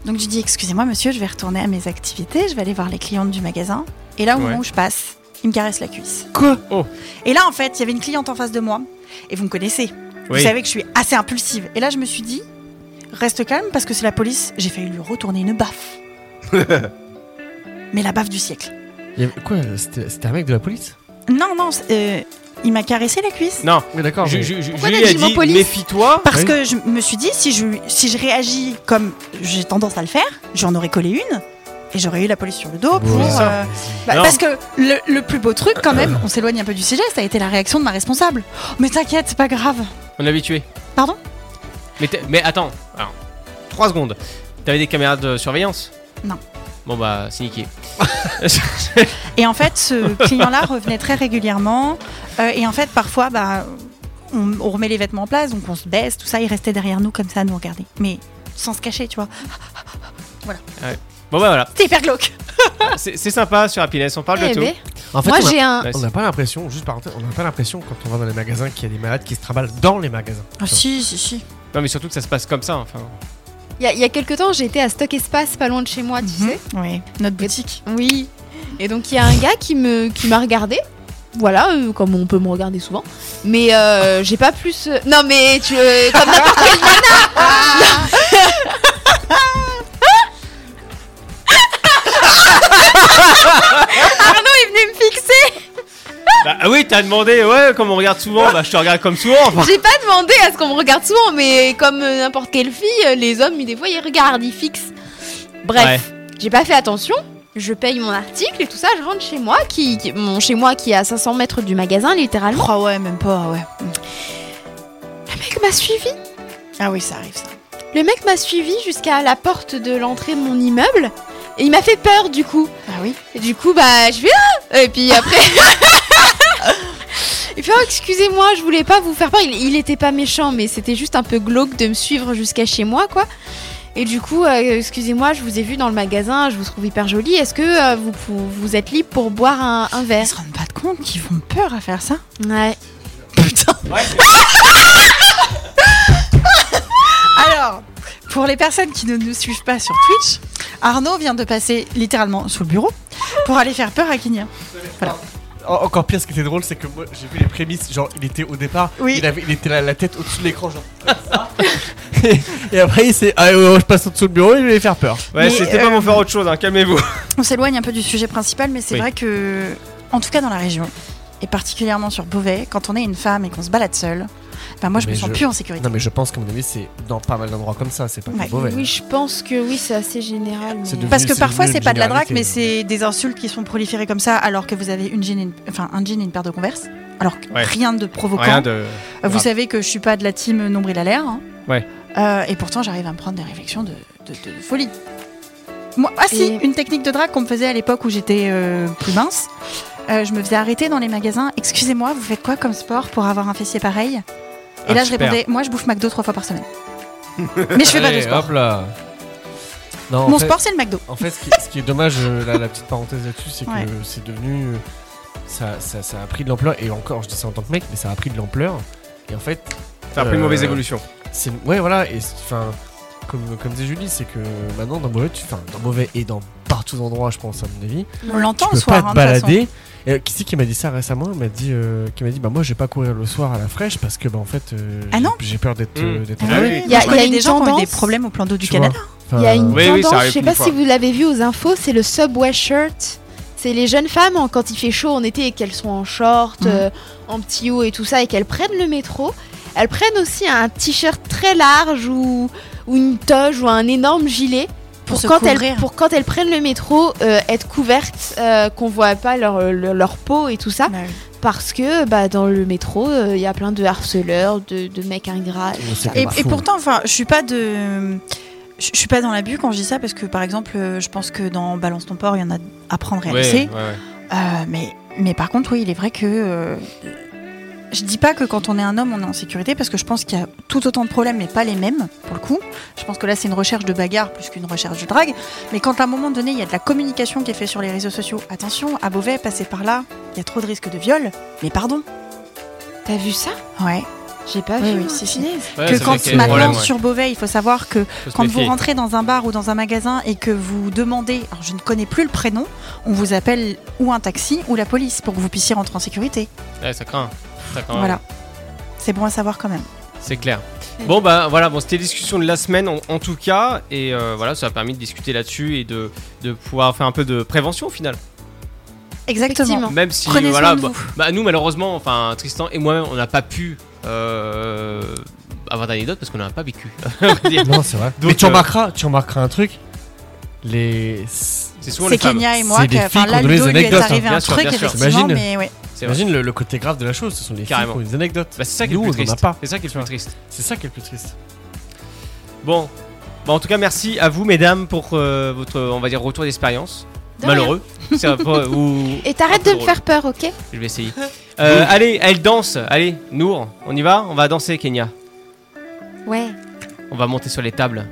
Speaker 4: Donc je dis, excusez-moi, monsieur, je vais retourner à mes activités, je vais aller voir les clientes du magasin. Et là, au
Speaker 2: Ouais.
Speaker 4: moment où je passe, il me caresse la cuisse.
Speaker 10: Quoi
Speaker 2: Oh.
Speaker 4: Et là, en fait, il y avait une cliente en face de moi. Et vous me connaissez.
Speaker 2: Oui.
Speaker 4: Vous savez que je suis assez impulsive. Et là, je me suis dit, reste calme parce que c'est la police. J'ai failli lui retourner une baffe. Mais la baffe du siècle.
Speaker 7: Il y avait- Quoi C'était c'était un mec de la police
Speaker 4: Non, non, c'est- euh, il m'a caressé la cuisse.
Speaker 2: Non.
Speaker 7: Oui, d'accord.
Speaker 2: Ju-
Speaker 7: mais-
Speaker 2: ju- ju-
Speaker 5: Pourquoi
Speaker 2: Julie
Speaker 5: t'as
Speaker 2: a
Speaker 5: dit le mot
Speaker 2: dit
Speaker 5: police
Speaker 2: méfie-toi.
Speaker 4: Parce
Speaker 7: Oui.
Speaker 4: que je me suis dit, si je, si je réagis comme j'ai tendance à le faire, j'en aurais collé une et j'aurais eu la police sur le dos pour.
Speaker 7: Ouais.
Speaker 4: euh, bah,
Speaker 2: Non.
Speaker 4: parce que le, le plus beau truc, quand même, on s'éloigne un peu du sujet, ça a été la réaction de ma responsable. Oh, mais t'inquiète, c'est pas grave.
Speaker 2: On l'avait tué.
Speaker 4: Pardon
Speaker 2: mais, t'es- mais attends, alors, 3 secondes. T'avais des caméras de surveillance
Speaker 4: Non.
Speaker 2: Bon bah, c'est niqué.
Speaker 4: Et en fait, ce client-là revenait très régulièrement. euh, et en fait, parfois, bah, on, on remet les vêtements en place, donc on se baisse, tout ça. Il restait derrière nous comme ça à nous regarder. Mais sans se cacher, tu vois.
Speaker 2: Ouais. Bon bah voilà,
Speaker 4: C'était hyper glauque.
Speaker 2: c'est c'est sympa sur Happiness, on parle
Speaker 5: Eh
Speaker 2: de
Speaker 5: ben.
Speaker 2: tout.
Speaker 7: Oh, En fait,
Speaker 5: Moi,
Speaker 7: on a-
Speaker 5: j'ai un-
Speaker 7: On n'a pas l'impression, juste par on n'a pas l'impression quand on va dans les magasins qu'il y a des malades qui se traballent dans les magasins.
Speaker 4: Ah si, si, si.
Speaker 2: Non mais surtout que ça se passe comme ça. Enfin,
Speaker 5: Il y, a- il y a quelques temps, j'ai été à Stock Espace, pas loin de chez moi, tu
Speaker 7: Mhm.
Speaker 5: sais.
Speaker 4: Oui, notre boutique.
Speaker 5: Oui. Et donc il y a un gars qui me qui m'a regardé. Voilà, euh, comme on peut me regarder souvent. Mais euh, j'ai pas plus. euh, Non mais tu euh, comme n'importe quelle nana. Arnaud il venait me fixer.
Speaker 2: bah, ah oui, t'as demandé, ouais, comme on regarde souvent, bah je te regarde comme souvent. Enfin,
Speaker 5: J'ai pas demandé à ce qu'on me regarde souvent, mais comme euh, n'importe quelle fille, euh, les hommes ils, des fois ils regardent, ils fixent. Bref, j'ai pas fait attention. Je paye mon article et tout ça, je rentre chez moi, qui, qui- mon chez moi qui est à 500 mètres du magasin littéralement.
Speaker 4: Ah ouais, même pas, ouais.
Speaker 5: Le mec m'a suivi.
Speaker 4: Ah oui, ça arrive ça.
Speaker 5: Le mec m'a suivi jusqu'à la porte de l'entrée de mon immeuble. Et il m'a fait peur du coup.
Speaker 4: Ah oui.
Speaker 5: Et du coup, bah, je vais. Ah Et puis après. Il fait oh, excusez-moi, je voulais pas vous faire peur. Il, il était pas méchant, mais c'était juste un peu glauque de me suivre jusqu'à chez moi, quoi. Et du coup, euh, excusez-moi, je vous ai vu dans le magasin, je vous trouve hyper jolie. Est-ce que euh, vous, pou- vous êtes libre pour boire un, un
Speaker 4: Ils
Speaker 5: verre
Speaker 4: se rendent pas compte qu'ils font peur à faire ça.
Speaker 5: Ouais.
Speaker 4: Putain. Alors, pour les personnes qui ne nous suivent pas sur Twitch, Arnaud vient de passer littéralement sous le bureau pour aller faire peur à Kenya.
Speaker 7: En- Oh, encore pire, ce qui était drôle, c'est que moi j'ai vu les prémices. Genre, il était au départ,
Speaker 4: Oui.
Speaker 7: il, avait, il était la, la tête au-dessus de l'écran, genre. comme ça. et après, il s'est. Ah, euh, je passe au-dessous du bureau et je vais faire peur.
Speaker 2: ouais,
Speaker 4: Mais,
Speaker 2: c'était
Speaker 4: euh,
Speaker 2: pas pour faire autre chose, hein, calmez-vous.
Speaker 4: On s'éloigne un peu du sujet principal, mais c'est
Speaker 2: Oui.
Speaker 4: vrai que, en tout cas dans la région, et particulièrement sur Beauvais, quand on est une femme et qu'on se balade seule, ben moi je me
Speaker 7: Mais
Speaker 4: sens
Speaker 7: je-
Speaker 4: plus en sécurité.
Speaker 7: Non, mais je pense qu'à mon avis, c'est dans pas mal d'endroits comme ça, c'est pas
Speaker 4: Ouais.
Speaker 7: mauvais.
Speaker 5: Oui, je pense que oui, c'est assez général. mais-
Speaker 7: C'est devenu-
Speaker 4: Parce que parfois
Speaker 7: devenu
Speaker 4: c'est
Speaker 7: une
Speaker 4: pas de la drague, mais
Speaker 7: généralité.
Speaker 4: c'est des insultes qui sont proliférées comme ça, alors que vous avez une jean, et une- enfin un jean et une paire de converse, alors que
Speaker 2: Ouais.
Speaker 4: rien de provoquant.
Speaker 2: Rien de.
Speaker 4: Euh, Vous
Speaker 2: Grave.
Speaker 4: savez que je suis pas de la team nombril à l'air. hein.
Speaker 2: Ouais.
Speaker 4: Euh, et pourtant, j'arrive à me prendre des réflexions de, de- de folie. Moi, ah si,
Speaker 5: Et-
Speaker 4: une technique de drague qu'on me faisait à l'époque où j'étais euh, plus mince. Euh, je me faisais arrêter dans les magasins. Excusez-moi, vous faites quoi comme sport pour avoir un fessier pareil Et
Speaker 2: Ah, super.
Speaker 4: là, je répondais Moi, je bouffe McDo trois fois par semaine. Mais je fais pas de
Speaker 7: Allez,
Speaker 4: sport.
Speaker 7: Hop là. Non, en
Speaker 4: Mon
Speaker 7: fait-
Speaker 4: sport, c'est le McDo.
Speaker 7: En fait, ce qui, ce qui est dommage, euh, la, la petite parenthèse là-dessus, c'est que
Speaker 4: Ouais.
Speaker 7: c'est devenu. euh, Ça, ça, ça a pris de l'ampleur, et encore, je dis ça en tant que mec, mais ça a pris de l'ampleur. Et en fait,
Speaker 2: Ça a pris une
Speaker 7: Euh,
Speaker 2: mauvaise évolution.
Speaker 7: c'est. Ouais, voilà, et c'est- enfin. Comme, comme disait Julie, c'est que maintenant dans mauvais, tu, enfin, dans mauvais et dans partout endroits, je pense à mon avis,
Speaker 4: On l'entend
Speaker 7: tu
Speaker 4: le
Speaker 7: peux
Speaker 4: soir.
Speaker 7: pas
Speaker 4: hein,
Speaker 7: te
Speaker 4: de toute façon.
Speaker 7: balader. Et, euh, qui c'est qui m'a dit ça récemment Il m'a dit, euh, qui m'a dit, bah moi je vais pas courir le soir à la fraîche parce que bah en fait, euh,
Speaker 4: Ah
Speaker 7: j'ai-
Speaker 4: non
Speaker 7: j'ai peur d'être,
Speaker 2: Mm.
Speaker 7: euh, d'être
Speaker 4: Ah
Speaker 2: Ah
Speaker 4: oui,
Speaker 2: oui.
Speaker 4: oui,
Speaker 5: Il y a-
Speaker 4: je connais
Speaker 5: il y a
Speaker 4: des
Speaker 5: une
Speaker 4: gens qui ont eu des
Speaker 5: tendance.
Speaker 4: problèmes au plan d'eau du
Speaker 7: Tu
Speaker 4: Canada.
Speaker 5: Il y a une
Speaker 7: Enfin,
Speaker 2: Euh,
Speaker 7: euh,
Speaker 2: Oui, oui, ça
Speaker 5: tendance,
Speaker 2: arrive
Speaker 5: je sais
Speaker 2: une
Speaker 5: pas
Speaker 2: fois.
Speaker 5: si vous l'avez vu aux infos, c'est le subway shirt. C'est les jeunes femmes en- quand il fait chaud en été et qu'elles sont en short,
Speaker 4: Mhm.
Speaker 5: euh, en petit haut et tout ça, et qu'elles prennent le métro. Elles prennent aussi un t-shirt très large ou, ou une toge ou un énorme gilet
Speaker 4: Pour se
Speaker 5: quand
Speaker 4: couvrir.
Speaker 5: elles pour quand elles prennent le métro euh, être couvertes, euh, qu'on voit pas leur, leur, leur peau et tout ça,
Speaker 4: Bah oui.
Speaker 5: parce que bah, dans le métro euh, il y a plein de harceleurs, de, de mecs ingrats. et tout ça.
Speaker 4: Et, et pourtant, enfin, je suis pas de, je je suis pas dans l'abus quand je dis ça parce que par exemple, euh, je pense que dans Balance ton port, il y en a à prendre et à laisser.
Speaker 2: ouais.
Speaker 4: Euh, mais, mais par contre, oui, il est vrai que euh, je dis pas que quand on est un homme, on est en sécurité parce que je pense qu'il y a tout autant de problèmes, mais pas les mêmes pour le coup. Je pense que là, c'est une recherche de bagarre plus qu'une recherche de drague. Mais quand à un moment donné, il y a de la communication qui est faite sur les réseaux sociaux, attention, à Beauvais, passer par là, il y a trop de risques de viol. Mais pardon,
Speaker 5: T'as vu ça
Speaker 4: ouais.
Speaker 5: J'ai pas
Speaker 4: Oui,
Speaker 5: vu.
Speaker 4: oui,
Speaker 5: moi,
Speaker 4: si, si.
Speaker 5: punaise.
Speaker 2: Ouais,
Speaker 4: que
Speaker 2: ça
Speaker 4: quand
Speaker 2: fait qu'il y a des
Speaker 4: maintenant
Speaker 2: problèmes, ouais.
Speaker 4: sur Beauvais, il faut savoir que
Speaker 2: Faut se
Speaker 4: quand vous
Speaker 2: méfier.
Speaker 4: rentrez dans un bar ou dans un magasin et que vous demandez, alors je ne connais plus le prénom, on vous appelle ou un taxi ou la police pour que vous puissiez rentrer en sécurité.
Speaker 2: Ouais, ça craint. Ça craint.
Speaker 4: Voilà. C'est bon à savoir quand même.
Speaker 2: C'est clair. Bon bah voilà, bon c'était discussion de la semaine en, en tout cas et euh, voilà ça a permis de discuter là-dessus et de, de pouvoir faire un peu de prévention au final.
Speaker 4: Exactement.
Speaker 5: Effectivement.
Speaker 2: Même si
Speaker 4: Prenez
Speaker 2: voilà,
Speaker 4: soin de
Speaker 2: bah-
Speaker 4: vous.
Speaker 2: bah, nous malheureusement, enfin Tristan et moi-même on n'a pas pu euh, avoir d'anecdotes parce qu'on n'a pas vécu. on va dire.
Speaker 7: Non, c'est vrai.
Speaker 2: Donc,
Speaker 7: mais tu
Speaker 2: euh,
Speaker 7: remarqueras, tu remarqueras un truc. Les.
Speaker 2: C'est souvent
Speaker 4: C'est
Speaker 2: les femmes.
Speaker 4: Kenya et
Speaker 7: C'est
Speaker 4: moi qui
Speaker 7: des
Speaker 4: enfin
Speaker 7: filles
Speaker 4: là
Speaker 7: qui ont donné
Speaker 4: Ludo
Speaker 7: des
Speaker 4: lui est
Speaker 7: anecdotes,
Speaker 4: arrivé
Speaker 2: hein.
Speaker 4: un
Speaker 2: Bien sûr,
Speaker 4: truc
Speaker 2: bien sûr.
Speaker 4: effectivement
Speaker 7: T'imagines
Speaker 4: mais ouais.
Speaker 2: C'est vrai.
Speaker 7: Imagine le, le côté grave de la chose, ce sont les
Speaker 2: Carrément.
Speaker 7: filles qui ont des anecdotes.
Speaker 2: Bah, c'est ça qui est
Speaker 7: Nous,
Speaker 2: le
Speaker 7: on
Speaker 2: plus
Speaker 7: en
Speaker 2: triste.
Speaker 7: a pas.
Speaker 2: C'est ça qui est le plus triste.
Speaker 7: C'est ça qui est le plus triste.
Speaker 2: Bon, bah, en tout cas merci à vous mesdames pour euh, votre on va dire retour d'expérience.
Speaker 5: De rien.
Speaker 2: Malheureux. C'est un peu- ou-
Speaker 5: Et t'arrêtes
Speaker 2: un peu
Speaker 5: de
Speaker 7: Ah,
Speaker 5: me
Speaker 2: drôle.
Speaker 5: faire peur, ok
Speaker 2: Je vais essayer. Euh, Allez, elle danse. Allez, Nour, on y va On va danser, Kenya.
Speaker 5: Ouais.
Speaker 2: On va monter sur les tables.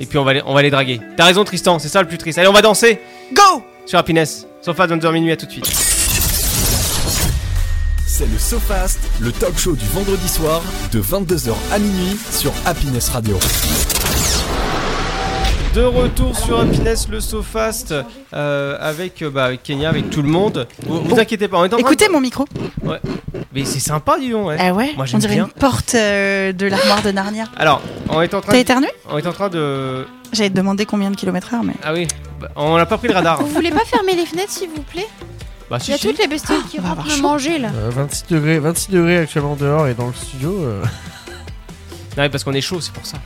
Speaker 2: Et puis on va les, on va les draguer. T'as raison, Tristan, c'est ça le plus triste. Allez, on va danser Go Sur Happiness. Sur Fast Under Minuit, à tout de suite.
Speaker 1: C'est le SoFast, le talk show du vendredi soir de 22h à minuit sur Happiness Radio.
Speaker 2: De retour sur Happiness, le SoFast, euh, avec, euh, bah, avec Kenya, avec tout le monde. Vous, vous inquiétez pas, on est en train de-
Speaker 4: Écoutez mon micro.
Speaker 2: Ouais. Mais c'est sympa, dis donc. Ouais.
Speaker 4: Ah ouais
Speaker 2: Moi,
Speaker 4: On
Speaker 2: j'aime
Speaker 4: dirait
Speaker 2: bien.
Speaker 4: une porte euh, de l'armoire de Narnia.
Speaker 2: Alors, on est en train.
Speaker 4: T'as
Speaker 2: de-
Speaker 4: éternué
Speaker 2: On est en train de.
Speaker 4: J'allais te demander combien de kilomètres heure, mais.
Speaker 2: Ah oui, bah, on n'a pas pris le radar.
Speaker 5: Vous voulez pas fermer les fenêtres, s'il vous plaît
Speaker 2: Bah,
Speaker 5: Il y a toutes les bestioles qui rentrent me manger là.
Speaker 7: Euh, 26 degrés, 26 degrés actuellement dehors et dans le studio. euh,
Speaker 2: Non, mais parce qu'on est chaud, c'est pour ça.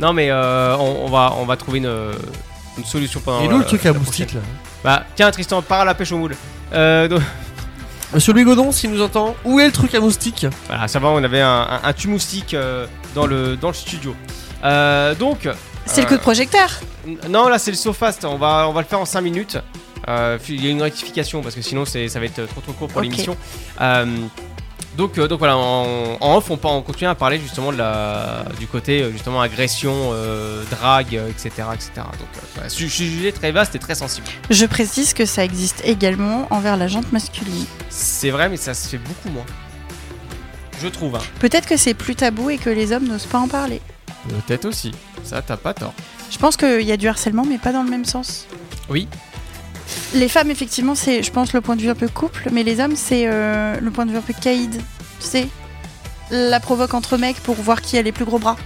Speaker 2: Non, mais euh, on, on va, on va trouver une, une solution pendant.
Speaker 7: Il est où le
Speaker 2: la-
Speaker 7: truc
Speaker 2: Oh, la
Speaker 7: à
Speaker 2: prochaine.
Speaker 7: moustique, là
Speaker 2: Bah, tiens, Tristan, pars à la pêche au moule. Euh, donc-
Speaker 7: Monsieur Louis Godon, s'il nous entend, où est le truc à moustique
Speaker 2: Voilà, ça va, on avait un, un, un tube moustique euh, dans, le, dans le studio. Euh, donc.
Speaker 4: C'est le coup de projecteur
Speaker 2: N- Non, là c'est le SoFast, on va, on va le faire en 5 minutes. Euh, puis il y a une rectification parce que sinon c'est- ça va être trop trop court pour
Speaker 10: Ok.
Speaker 2: l'émission. Euh, donc, euh, donc voilà, en, en off, on, par- on continue à parler justement de la, du côté euh, justement agression, euh, drague, euh, etc. etc. Donc, euh, voilà, su- sujet très vaste et très sensible.
Speaker 4: Je précise que ça existe également envers la jante masculine.
Speaker 2: C'est vrai, mais ça se fait beaucoup moins. Je trouve. Hein.
Speaker 4: Peut-être que c'est plus tabou et que les hommes n'osent pas en parler.
Speaker 2: Peut-être aussi. Ça, t'as pas tort.
Speaker 4: Je pense qu'il y a du harcèlement, mais pas dans le même sens.
Speaker 2: Oui.
Speaker 4: Les femmes, effectivement, c'est, je pense, le point de vue un peu couple, mais les hommes, c'est euh, le point de vue un peu caïd. Tu sais La provoque entre mecs pour voir qui a les plus gros bras.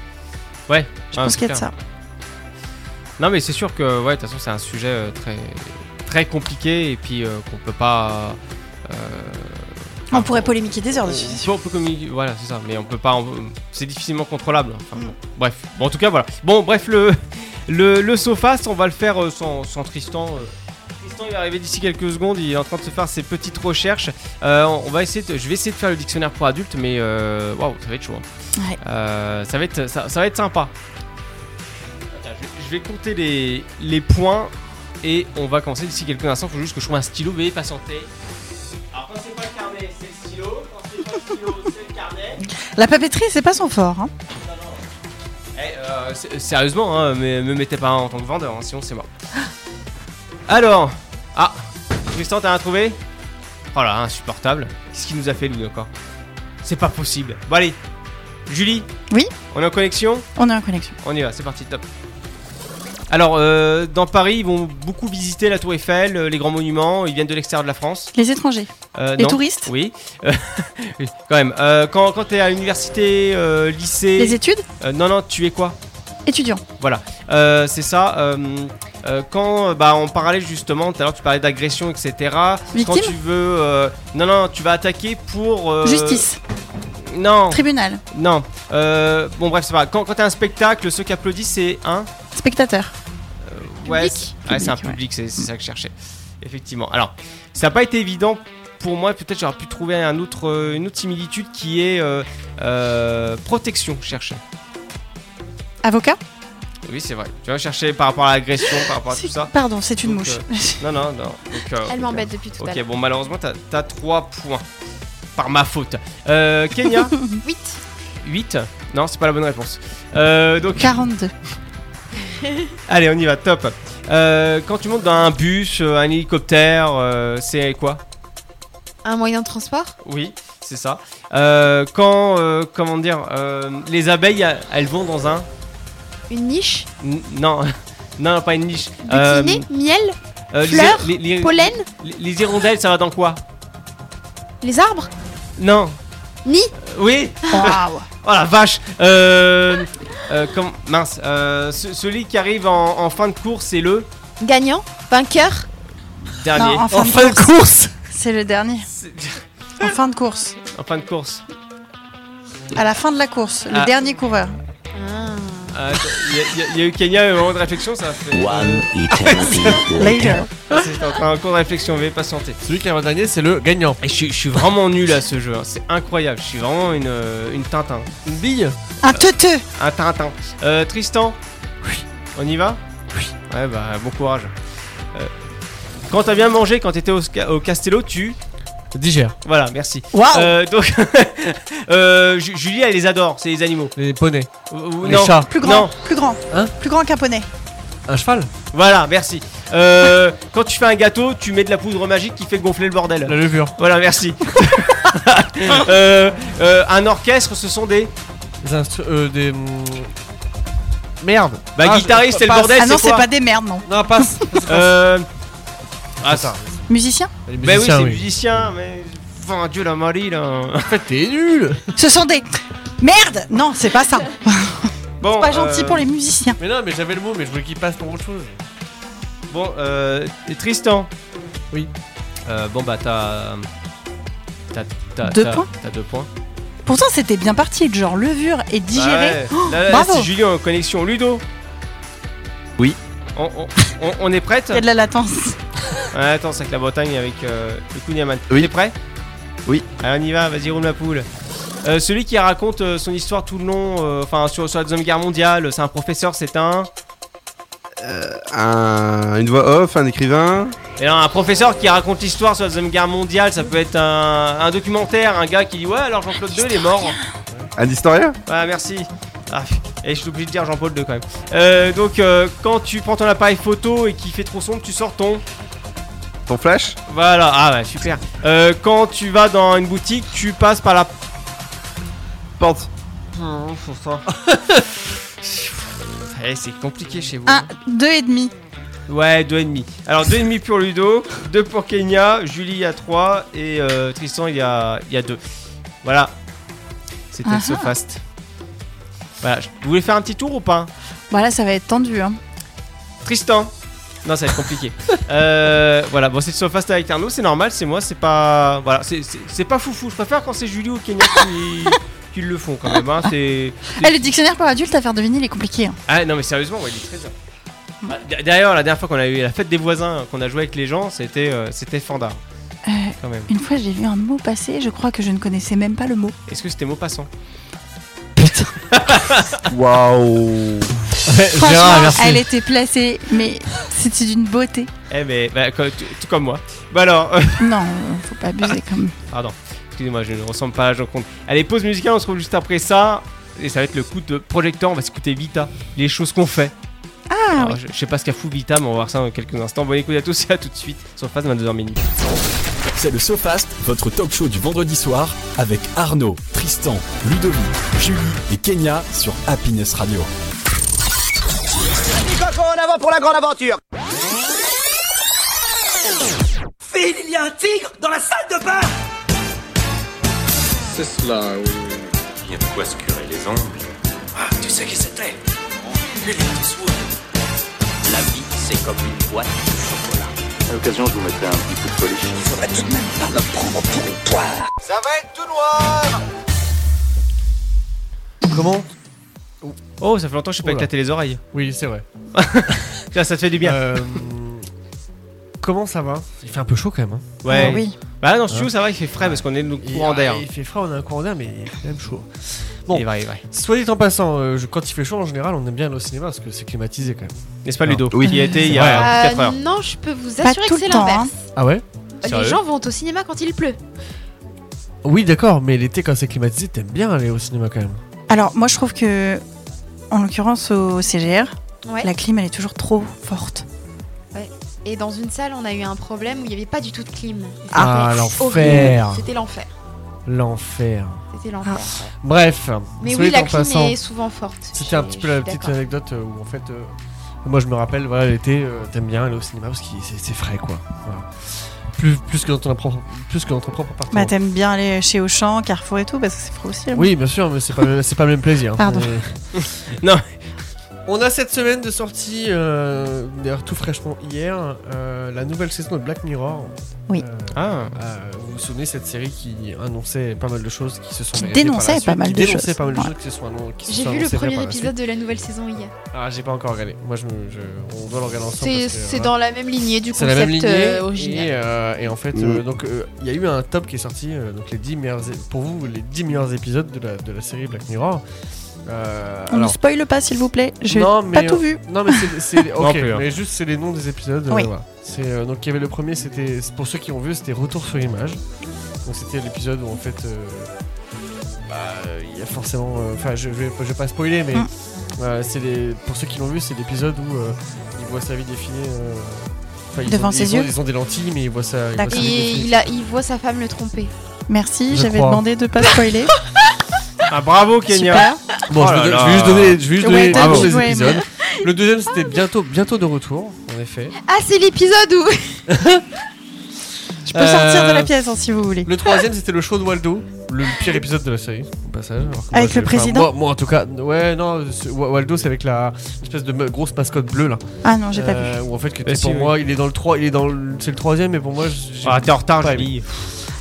Speaker 2: Ouais.
Speaker 4: Je pense qu'il y a de ça.
Speaker 2: Ah, Non, mais c'est sûr que, ouais, de toute façon, c'est un sujet euh, très, très compliqué et puis euh, qu'on peut pas. euh,
Speaker 4: On pourrait polémiquer des heures dessus.
Speaker 2: on peut communiquer- voilà, c'est ça, mais on peut pas. on- C'est difficilement contrôlable. Enfin, bon, bref, bon, en tout cas, voilà. Bon, bref, le, le, le SoFast, on va le faire euh, sans, sans Tristan. euh, Tristan, il va arriver d'ici quelques secondes, il est en train de se faire ses petites recherches. Euh, on va essayer de- je vais essayer de faire le dictionnaire pour adultes, mais euh, waouh, ça va être chaud. hein.
Speaker 4: Ouais.
Speaker 2: Euh, ça, va être, ça, ça va être sympa. Attends, je, je vais compter les, les points et on va commencer d'ici quelques instants. Faut juste que je trouve un stylo, veuillez patienter. Alors, quand c'est pas le carnet, c'est le stylo. Quand c'est pas le stylo, c'est le carnet.
Speaker 4: La papeterie, c'est pas son fort. hein.
Speaker 2: Eh, euh, s- sérieusement, hein, mais me mettez pas en tant que vendeur, hein, sinon c'est mort. Alors, ah, Tristan, t'as rien trouvé Oh là, insupportable. Qu'est-ce qu'il nous a fait, lui, encore C'est pas possible. Bon, allez, Julie
Speaker 4: Oui
Speaker 2: On est en connexion
Speaker 4: On est en connexion.
Speaker 2: On y va, c'est parti, top. Alors, euh, dans Paris, ils vont beaucoup visiter la Tour Eiffel, euh, les grands monuments, ils viennent de l'extérieur de la France.
Speaker 4: Les étrangers.
Speaker 2: Euh,
Speaker 4: les
Speaker 2: non.
Speaker 4: touristes.
Speaker 2: Oui. Oui, quand même. Euh, quand quand t'es à l'université, euh, lycée.
Speaker 4: Les études
Speaker 2: Euh, Non, non, tu es quoi
Speaker 4: Étudiants.
Speaker 2: voilà, Euh, c'est ça. euh, euh, quand euh, bah, on parlait justement, tout à l'heure tu parlais d'agression, etc.
Speaker 4: Victime
Speaker 2: Quand tu veux... euh, non, non, tu vas attaquer pour... euh,
Speaker 4: Justice.
Speaker 2: Non.
Speaker 4: Tribunal.
Speaker 2: Non. Euh, bon bref, c'est pas grave. Quand, quand t'as un spectacle, ceux qui applaudissent, c'est un...
Speaker 4: Spectateurs.
Speaker 2: Ouais,
Speaker 4: Public.
Speaker 2: c'est- ouais, c'est un
Speaker 4: Public, ouais.
Speaker 2: public, c'est c'est ça que je cherchais. Effectivement. Alors, ça n'a pas été évident pour moi. Peut-être j'aurais pu trouver un autre, euh, une autre similitude qui est euh, euh, protection, je cherchais.
Speaker 4: Avocats
Speaker 2: Oui, c'est vrai. Tu vas chercher par rapport à l'agression, par rapport à tout ça.
Speaker 4: Pardon, c'est une
Speaker 2: Donc,
Speaker 4: mouche.
Speaker 2: euh, non, non, non. Donc,
Speaker 7: Ah,
Speaker 2: euh,
Speaker 5: Elle
Speaker 2: ok.
Speaker 5: m'embête depuis tout à
Speaker 2: Ok,
Speaker 5: l'heure.
Speaker 2: bon, malheureusement, t'as- t'as 3 points. Par ma faute. Euh, Kenya
Speaker 5: 8.
Speaker 2: 8 Non, c'est pas la bonne réponse. Euh, donc...
Speaker 4: 42.
Speaker 2: Allez, on y va, top. Euh, quand tu montes dans un bus, euh, un hélicoptère, euh, c'est quoi
Speaker 5: Un moyen de transport
Speaker 2: Oui, c'est ça. Euh, quand, euh, comment dire, euh, les abeilles, euh, elles vont dans un...
Speaker 5: Une niche
Speaker 2: N- non, non, pas une niche. Euh,
Speaker 5: Butiné Miel
Speaker 2: euh, les-
Speaker 5: Fleurs
Speaker 2: les- les-
Speaker 5: Pollen
Speaker 2: les- les hirondelles, ça va dans quoi
Speaker 5: Les arbres
Speaker 2: Non,
Speaker 5: Ni
Speaker 2: Oui
Speaker 4: Ah.
Speaker 5: Waouh.
Speaker 2: Oh la vache euh, euh, comme- Mince, euh, ce- celui qui arrive en, en fin de course, c'est le
Speaker 5: Gagnant Vainqueur
Speaker 2: dernier.
Speaker 4: Non, en fin de En fin de course. course. C'est le dernier. En fin de course.
Speaker 2: En fin de course.
Speaker 4: À la fin de la course, le
Speaker 2: Ah.
Speaker 4: dernier coureur.
Speaker 5: Euh,
Speaker 2: Ah, attends, Il y a- il y, a- il y a eu Kenya, un moment de réflexion, ça a fait. One
Speaker 7: eternity later.
Speaker 2: J'étais Ah, en train un cours de réflexion, vais patienter.
Speaker 7: Celui qui est en dernier, c'est le gagnant.
Speaker 2: Et je, suis- je suis vraiment nul à ce jeu, hein, c'est incroyable, je suis vraiment une, euh, une tintin. Une bille
Speaker 4: Un teuteux
Speaker 2: Un tintin. Euh, Tristan Oui. On y va Oui. Ouais, bah, bon courage. Euh, quand t'as bien mangé, quand t'étais au, sca- au Castello, tu
Speaker 7: Digère.
Speaker 2: Voilà, merci.
Speaker 7: Waouh
Speaker 2: Euh, donc, euh, Ju- Julie, elle les adore, c'est les animaux.
Speaker 7: Les poneys.
Speaker 4: Les
Speaker 2: non.
Speaker 7: chats.
Speaker 4: Plus grand,
Speaker 2: Non. Hein
Speaker 4: plus grand. plus grand qu'un poney.
Speaker 7: Un cheval
Speaker 2: Voilà, merci. Euh, quand tu fais un gâteau, tu mets de la poudre magique qui fait gonfler le bordel.
Speaker 7: La levure.
Speaker 2: Voilà, merci. Euh, euh, un orchestre, ce sont des.
Speaker 7: Des instru- euh, des. mm, Merde.
Speaker 2: Bah,
Speaker 7: Ah,
Speaker 2: guitariste,
Speaker 7: je-
Speaker 2: c'est le
Speaker 7: passe.
Speaker 2: bordel,
Speaker 4: Ah non, c'est
Speaker 2: quoi
Speaker 4: pas des merdes, non.
Speaker 7: Non, passe.
Speaker 2: Euh. Ah, ça.
Speaker 4: Musicien
Speaker 7: Les
Speaker 2: Bah oui,
Speaker 7: musiciens,
Speaker 2: c'est
Speaker 7: oui.
Speaker 2: musicien, mais. Enfin, Dieu la Marie, là.
Speaker 7: En fait, t'es nul.
Speaker 4: Ce sont des. Merde Non, c'est pas ça.
Speaker 2: Bon,
Speaker 4: Pas gentil
Speaker 2: euh,
Speaker 4: pour les musiciens.
Speaker 7: Mais non, mais j'avais le mot, mais je voulais qu'il passe pour autre chose.
Speaker 2: Bon, euh. Tristan.
Speaker 7: Oui.
Speaker 2: Euh, bon, bah, t'as. T'as. t'as-
Speaker 4: Deux
Speaker 2: t'as-
Speaker 4: points.
Speaker 2: T'as deux points.
Speaker 4: Pourtant, c'était bien parti, genre levure et digérer.
Speaker 2: Ouais. Là, là,
Speaker 4: bravo.
Speaker 2: C'est Julie en connexion. Ludo
Speaker 3: Oui.
Speaker 2: On, on- on- on est prête
Speaker 4: Il y a de la latence.
Speaker 2: Ouais, Attends, c'est avec la Bretagne et avec euh, le Kunyaman.
Speaker 3: Oui.
Speaker 2: T'es prêt
Speaker 3: Oui.
Speaker 2: Allez, on y va, vas-y, roule ma poule. Euh, celui qui raconte euh, son histoire tout le long, euh, enfin sur, sur la Deuxième Guerre mondiale, c'est un professeur, c'est un.
Speaker 3: Un- une voix off, un écrivain.
Speaker 2: Et non, un professeur qui raconte l'histoire sur la Deuxième Guerre mondiale, ça peut être un, un documentaire, un gars qui dit Ouais, alors Jean-Claude II, il est mort.
Speaker 3: Un historien
Speaker 2: Voilà, merci. Ah, et je suis obligé de dire Jean-Paul II quand même. Euh, donc, euh, quand tu prends ton appareil photo et qu'il fait trop sombre, tu sors ton.
Speaker 3: Ton flash
Speaker 2: Voilà, ah ouais, super. Euh, quand tu vas dans une boutique, tu passes par la.
Speaker 3: Porte.
Speaker 2: Eh, c'est compliqué chez vous.
Speaker 4: Un, deux et demi.
Speaker 2: Ouais, deux et demi. Alors deux et demi pour Ludo, deux pour Kenya, Julie à 3 et euh, Tristan il y a il y a deux. Voilà. C'était
Speaker 4: Ah
Speaker 2: le SoFast. Voilà, je- vous voulez faire un petit tour ou pas
Speaker 4: Voilà, ça va être tendu. Hein.
Speaker 2: Tristan. Non, ça va être compliqué. Euh, voilà, bon, c'est le SoFast avec Arnaud, c'est normal, c'est moi, c'est pas voilà, c'est- c'est c'est pas foufou. Je préfère quand c'est Julie ou Kenya qui qui le font quand même hein, c'est
Speaker 4: Eh, le dictionnaire pour adultes à faire deviner, il est compliqué. hein.
Speaker 2: Ah non mais sérieusement, ouais, il est très bien. Ah, d- D'ailleurs, la dernière fois qu'on a eu la fête des voisins, qu'on a joué avec les gens, c'était euh, c'était Fandar.
Speaker 4: Euh,
Speaker 2: Quand même.
Speaker 4: Une fois, j'ai vu un mot passer, je crois que je ne connaissais même pas le mot.
Speaker 2: Est-ce que c'était mot passant
Speaker 3: Waouh
Speaker 2: Euh,
Speaker 4: Franchement,
Speaker 7: Gérard, merci.
Speaker 4: elle était placée, mais c'était d'une beauté.
Speaker 2: Eh mais bah, co- tout, tout comme moi. Bah alors, euh,
Speaker 4: Non, euh, faut pas abuser quand même.
Speaker 2: pardon. Excusez-moi, je ne ressemble pas à Jean Comte. Allez, pause musicale, on se retrouve juste après ça. Et ça va être le coup de projecteur, on va s'écouter Vita, les choses qu'on fait.
Speaker 4: Ah
Speaker 2: Alors, je, je sais pas ce qu'a fou Vita, mais on va voir ça dans quelques instants. Bon écoute à tous et à tout de suite sur Phase 22h minutes.
Speaker 1: C'est le SoFast, votre talk show du vendredi soir avec Arnaud, Tristan, Ludovic, Julie et Kenya sur Happiness Radio.
Speaker 6: en avant pour la grande aventure Phil, il y a un tigre dans la salle de bain
Speaker 11: C'est cela, oui. Il y a de quoi se curer les ongles.
Speaker 6: Ah, tu sais qui c'était La vie, c'est comme une boîte de chocolat.
Speaker 11: À l'occasion, je vous mettrai un petit coup de polish.
Speaker 6: Il faudrait tout de même pas la prendre pour une poire. Ça va être tout noir
Speaker 7: Comment
Speaker 2: Oh, ça fait longtemps que je sais pas
Speaker 7: Oula.
Speaker 2: éclater les oreilles.
Speaker 7: Oui, c'est vrai.
Speaker 2: Là, ça te fait du bien.
Speaker 7: Euh, Comment ça va Il fait un peu chaud quand même. hein.
Speaker 2: ouais.
Speaker 4: Ah oui.
Speaker 2: Bah dans le studio, ça va, il fait frais parce qu'on est dans le
Speaker 7: Il-
Speaker 2: courant
Speaker 7: ah,
Speaker 2: d'air.
Speaker 7: Il fait froid, on a un courant d'air, mais il fait quand même chaud. bon.
Speaker 2: Il va, il va.
Speaker 7: Soit dit en passant, euh, je- quand il fait chaud en général, on aime bien aller au cinéma parce que c'est climatisé quand même.
Speaker 2: N'est-ce pas
Speaker 7: Non.
Speaker 2: Ludo
Speaker 3: Oui.
Speaker 2: Qui a été il y
Speaker 7: Ouais.
Speaker 2: a
Speaker 5: Euh,
Speaker 2: 4 heures.
Speaker 5: non, je peux vous
Speaker 4: Pas
Speaker 5: assurer
Speaker 4: tout
Speaker 5: que c'est
Speaker 4: le temps,
Speaker 5: l'inverse. Euh,
Speaker 7: Ah ouais
Speaker 5: Les
Speaker 2: Sérieux
Speaker 5: gens vont au cinéma quand il pleut.
Speaker 7: Oui, d'accord, mais l'été quand c'est climatisé, t'aimes bien aller au cinéma quand même.
Speaker 4: Alors, moi, je trouve que, en l'occurrence, au CGR,
Speaker 5: Ouais.
Speaker 4: la clim, elle est toujours trop forte.
Speaker 5: Et dans une salle, on a eu un problème où il n'y avait pas du tout de clim. Et c'était
Speaker 7: Ah,
Speaker 5: horrible.
Speaker 7: l'enfer.
Speaker 5: C'était l'enfer.
Speaker 7: L'enfer.
Speaker 5: C'était l'enfer.
Speaker 7: Bref,
Speaker 5: Mais
Speaker 7: soit
Speaker 5: oui,
Speaker 7: dit
Speaker 5: la
Speaker 7: en
Speaker 5: clim
Speaker 7: passant,
Speaker 5: est souvent forte.
Speaker 7: c'était un
Speaker 5: Je-
Speaker 7: petit
Speaker 5: je
Speaker 7: peu la
Speaker 5: suis
Speaker 7: petite
Speaker 5: d'accord.
Speaker 7: anecdote euh, où en fait, euh, moi je me rappelle, voilà, l'été, euh, t'aimes bien aller au cinéma parce que c'est c'est frais quoi. Voilà. Plus, plus, que dans ton, appro- plus que dans ton propre appartement.
Speaker 4: Bah, t'aimes bien aller chez Auchan, Carrefour et tout, parce que c'est froid aussi. hein. là.
Speaker 7: Oui, bien sûr, mais c'est pas, c'est pas le même plaisir.
Speaker 4: Pardon.
Speaker 7: Euh,
Speaker 2: Non.
Speaker 7: On a cette semaine de sortie, euh, d'ailleurs tout fraîchement hier, euh, la nouvelle saison de Black Mirror.
Speaker 4: Oui.
Speaker 7: Euh,
Speaker 2: Ah.
Speaker 7: euh, vous vous souvenez cette série qui annonçait pas mal de choses qui se sont
Speaker 4: Qui
Speaker 7: réalisées par la
Speaker 4: dénonçait
Speaker 7: suite,
Speaker 4: pas mal
Speaker 7: qui
Speaker 4: de
Speaker 7: dénonçait
Speaker 4: choses.
Speaker 7: pas mal de
Speaker 4: Ouais.
Speaker 7: choses qui se sont annon- qui se
Speaker 5: J'ai
Speaker 7: sont
Speaker 5: vu le
Speaker 7: annoncées vraies
Speaker 5: premier
Speaker 7: par la
Speaker 5: épisode de la nouvelle saison hier.
Speaker 7: suite. Ah, j'ai pas encore regardé. Moi, je, me- je- on doit le regarder ensemble.
Speaker 5: C'est
Speaker 7: parce que, euh,
Speaker 5: c'est
Speaker 7: voilà.
Speaker 5: dans la même lignée du
Speaker 7: C'est la même
Speaker 5: concept
Speaker 7: lignée.
Speaker 5: euh, original.
Speaker 7: et, euh, et en fait, euh, donc euh, il y a eu un top qui est sorti, euh, donc les 10 meilleurs, é- pour vous, les 10 meilleurs épisodes de la, de la série Black Mirror. Euh,
Speaker 4: On ne
Speaker 7: alors,
Speaker 4: spoile pas, s'il vous plaît. J'ai
Speaker 7: Non,
Speaker 4: pas
Speaker 7: mais-
Speaker 4: tout vu.
Speaker 7: non mais c'est, c'est-
Speaker 2: Non
Speaker 7: ok,
Speaker 2: plus, hein.
Speaker 7: mais juste c'est les noms des épisodes. euh,
Speaker 4: Oui.
Speaker 7: voilà. C'est euh, donc il y avait le premier, c'était pour ceux qui ont vu, c'était Retour sur image. Donc c'était l'épisode où en fait, euh, bah, il y a forcément, euh, enfin je, je vais, je vais pas spoiler, mais
Speaker 4: Mm.
Speaker 7: euh, c'est les, pour ceux qui l'ont vu, c'est l'épisode où euh, il voit sa vie défiler. euh, enfin, ils
Speaker 4: Devant
Speaker 7: ont-
Speaker 4: ses
Speaker 7: ils ont-
Speaker 4: yeux
Speaker 7: Ils ont des lentilles, mais il voit ça.
Speaker 4: D'accord.
Speaker 5: Et il, a- il voit sa femme le tromper.
Speaker 4: Merci,
Speaker 7: Je
Speaker 4: j'avais
Speaker 7: crois.
Speaker 4: demandé de pas spoiler.
Speaker 2: Ah, bravo Kenya.
Speaker 7: Bon,
Speaker 2: Oh
Speaker 7: je,
Speaker 2: là
Speaker 7: vais,
Speaker 2: là.
Speaker 7: je vais juste donner, je vais juste
Speaker 2: Ouais,
Speaker 4: Ah
Speaker 7: donner
Speaker 2: t'as
Speaker 7: les
Speaker 2: dit,
Speaker 7: deux
Speaker 2: ouais,
Speaker 7: épisodes.
Speaker 2: mais-
Speaker 7: Le deuxième, c'était bientôt, bientôt de retour, en effet.
Speaker 5: Ah, c'est l'épisode où.
Speaker 7: Je
Speaker 4: peux sortir de
Speaker 7: Euh,
Speaker 4: la pièce, hein, si vous voulez.
Speaker 7: Le troisième, c'était le show de Waldo, le pire épisode de la série, au passage. alors que
Speaker 4: Avec
Speaker 7: moi,
Speaker 4: le
Speaker 7: j'ai- enfin,
Speaker 4: président
Speaker 7: moi, moi, en tout cas, ouais, non, ce- Wa- Waldo, c'est avec la espèce de me- grosse mascotte bleue là.
Speaker 4: Ah non, j'ai pas
Speaker 7: Euh, Où en fait, que
Speaker 2: Bah,
Speaker 7: t'es-
Speaker 2: si,
Speaker 7: pour
Speaker 2: oui.
Speaker 7: moi, il est dans le 3, il est dans le- c'est le troisième, mais pour moi, j'ai-
Speaker 2: Ah, t'es en retard,
Speaker 7: pas
Speaker 2: Julie.
Speaker 7: aimé.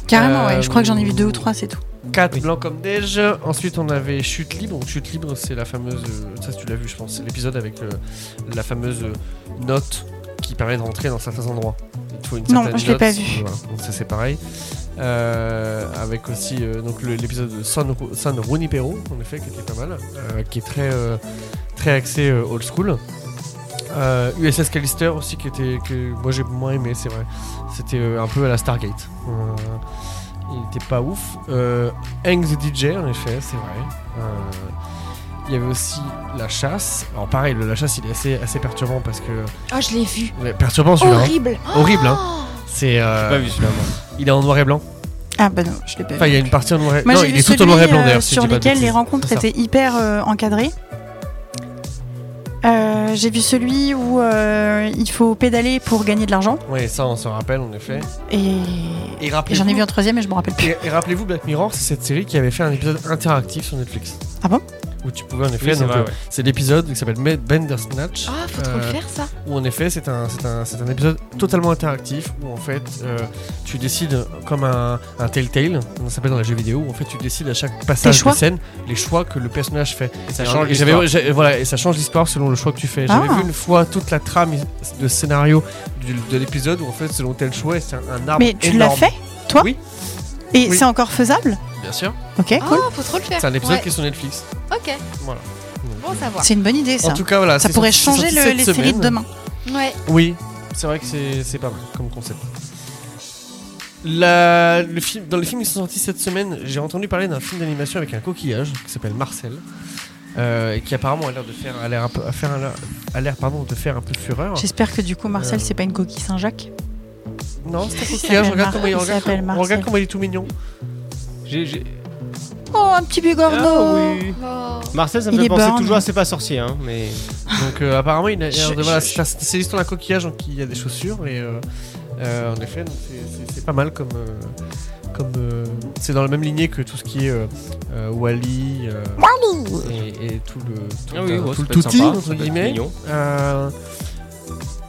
Speaker 4: Carrément,
Speaker 7: Euh,
Speaker 4: ouais. Je crois que j'en ai vu deux ou trois, c'est tout.
Speaker 7: 4 blancs comme neige. Ensuite, on avait Chute libre. Donc, Chute libre, c'est la fameuse. euh, Ça, tu l'as vu, je pense. C'est l'épisode avec le- la fameuse euh, note qui permet de rentrer dans certains endroits. Il te faut une
Speaker 4: Non,
Speaker 7: certaine
Speaker 4: je l'ai
Speaker 7: note,
Speaker 4: pas vu.
Speaker 7: voilà. Donc, ça, c'est pareil. Euh, avec aussi euh, donc le- l'épisode de San, Ru- San Runipero, en effet, qui était pas mal. euh, qui est très, euh, très axé euh, old school. Euh, USS Callister aussi qui était que moi j'ai moins aimé c'est vrai c'était euh, un peu à la Stargate Euh, il était pas ouf euh, Hang the DJ en effet c'est vrai Euh, il y avait aussi la chasse alors pareil le- la chasse il est assez, assez perturbant parce que
Speaker 5: Oh, je l'ai vu.
Speaker 7: Ouais, perturbant celui-là hein.
Speaker 5: Horrible.
Speaker 7: horrible hein. c'est euh,
Speaker 2: J'ai pas vu celui-là, moi.
Speaker 7: il est en noir et blanc
Speaker 4: Ah bah non, je l'ai pas
Speaker 7: enfin
Speaker 4: vu.
Speaker 7: il y a une partie en noir et
Speaker 4: Moi,
Speaker 7: non
Speaker 4: j'ai
Speaker 7: il
Speaker 4: vu
Speaker 7: est tout en
Speaker 4: celui,
Speaker 7: noir et blanc
Speaker 4: euh,
Speaker 7: d'ailleurs si je
Speaker 4: sur
Speaker 7: dis pas de
Speaker 4: lesquels les
Speaker 7: bêtises.
Speaker 4: rencontres
Speaker 7: C'est ça.
Speaker 4: étaient hyper euh, encadrées. Euh, j'ai vu celui où euh, il faut pédaler pour gagner de l'argent.
Speaker 7: ouais ça on se rappelle en effet
Speaker 4: Et,
Speaker 7: Et
Speaker 4: et
Speaker 7: rappelez-vous-
Speaker 4: j'en ai vu un troisième et je me rappelle plus.
Speaker 7: Et, et rappelez-vous, Black Mirror, c'est cette série qui avait fait un épisode interactif sur Netflix.
Speaker 4: Ah bon
Speaker 7: Où tu pouvais en effet.
Speaker 2: c'est
Speaker 7: donc,
Speaker 2: vrai,
Speaker 7: euh,
Speaker 2: ouais.
Speaker 7: c'est l'épisode qui s'appelle Ma- Bandersnatch.
Speaker 5: Ah, faut
Speaker 7: Euh,
Speaker 5: trop le faire, ça.
Speaker 7: Où en effet, c'est un, c'est un, c'est un épisode totalement interactif où en fait euh, tu décides, comme un, un Telltale, on s'appelle dans les jeux vidéo, où en fait tu décides à chaque passage de
Speaker 10: choix
Speaker 7: scène les choix que le personnage fait.
Speaker 10: Et ça
Speaker 7: Et
Speaker 10: change
Speaker 7: et j'avais-
Speaker 10: l'histoire.
Speaker 7: j'ai- voilà, et ça change l'histoire selon le choix que tu fais. J'avais
Speaker 10: Ah.
Speaker 7: vu une fois toute la trame de scénario du- de l'épisode où en fait, selon tel choix, c'est un, un arbre.
Speaker 4: Mais tu l'as
Speaker 7: Ah énorme.
Speaker 4: fait, toi
Speaker 7: Oui.
Speaker 4: Et
Speaker 7: Oui.
Speaker 4: c'est encore faisable
Speaker 7: Bien sûr.
Speaker 4: Ok, cool.
Speaker 5: Ah, faut trop le faire.
Speaker 7: C'est un épisode
Speaker 5: Ouais.
Speaker 7: qui est sur Netflix.
Speaker 5: Ok.
Speaker 7: Voilà.
Speaker 5: Bon, à savoir.
Speaker 4: C'est une bonne idée, ça.
Speaker 7: En tout cas, voilà.
Speaker 4: Ça
Speaker 7: c'est
Speaker 4: pourrait
Speaker 7: sorti- c'est
Speaker 4: changer
Speaker 7: sorti
Speaker 4: le-
Speaker 7: cette
Speaker 4: les séries de
Speaker 7: semaine.
Speaker 4: demain.
Speaker 5: Ouais.
Speaker 7: Oui, c'est vrai que c'est c'est pas mal comme concept. La- le film, dans les films qui sont sortis cette semaine, j'ai entendu parler d'un film d'animation avec un coquillage qui s'appelle Marcel, euh, et qui apparemment a l'air de faire, a l'air un peu, à faire, a l'air pardon de faire un peu fureur.
Speaker 4: J'espère que du coup,
Speaker 7: Euh,
Speaker 4: Marcel, c'est pas une coquille Saint-Jacques.
Speaker 7: Non, c'est un
Speaker 4: Il
Speaker 7: coquillage.
Speaker 4: s'appelle
Speaker 7: Regarde comment il
Speaker 4: Mar- il
Speaker 7: regarde,
Speaker 4: s'appelle
Speaker 7: comment-
Speaker 4: Marcel.
Speaker 7: regarde comment il est tout mignon.
Speaker 2: J'ai- Ah j'ai-
Speaker 4: Oh, un petit
Speaker 7: Ah
Speaker 4: bigorneau
Speaker 5: Oh.
Speaker 2: Marcel, ça me
Speaker 4: Il
Speaker 2: fait
Speaker 4: est
Speaker 2: penser
Speaker 4: borgne.
Speaker 2: toujours à C'est pas sorcier, hein, mais.
Speaker 7: Donc euh, apparemment, il a l'air
Speaker 2: Je-
Speaker 7: de- voilà,
Speaker 2: je-
Speaker 7: c'est c'est l'histoire d'un coquillage donc il y a des chaussures et euh, euh, en effet, donc, c'est- c'est- c'est pas mal comme euh, comme euh, c'est dans la même lignée que tout ce qui est euh, euh, Wally, euh, et, et tout le tout,
Speaker 2: Ah oui,
Speaker 7: euh,
Speaker 2: ouais,
Speaker 7: tout
Speaker 2: ça
Speaker 7: le
Speaker 2: peut être
Speaker 7: touti,
Speaker 2: sympa, ça
Speaker 7: entre
Speaker 2: peut être
Speaker 7: guillemets.
Speaker 2: mignon.
Speaker 7: Euh,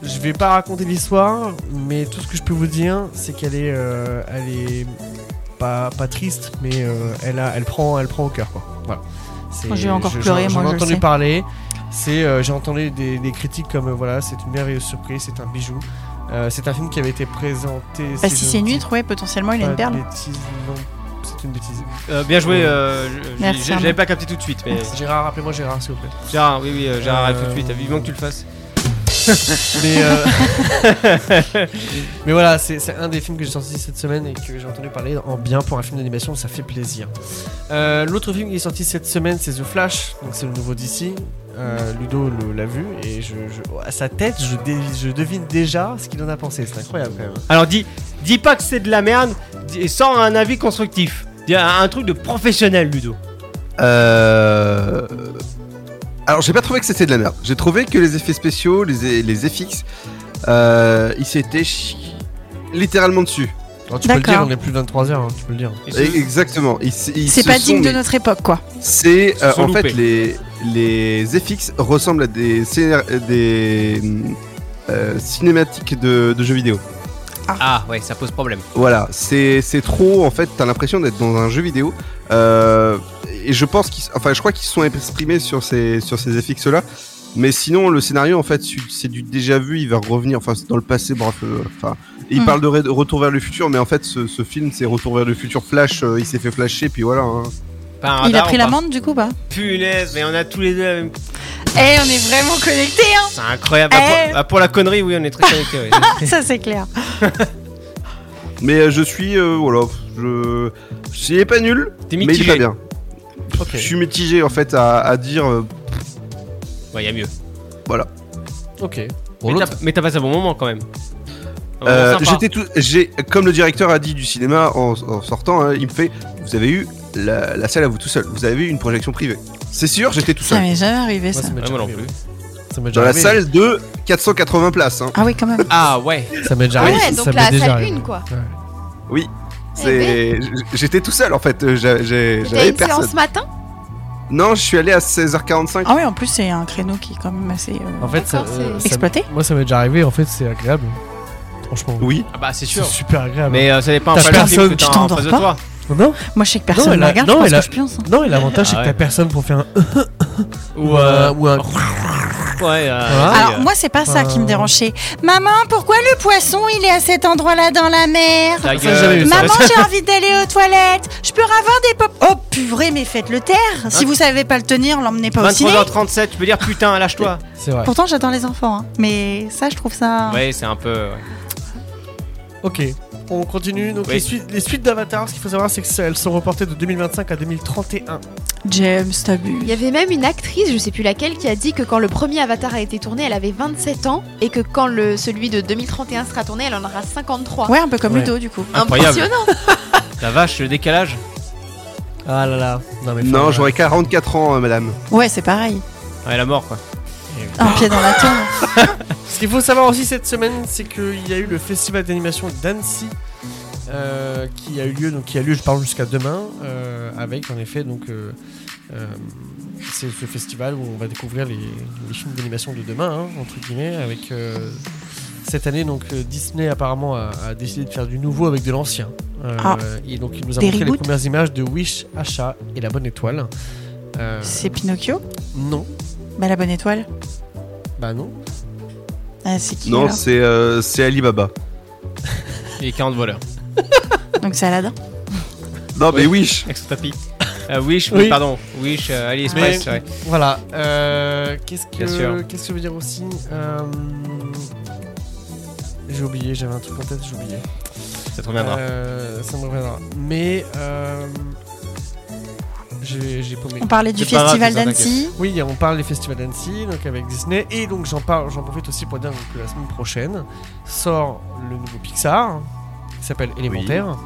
Speaker 7: je vais pas raconter l'histoire, mais tout ce que je peux vous dire, c'est qu'elle est, euh, elle est pas, pas triste, mais euh, elle, a, elle, prend, elle prend au cœur. Quoi. Voilà. C'est-
Speaker 4: Moi, j'ai encore
Speaker 7: je-
Speaker 4: pleuré,
Speaker 7: j'en-
Speaker 4: moi,
Speaker 7: J'en ai
Speaker 4: je le
Speaker 7: entendu
Speaker 4: sais.
Speaker 7: parler. C'est, euh, j'ai entendu des, des critiques comme euh, voilà, c'est une merveilleuse surprise, c'est un bijou. Euh, c'est un film qui avait été présenté.
Speaker 4: Bah, si
Speaker 7: je
Speaker 4: c'est
Speaker 7: ne
Speaker 4: une
Speaker 7: dis
Speaker 4: huître, ouais, potentiellement, il a
Speaker 7: pas
Speaker 4: une
Speaker 7: de
Speaker 4: perle.
Speaker 7: bêtises, non, c'est une bêtise.
Speaker 2: Euh, bien joué, euh, je- j'ai-
Speaker 4: Merci,
Speaker 2: j'avais
Speaker 4: Arnaud.
Speaker 2: pas capté tout de suite, mais.
Speaker 7: Gérard, rappelez-moi Gérard, s'il vous plaît.
Speaker 2: Gérard, oui, oui, euh, Gérard, arrive tout de
Speaker 7: Euh,
Speaker 2: suite, vivement que tu le fasses.
Speaker 7: Mais, euh, mais voilà, c'est c'est un des films que j'ai sorti cette semaine et que j'ai entendu parler en bien pour un film d'animation, ça fait plaisir. Euh, L'autre film qui est sorti cette semaine, c'est The Flash, donc c'est le nouveau DC. Euh, Ludo le- l'a vu et je, je- à sa tête, je, dé- je devine déjà ce qu'il en a pensé. C'est incroyable quand même.
Speaker 2: Alors dis, dis pas que c'est de la merde, dis- sors un avis constructif. Dis un, un truc de professionnel, Ludo.
Speaker 3: Euh... Alors, j'ai pas trouvé que c'était de la merde. J'ai trouvé que les effets spéciaux, les, les FX, euh, ils s'étaient chi- littéralement dessus.
Speaker 7: Alors, tu peux le dire, on est plus de 23h, tu peux le dire.
Speaker 3: Et- Exactement. Ils se- ils
Speaker 4: C'est
Speaker 3: se
Speaker 4: pas
Speaker 3: sont
Speaker 4: digne de
Speaker 3: mis-
Speaker 4: notre époque, quoi.
Speaker 3: C'est
Speaker 4: se
Speaker 3: euh,
Speaker 4: sont
Speaker 3: en fait
Speaker 4: loupés.
Speaker 3: les les FX ressemblent à des scénar- des euh, cinématiques de, de jeux vidéo.
Speaker 2: Ah. ouais, ça pose problème.
Speaker 3: Voilà, c'est c'est trop en fait. T'as l'impression d'être dans un jeu vidéo. Euh, et je pense qu'ils, enfin, je crois qu'ils se sont exprimés sur ces sur ces FX là. Mais sinon, le scénario en fait, c'est- c'est du déjà vu. Il va revenir, enfin, c'est dans le passé. Bref, euh, enfin, il
Speaker 4: Hmm.
Speaker 3: parle de re- retour vers le futur, mais en fait, ce, ce film, c'est retour vers le futur. Flash, euh, il s'est fait flasher, puis voilà. hein.
Speaker 7: Ah,
Speaker 4: Il a pris l'amende, du coup, bah.
Speaker 2: Punaise, mais on a tous les deux la même.
Speaker 4: Eh, on est vraiment connectés, hein
Speaker 2: C'est incroyable. Ah,
Speaker 4: Eh.
Speaker 2: pour, ah, pour la connerie, oui, on est très connectés. ouais.
Speaker 4: Ça, c'est clair.
Speaker 3: Mais euh, je suis, euh, voilà, Je. Il est pas nul,
Speaker 2: T'es
Speaker 3: mais il est
Speaker 2: mitigé.
Speaker 3: pas bien.
Speaker 2: Ok.
Speaker 3: Je suis mitigé en fait à, à dire. euh,
Speaker 2: Ouais, y a mieux.
Speaker 3: Voilà.
Speaker 7: Ok.
Speaker 3: Bon,
Speaker 2: mais,
Speaker 3: l'autre-
Speaker 2: t'as, mais t'as passé un bon moment quand même. Un
Speaker 3: Euh,
Speaker 2: moment Oh, sympa.
Speaker 3: J'étais tout. J'ai, comme le directeur a dit du cinéma en, en sortant, hein, il me fait Vous avez eu la, la salle à vous tout seul. Vous avez eu une projection privée. C'est sûr, j'étais tout
Speaker 4: Ça
Speaker 5: Ah
Speaker 3: seul.
Speaker 4: m'est jamais arrivé
Speaker 7: Moi,
Speaker 4: ça.
Speaker 7: ça m'est déjà arrivé. Ça m'est déjà
Speaker 3: Dans la
Speaker 7: arrivé.
Speaker 3: salle de 480 places. hein.
Speaker 4: Ah oui, quand même.
Speaker 2: Ah ouais.
Speaker 7: Ça m'est déjà
Speaker 5: Ah
Speaker 7: arrivé.
Speaker 5: ouais,
Speaker 7: ça
Speaker 5: donc
Speaker 7: m'est
Speaker 5: la
Speaker 7: déjà
Speaker 5: salle
Speaker 7: arrivé.
Speaker 5: 1 quoi. Eh ben,
Speaker 3: Oui. C'est... j- J'étais tout seul en fait. J'ai- j'ai-
Speaker 5: T'as
Speaker 3: J'avais
Speaker 5: une
Speaker 3: personne.
Speaker 5: séance matin
Speaker 3: Non, je suis allé à 16h45.
Speaker 4: Ah oui, en plus, c'est un créneau qui est quand même assez. euh,
Speaker 7: En fait, ça,
Speaker 5: D'accord,
Speaker 7: euh,
Speaker 5: c'est-
Speaker 7: ça-
Speaker 4: Exploité
Speaker 7: Moi, ça m'est déjà arrivé. En fait, c'est agréable. Franchement.
Speaker 3: Oui.
Speaker 2: Ah bah c'est
Speaker 7: C'est
Speaker 2: sûr.
Speaker 7: super agréable.
Speaker 2: Mais euh, ça dépend
Speaker 7: T'as
Speaker 2: pas le film
Speaker 7: personne,
Speaker 2: que
Speaker 7: tu
Speaker 2: t'as en
Speaker 4: t'endors
Speaker 2: face de
Speaker 4: pas
Speaker 2: toi.
Speaker 7: Non.
Speaker 4: Moi, je sais que personne ne
Speaker 7: elle a-
Speaker 4: regarde,
Speaker 7: non,
Speaker 4: je pense
Speaker 7: elle a-
Speaker 4: que je pionce. hein.
Speaker 7: Non, et l'avantage, c'est
Speaker 2: Ah
Speaker 7: que
Speaker 2: ouais.
Speaker 7: t'as personne pour faire un.
Speaker 2: Ou,
Speaker 7: euh,
Speaker 2: euh,
Speaker 7: ou un.
Speaker 2: Ouais. euh,
Speaker 7: Ah.
Speaker 2: c'est,
Speaker 4: Alors,
Speaker 2: euh,
Speaker 4: moi, c'est pas ça qui me
Speaker 7: euh,
Speaker 4: dérangeait. Maman, pourquoi le poisson, il est à cet endroit-là dans la mer
Speaker 2: ta
Speaker 7: j'ai jamais
Speaker 2: gueule.
Speaker 7: vu ça.
Speaker 4: Maman, j'ai envie d'aller aux toilettes. Je peux avoir des pop. Oh purée, mais faites le taire. Si vous savez pas le tenir, l'emmenez pas au ciné.
Speaker 2: 23h37, tu peux dire putain, lâche-toi.
Speaker 7: C'est vrai.
Speaker 4: Pourtant, j'attends les enfants. hein. Mais ça, je trouve ça.
Speaker 2: Ouais, c'est un peu. ouais.
Speaker 7: Ok. On continue. Donc,
Speaker 2: Oui.
Speaker 7: les suites, les suites d'Avatar, ce qu'il faut savoir, c'est qu'elles sont reportées de 2025 à 2031.
Speaker 4: James, t'abuses.
Speaker 5: Il y avait même une actrice, je sais plus laquelle, qui a dit que quand le premier Avatar a été tourné, elle avait 27 ans et que quand le, celui de 2031 sera tourné, elle en aura 53.
Speaker 4: Ouais, un peu comme
Speaker 7: Ouais.
Speaker 4: Ludo, du coup.
Speaker 2: Incroyable.
Speaker 5: Impressionnant
Speaker 2: La vache, le décalage.
Speaker 7: Ah là là. Non, mais.
Speaker 3: Non,
Speaker 7: enfin,
Speaker 3: j'aurais 44 ans, euh, madame.
Speaker 4: Ouais, c'est pareil.
Speaker 2: Ouais, la mort quoi.
Speaker 4: Un pied dans la tombe.
Speaker 7: Ce qu'il faut savoir aussi cette semaine, c'est qu'il y a eu le festival d'animation d'Annecy. euh, qui a eu lieu donc qui a lieu je parle jusqu'à demain euh, avec en effet donc euh, euh, c'est ce festival où on va découvrir les, les films d'animation de demain hein, entre guillemets avec euh, cette année donc euh, Disney apparemment a, a décidé de faire du nouveau avec de l'ancien Euh,
Speaker 4: Ah.
Speaker 7: et donc il nous a
Speaker 4: Des
Speaker 7: montré les
Speaker 4: reboots
Speaker 7: premières images de Wish, Asha et la bonne étoile Euh,
Speaker 4: C'est Pinocchio.
Speaker 7: non
Speaker 4: Bah, la bonne étoile.
Speaker 7: bah non
Speaker 4: Ah, c'est qui
Speaker 3: Non,
Speaker 4: alors
Speaker 3: c'est, euh, c'est Alibaba.
Speaker 2: Et 40 voleurs.
Speaker 4: Donc, c'est Aladdin.
Speaker 3: Non, mais Wish.
Speaker 2: Avec son tapis. Euh, Wish,
Speaker 7: Oui.
Speaker 2: oui. pardon. Wish, euh, AliExpress,
Speaker 7: Mais-
Speaker 2: ouais.
Speaker 7: Voilà. euh, qu'est-ce que
Speaker 2: Bien sûr.
Speaker 7: qu'est-ce que je veux dire aussi Euh, J'ai oublié, j'avais un truc en tête, j'ai oublié.
Speaker 2: Ça te reviendra.
Speaker 7: Euh, ça me reviendra. Mais euh, j'ai j'ai paumé.
Speaker 4: On parlait du
Speaker 2: C'est pas grave,
Speaker 4: festival
Speaker 2: c'est ça,
Speaker 4: d'Annecy.
Speaker 7: Oui, on parle des festivals d'Annecy, donc avec Disney, et donc j'en parle, j'en profite aussi pour dire que la semaine prochaine sort le nouveau Pixar qui s'appelle Élémentaire,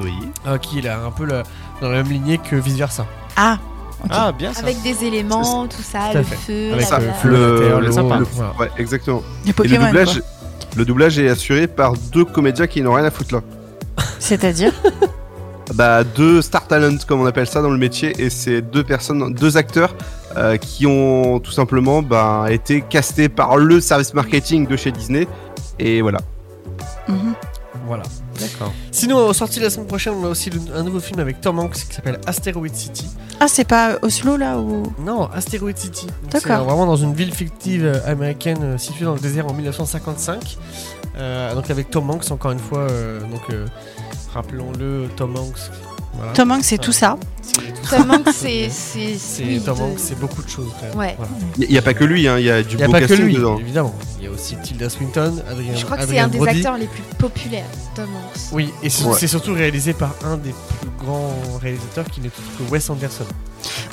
Speaker 3: Oui.
Speaker 7: euh, qui est là un peu la- dans la même lignée que vice versa.
Speaker 4: Ah,
Speaker 7: Euh,
Speaker 4: ok.
Speaker 2: Ah, bien ça.
Speaker 5: Avec des éléments, tout ça,
Speaker 7: Tout à
Speaker 5: le
Speaker 7: fait.
Speaker 5: feu,
Speaker 7: Avec
Speaker 5: la
Speaker 3: ça,
Speaker 5: la-
Speaker 3: le-
Speaker 7: le,
Speaker 2: sympa.
Speaker 7: le- voilà.
Speaker 3: Ouais, exactement.
Speaker 4: du
Speaker 3: Et le
Speaker 4: Pokémon. quoi.
Speaker 3: doublage, le doublage est assuré par deux comédiens qui n'ont rien à foutre là.
Speaker 4: C'est-à-dire
Speaker 3: Bah, deux star talents, comme on appelle ça dans le métier, et c'est deux personnes, deux acteurs euh, qui ont tout simplement bah, été castés par le service marketing de chez Disney. Et voilà.
Speaker 4: Mhm.
Speaker 7: voilà.
Speaker 2: D'accord.
Speaker 7: Sinon, sorti la semaine prochaine, on a aussi le- un nouveau film avec Tom Hanks qui s'appelle Asteroid City.
Speaker 4: Ah, c'est pas Oslo là ou
Speaker 7: Non, Asteroid City. Donc,
Speaker 4: D'accord.
Speaker 7: C'est euh, vraiment dans une ville fictive euh, américaine euh, située dans le désert en 1955. Euh, donc avec Tom Hanks encore une fois. euh, donc euh, rappelons-le, Tom Hanks. Voilà.
Speaker 4: Tom Hanks, c'est tout ça.
Speaker 7: C'est tout ça.
Speaker 5: Tom Hanks, c'est. C'est
Speaker 7: C'est
Speaker 5: oui,
Speaker 7: Tom
Speaker 5: de-
Speaker 7: Hanks, c'est beaucoup de choses. Quand même.
Speaker 5: Ouais.
Speaker 7: Voilà.
Speaker 3: Il n'y a pas que lui, hein, il y a du
Speaker 7: Il n'y a
Speaker 3: beau
Speaker 7: pas que
Speaker 3: casting
Speaker 7: lui,
Speaker 3: dedans.
Speaker 7: évidemment. Il y a aussi Tilda Swinton, Adrien.
Speaker 5: Je crois que c'est
Speaker 7: euh, Adrien
Speaker 5: un des
Speaker 7: Brody.
Speaker 5: acteurs les plus populaires, Tom Hanks.
Speaker 7: Oui, et c'est
Speaker 3: Ouais.
Speaker 7: c'est surtout réalisé par un des plus grands réalisateurs qui n'est autre que Wes Anderson.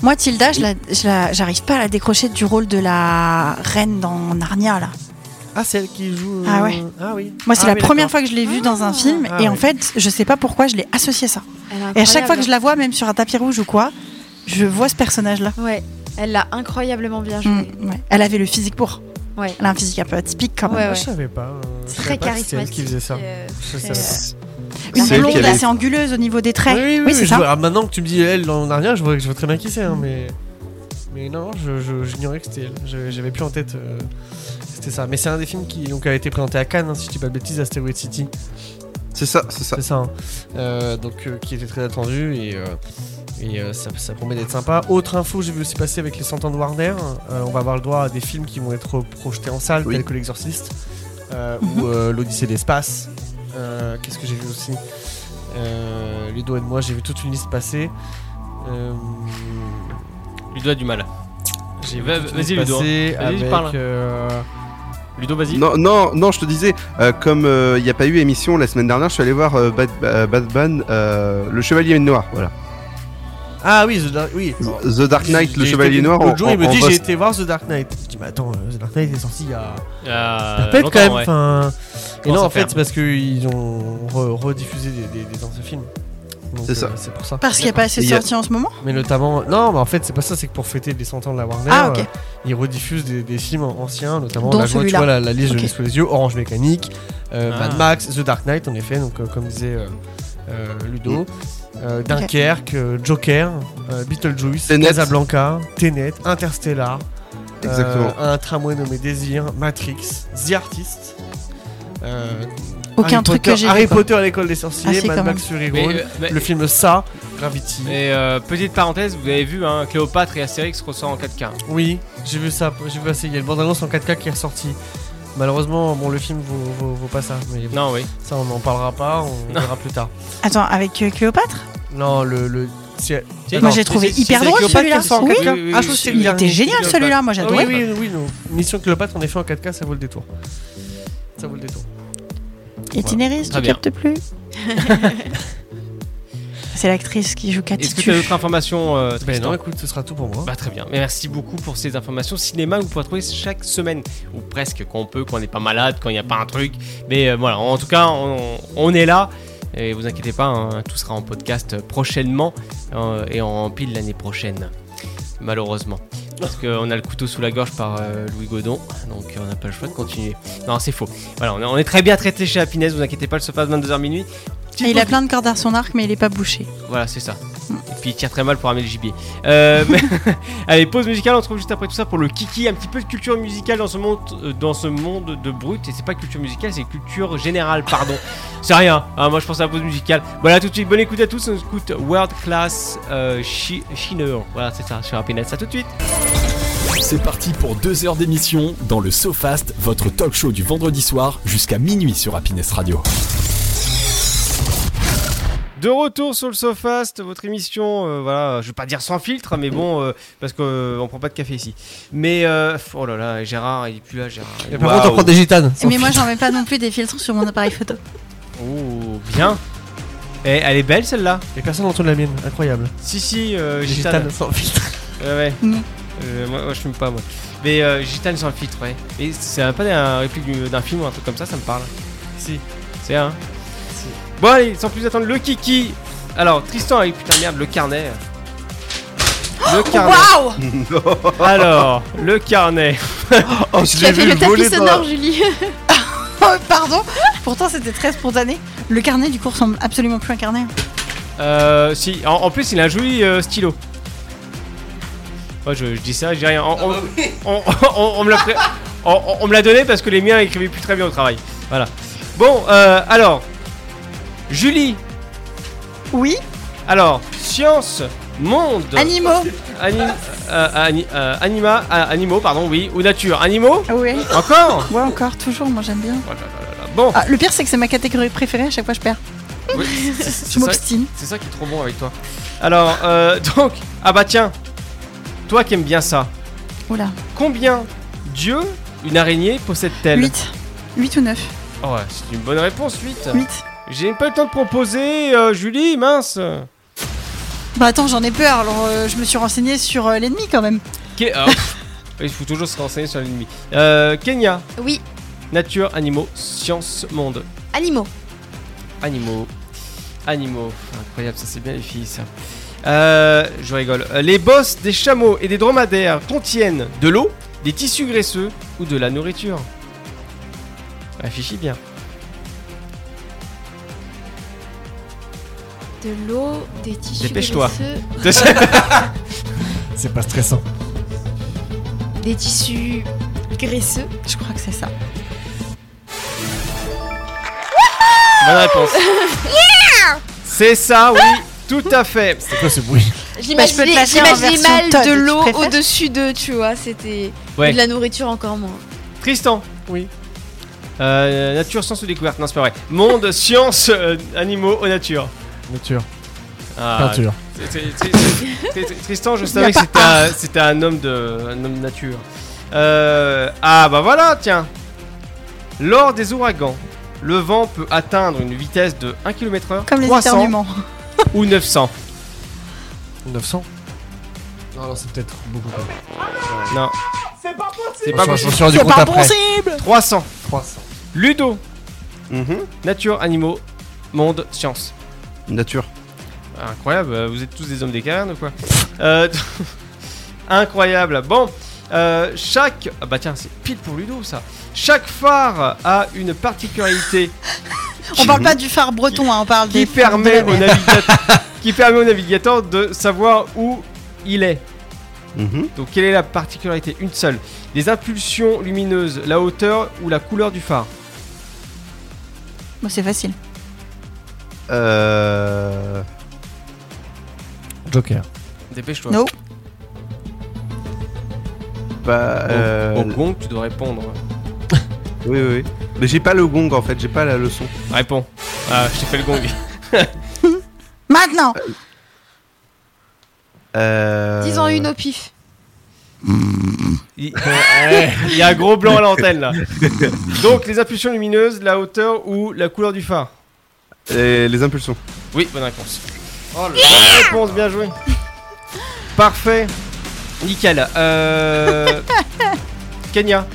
Speaker 4: Moi, Tilda, je la- je la- j'arrive pas à la décrocher du rôle de la reine dans Narnia là.
Speaker 7: Ah, celle qui joue. euh,
Speaker 4: Ah ouais.
Speaker 7: Ah oui.
Speaker 4: Moi, c'est
Speaker 7: Ah
Speaker 4: la
Speaker 7: oui,
Speaker 4: première
Speaker 7: d'accord.
Speaker 4: fois que je l'ai vue dans un film
Speaker 7: Ah
Speaker 4: et
Speaker 7: ouais.
Speaker 4: en fait, je sais pas pourquoi je l'ai associé à ça.
Speaker 5: Elle est
Speaker 4: Et à chaque fois
Speaker 5: incroyable.
Speaker 4: que je la vois, même sur un tapis rouge ou quoi, je vois ce personnage là.
Speaker 5: Ouais, elle l'a incroyablement bien joué.
Speaker 7: Mm.
Speaker 4: ouais. Elle avait le physique pour.
Speaker 5: Ouais.
Speaker 4: Elle a un physique un peu atypique quand même.
Speaker 5: Ouais,
Speaker 7: Ah,
Speaker 5: ouais.
Speaker 7: Je savais pas. euh, je savais
Speaker 5: Très
Speaker 7: pas que c'était elle
Speaker 5: charismatique.
Speaker 7: qui faisait ça.
Speaker 5: euh,
Speaker 7: Je
Speaker 5: très-
Speaker 7: savais.
Speaker 4: Une
Speaker 3: C'est elle
Speaker 4: blonde
Speaker 3: qui avait-
Speaker 4: assez anguleuse au niveau des
Speaker 7: Oui,
Speaker 4: traits.
Speaker 7: oui, oui,
Speaker 4: c'est
Speaker 7: je
Speaker 4: ça.
Speaker 7: vois- ah, maintenant que tu me dis elle dans dernière, je vois, je vois très bien qui c'est, hein, mais. Mais non, je- je- j'ignorais que c'était elle. Je- J'avais plus en tête. euh, C'était ça. Mais c'est un des films qui donc, a été présenté à Cannes, hein, si je dis pas de bêtises, Asteroid City.
Speaker 3: C'est ça, c'est ça.
Speaker 7: C'est ça. hein. Euh, donc, euh, qui était très attendu et, euh, et, euh, ça, ça promet d'être sympa. Autre info, j'ai vu aussi passer avec les 100 ans de Warner. euh, on va avoir le droit à des films qui vont être projetés en salle,
Speaker 3: Oui.
Speaker 7: tels que L'Exorciste euh, ou euh, L'Odyssée d'espace. Euh, Qu'est-ce que j'ai vu aussi euh, Ludo et moi, j'ai vu toute une liste passer. Euh,
Speaker 2: Lui doit du mal.
Speaker 7: j'ai vu
Speaker 2: Va-
Speaker 7: toute une
Speaker 2: vas-y,
Speaker 7: liste
Speaker 2: Ludo. hein.
Speaker 7: passer
Speaker 2: Vas-y,
Speaker 7: avec,
Speaker 2: parle.
Speaker 7: euh,
Speaker 2: Ludo, vas-y.
Speaker 3: Non, non, non, je te disais, euh, comme euh, il n'y a pas eu émission la semaine dernière, je suis allé voir euh, Bad, euh, Batman, euh, le Chevalier Noir, voilà.
Speaker 7: Ah oui, The, Dark- oui.
Speaker 3: The Dark Knight,
Speaker 7: J'ai-
Speaker 3: le
Speaker 7: j'ai
Speaker 3: Chevalier
Speaker 7: été-
Speaker 3: Noir. en-
Speaker 7: L'autre jour, il
Speaker 3: en-
Speaker 7: me
Speaker 3: en
Speaker 7: dit
Speaker 3: boss.
Speaker 7: j'ai été voir The Dark Knight. Je dis, mais attends, euh, The Dark Knight est sorti il y a.
Speaker 2: Euh,
Speaker 7: Ça pète quand
Speaker 2: longtemps,
Speaker 7: même.
Speaker 2: ouais.
Speaker 7: enfin. Et
Speaker 2: Comment
Speaker 7: non,
Speaker 2: ça
Speaker 7: en fait,
Speaker 2: ferme
Speaker 7: c'est parce qu'ils ont re- rediffusé des, des, des anciens films. Donc, euh,
Speaker 3: C'est ça.
Speaker 7: C'est pour ça.
Speaker 4: Parce qu'il y a pas assez de sorties en ce moment
Speaker 7: Mais notamment. Non, mais en fait, c'est pas ça, c'est que pour fêter les 100 ans de la Warner,
Speaker 4: Ah, ok.
Speaker 7: euh, ils rediffusent des, des films anciens, notamment.
Speaker 4: Dont
Speaker 7: là, je vois, tu
Speaker 4: celui-là.
Speaker 7: vois la, la liste,
Speaker 4: Ok.
Speaker 7: je l'ai sous les yeux Orange Mécanique, euh,
Speaker 2: Ah.
Speaker 7: Mad Max, The Dark Knight, en effet, donc euh, comme disait euh, euh,
Speaker 2: Mm.
Speaker 7: Ludo. euh, Dunkerque, euh, Joker, euh, Beetlejuice,
Speaker 3: Tenet.
Speaker 7: Casablanca, Tenet, Interstellar, euh,
Speaker 3: Exactement.
Speaker 7: un tramway nommé Désir, Matrix, The Artist, euh,
Speaker 4: Aucun
Speaker 7: Harry
Speaker 4: truc
Speaker 7: Potter-
Speaker 4: que j'ai vu,
Speaker 7: Harry
Speaker 4: quoi.
Speaker 7: Potter à l'école des sorciers,
Speaker 4: Ah, si,
Speaker 7: Mad
Speaker 4: quand
Speaker 7: Max Fury Road,
Speaker 2: Mais, euh, mais-
Speaker 7: le film Ça, Gravity.
Speaker 2: Et euh, petite parenthèse, vous avez vu, hein, Cléopâtre et Astérix ressort en 4K.
Speaker 7: Oui, j'ai vu ça, j'ai vu passer. Il y a le bande-annonce en 4K qui est ressorti. Malheureusement, bon, le film vaut, vaut- vaut pas ça. Mais
Speaker 2: Non, oui.
Speaker 7: ça, on n'en parlera pas, on verra plus tard.
Speaker 4: Attends, avec euh, Cléopâtre
Speaker 7: Non, le. le... c'est-
Speaker 2: Si,
Speaker 4: Ah, Moi
Speaker 7: Attends.
Speaker 4: j'ai trouvé
Speaker 2: si, si,
Speaker 4: hyper
Speaker 2: c'est
Speaker 4: drôle
Speaker 7: Cléopâtre
Speaker 4: celui-là.
Speaker 7: qui ressort en
Speaker 4: Oui.
Speaker 7: 4K.
Speaker 2: oui, oui,
Speaker 7: Ah, je trouve que c'est
Speaker 2: oui,
Speaker 7: le
Speaker 4: Il
Speaker 7: dernier.
Speaker 4: était génial
Speaker 2: Cléopâtre.
Speaker 4: celui-là, moi
Speaker 7: Ah oui,
Speaker 4: j'adorais.
Speaker 7: oui, oui, non. Mission Cléopâtre, en effet, en 4K, ça vaut le détour. Ça vaut le détour.
Speaker 4: Et Daenerys,
Speaker 2: Très
Speaker 4: tu
Speaker 2: bien.
Speaker 4: captes plus C'est l'actrice qui joue Cathy.
Speaker 2: Est-ce que tu as d'autres informations, euh,
Speaker 7: Ah, Ben
Speaker 2: Tristan
Speaker 7: non, écoute, ce sera tout pour moi.
Speaker 2: Bah, très bien. Mais Merci beaucoup pour ces informations. Cinéma, vous pouvez trouver chaque semaine, ou presque quand on peut, quand on n'est pas malade, quand il n'y a pas un truc. Mais euh, voilà, en tout cas, on, on est là. Et vous inquiétez pas, hein, tout sera en podcast prochainement euh, et en pile l'année prochaine. Malheureusement. Parce qu'on a le couteau sous la gorge par euh, Louis Godon, donc euh, on n'a pas le choix de continuer. Non, c'est faux. Voilà, on est, on est très bien traité chez Happiness, vous inquiétez pas, le sofa de 22h minuit.
Speaker 4: Et Ah, il a plein de cordes à son arc, mais il est pas bouché.
Speaker 2: Voilà, c'est ça. Et puis il tire très mal pour ramener le gibier. Euh, mais- Allez, pause musicale, on se retrouve juste après tout ça pour le kiki, un petit peu de culture musicale dans ce monde, euh, dans ce monde de brut. Et c'est pas culture musicale, c'est culture générale, pardon. c'est rien, hein, moi je pense à la pause musicale. Voilà, tout de suite, bonne écoute à tous, on écoute World Class euh, Chi- Chineur. Voilà, c'est ça, sur Happiness, à tout de suite.
Speaker 1: C'est parti pour deux heures d'émission dans le SoFast, votre talk show du vendredi soir jusqu'à minuit sur Happiness Radio.
Speaker 2: De retour sur le Sofast, votre émission, euh, voilà, je vais pas dire sans filtre, mais bon, euh, parce qu'on prend pas de café ici. Mais, euh, oh là là, Gérard, il est plus là, Gérard.
Speaker 7: Et par contre, on prend des gitanes. sans
Speaker 4: Mais moi
Speaker 7: filtre.
Speaker 4: j'en mets pas non plus des filtres sur mon appareil photo.
Speaker 2: Oh, bien. Eh, elle est belle celle-là.
Speaker 7: Et personne n'entend la mienne, incroyable.
Speaker 2: Si, si, euh,
Speaker 7: Les
Speaker 2: gitane.
Speaker 7: gitanes sans filtre.
Speaker 2: Ouais, ouais.
Speaker 4: Non.
Speaker 2: Euh, moi, moi, je fume pas, moi. Mais euh, gitane sans filtre, ouais. Et c'est un- pas un réplique du- d'un film ou un truc comme ça, ça me parle.
Speaker 7: Si.
Speaker 2: C'est un. Bon, allez, sans plus attendre, le kiki. Alors, Tristan, avec putain merde, le carnet. Le carnet.
Speaker 4: Waouh
Speaker 2: Alors, le carnet.
Speaker 3: Oh, je
Speaker 5: Tu as
Speaker 3: l'ai
Speaker 5: fait
Speaker 3: vu
Speaker 5: le tapis
Speaker 3: voler dans la-
Speaker 5: sonore, Julie.
Speaker 4: Oh, Pardon Pourtant c'était très spontané. Le carnet du coup ressemble absolument plus à un carnet.
Speaker 2: Euh, si, en, en plus il a un joli euh, stylo. Ouais, je, je dis ça, je dis rien. On, on- on- on- on me l'a pré- on- on- on me l'a donné parce que les miens écrivaient plus très bien au travail. Voilà. Bon, euh, alors, Julie,
Speaker 4: Oui,
Speaker 2: alors, science, monde,
Speaker 4: animaux.
Speaker 2: ani- euh, ani- euh, anima, ah, animaux, pardon, oui, ou nature, animaux,
Speaker 4: Ah ouais.
Speaker 2: encore
Speaker 4: Ouais encore, toujours, moi j'aime bien.
Speaker 2: Oh là là là là. Bon,
Speaker 4: Ah, le pire c'est que c'est ma catégorie préférée, à chaque fois je perds.
Speaker 2: oui, c'est- c'est-
Speaker 4: Je
Speaker 2: c'est ça-
Speaker 4: m'obstine.
Speaker 2: c'est ça qui est trop bon avec toi. Alors, euh, donc, ah bah tiens, toi qui aimes bien ça.
Speaker 4: Oula.
Speaker 2: Combien Dieu, une araignée, possède-t-elle
Speaker 4: 8. 8 ou 9
Speaker 2: Oh, ouais, c'est une bonne réponse, 8.
Speaker 4: 8.
Speaker 2: J'ai pas eu le temps de proposer, euh, Julie, mince.
Speaker 4: Bah attends, j'en ai peur, alors euh, je me suis renseignée sur euh, l'ennemi quand même.
Speaker 2: Ké- ah, pff, Il faut toujours se renseigner sur l'ennemi. Euh, Kenya,
Speaker 5: Oui,
Speaker 2: nature, animaux, science, monde.
Speaker 5: animaux.
Speaker 2: Animaux. Animaux. Incroyable, ça c'est bien les filles, ça. Euh, je rigole. Euh, Les bosses des chameaux et des dromadaires contiennent de l'eau, des tissus graisseux ou de la nourriture. Réfléchis bien.
Speaker 5: De l'eau, des tissus.
Speaker 2: Dépêche-toi.
Speaker 5: graisseux,
Speaker 7: C'est pas stressant.
Speaker 5: Des tissus graisseux.
Speaker 4: Je crois que c'est ça.
Speaker 2: Bonne réponse. c'est ça, oui, tout à fait.
Speaker 7: C'est quoi ce bruit
Speaker 4: Bah, je peux
Speaker 5: J'imaginais
Speaker 4: te la faire en
Speaker 5: j'imaginais
Speaker 4: version
Speaker 5: mal
Speaker 4: Todd,
Speaker 5: de
Speaker 4: tu
Speaker 5: l'eau
Speaker 4: préfères
Speaker 5: au-dessus d'eux, tu vois. C'était
Speaker 2: Ouais.
Speaker 5: de la nourriture encore moins.
Speaker 2: Tristan.
Speaker 7: Oui.
Speaker 2: Euh, nature, science ou découverte Non, c'est pas vrai. Monde, science, euh, animaux ou nature
Speaker 7: Nature,
Speaker 2: Ah,
Speaker 7: peinture.
Speaker 2: c'est- c'est- c'est- c'est- c'est- Tristan, je savais que
Speaker 4: pas
Speaker 2: c'était un- c'était un homme de un homme nature. Euh, ah bah voilà, tiens. Lors des ouragans, le vent peut atteindre une vitesse de 1 km/h,
Speaker 4: Comme les
Speaker 2: 300
Speaker 4: éternuements.
Speaker 2: ou 900.
Speaker 7: 900 Non, non, c'est peut-être beaucoup.
Speaker 2: Non.
Speaker 7: C'est pas possible
Speaker 2: C'est pas possible.
Speaker 7: C'est pas possible
Speaker 2: 300.
Speaker 7: 300.
Speaker 2: Ludo.
Speaker 3: Mhm.
Speaker 2: Nature, animaux, monde, science.
Speaker 3: Nature.
Speaker 2: Incroyable, euh, vous êtes tous des hommes des cavernes ou quoi Euh, Incroyable. Bon, euh, chaque... Ah bah tiens, c'est pile pour Ludo ça. Chaque phare a une particularité
Speaker 4: On parle pas du phare breton, hein, on parle
Speaker 2: qui
Speaker 4: des.
Speaker 2: permet,
Speaker 4: de-
Speaker 2: au navigateur, qui permet au navigateur de savoir où il est.
Speaker 3: Mhm.
Speaker 2: Donc quelle est la particularité Une seule. Les impulsions lumineuses, la hauteur ou la couleur du phare
Speaker 4: Bon, c'est facile.
Speaker 3: Euh...
Speaker 7: Joker.
Speaker 2: Dépêche-toi.
Speaker 4: No.
Speaker 3: Bah,
Speaker 2: Au-
Speaker 3: euh,
Speaker 2: Au gong, tu dois répondre.
Speaker 3: Oui, oui, oui. Mais j'ai pas le gong en fait, j'ai pas la leçon.
Speaker 2: Réponds. Ah, je t'ai fait le gong.
Speaker 4: Maintenant
Speaker 3: Euh...
Speaker 5: Disons une au pif.
Speaker 2: Il il y a un gros blanc à l'antenne là. Donc les impulsions lumineuses, la hauteur ou la couleur du phare
Speaker 3: Et les impulsions.
Speaker 2: Oui, bonne réponse. Oh Bonne réponse, bien joué. Parfait. Nickel. Euh... Kenya,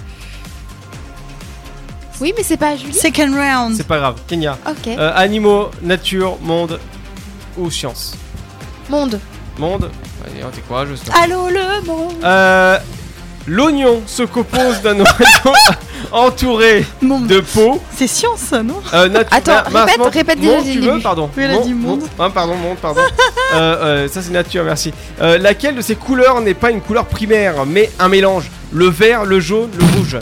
Speaker 5: Oui, mais c'est pas Julie.
Speaker 4: Second round.
Speaker 2: c'est pas grave. Kenya.
Speaker 5: Ok.
Speaker 2: Euh, animaux, nature, monde ou science
Speaker 5: Monde.
Speaker 2: Monde. Allez, t'es courageux. toi.
Speaker 5: Allô le monde.
Speaker 2: Euh, L'oignon se compose d'un oiseau entouré
Speaker 4: Monde.
Speaker 2: de peau.
Speaker 4: C'est science, ça, non
Speaker 2: Euh, natu-
Speaker 5: Attends,
Speaker 2: mince,
Speaker 5: répète-
Speaker 2: mon-
Speaker 5: répète déjà
Speaker 2: monde,
Speaker 5: dès
Speaker 2: tu
Speaker 5: le
Speaker 2: veux,
Speaker 5: début.
Speaker 2: pardon.
Speaker 4: Oui, elle a
Speaker 2: Mon-
Speaker 4: dit monde.
Speaker 2: mon- ah, pardon, monde, pardon. Euh, euh, ça, c'est nature, merci. Euh, laquelle de ces couleurs n'est pas une couleur primaire, mais un mélange Le vert, le jaune, le rouge.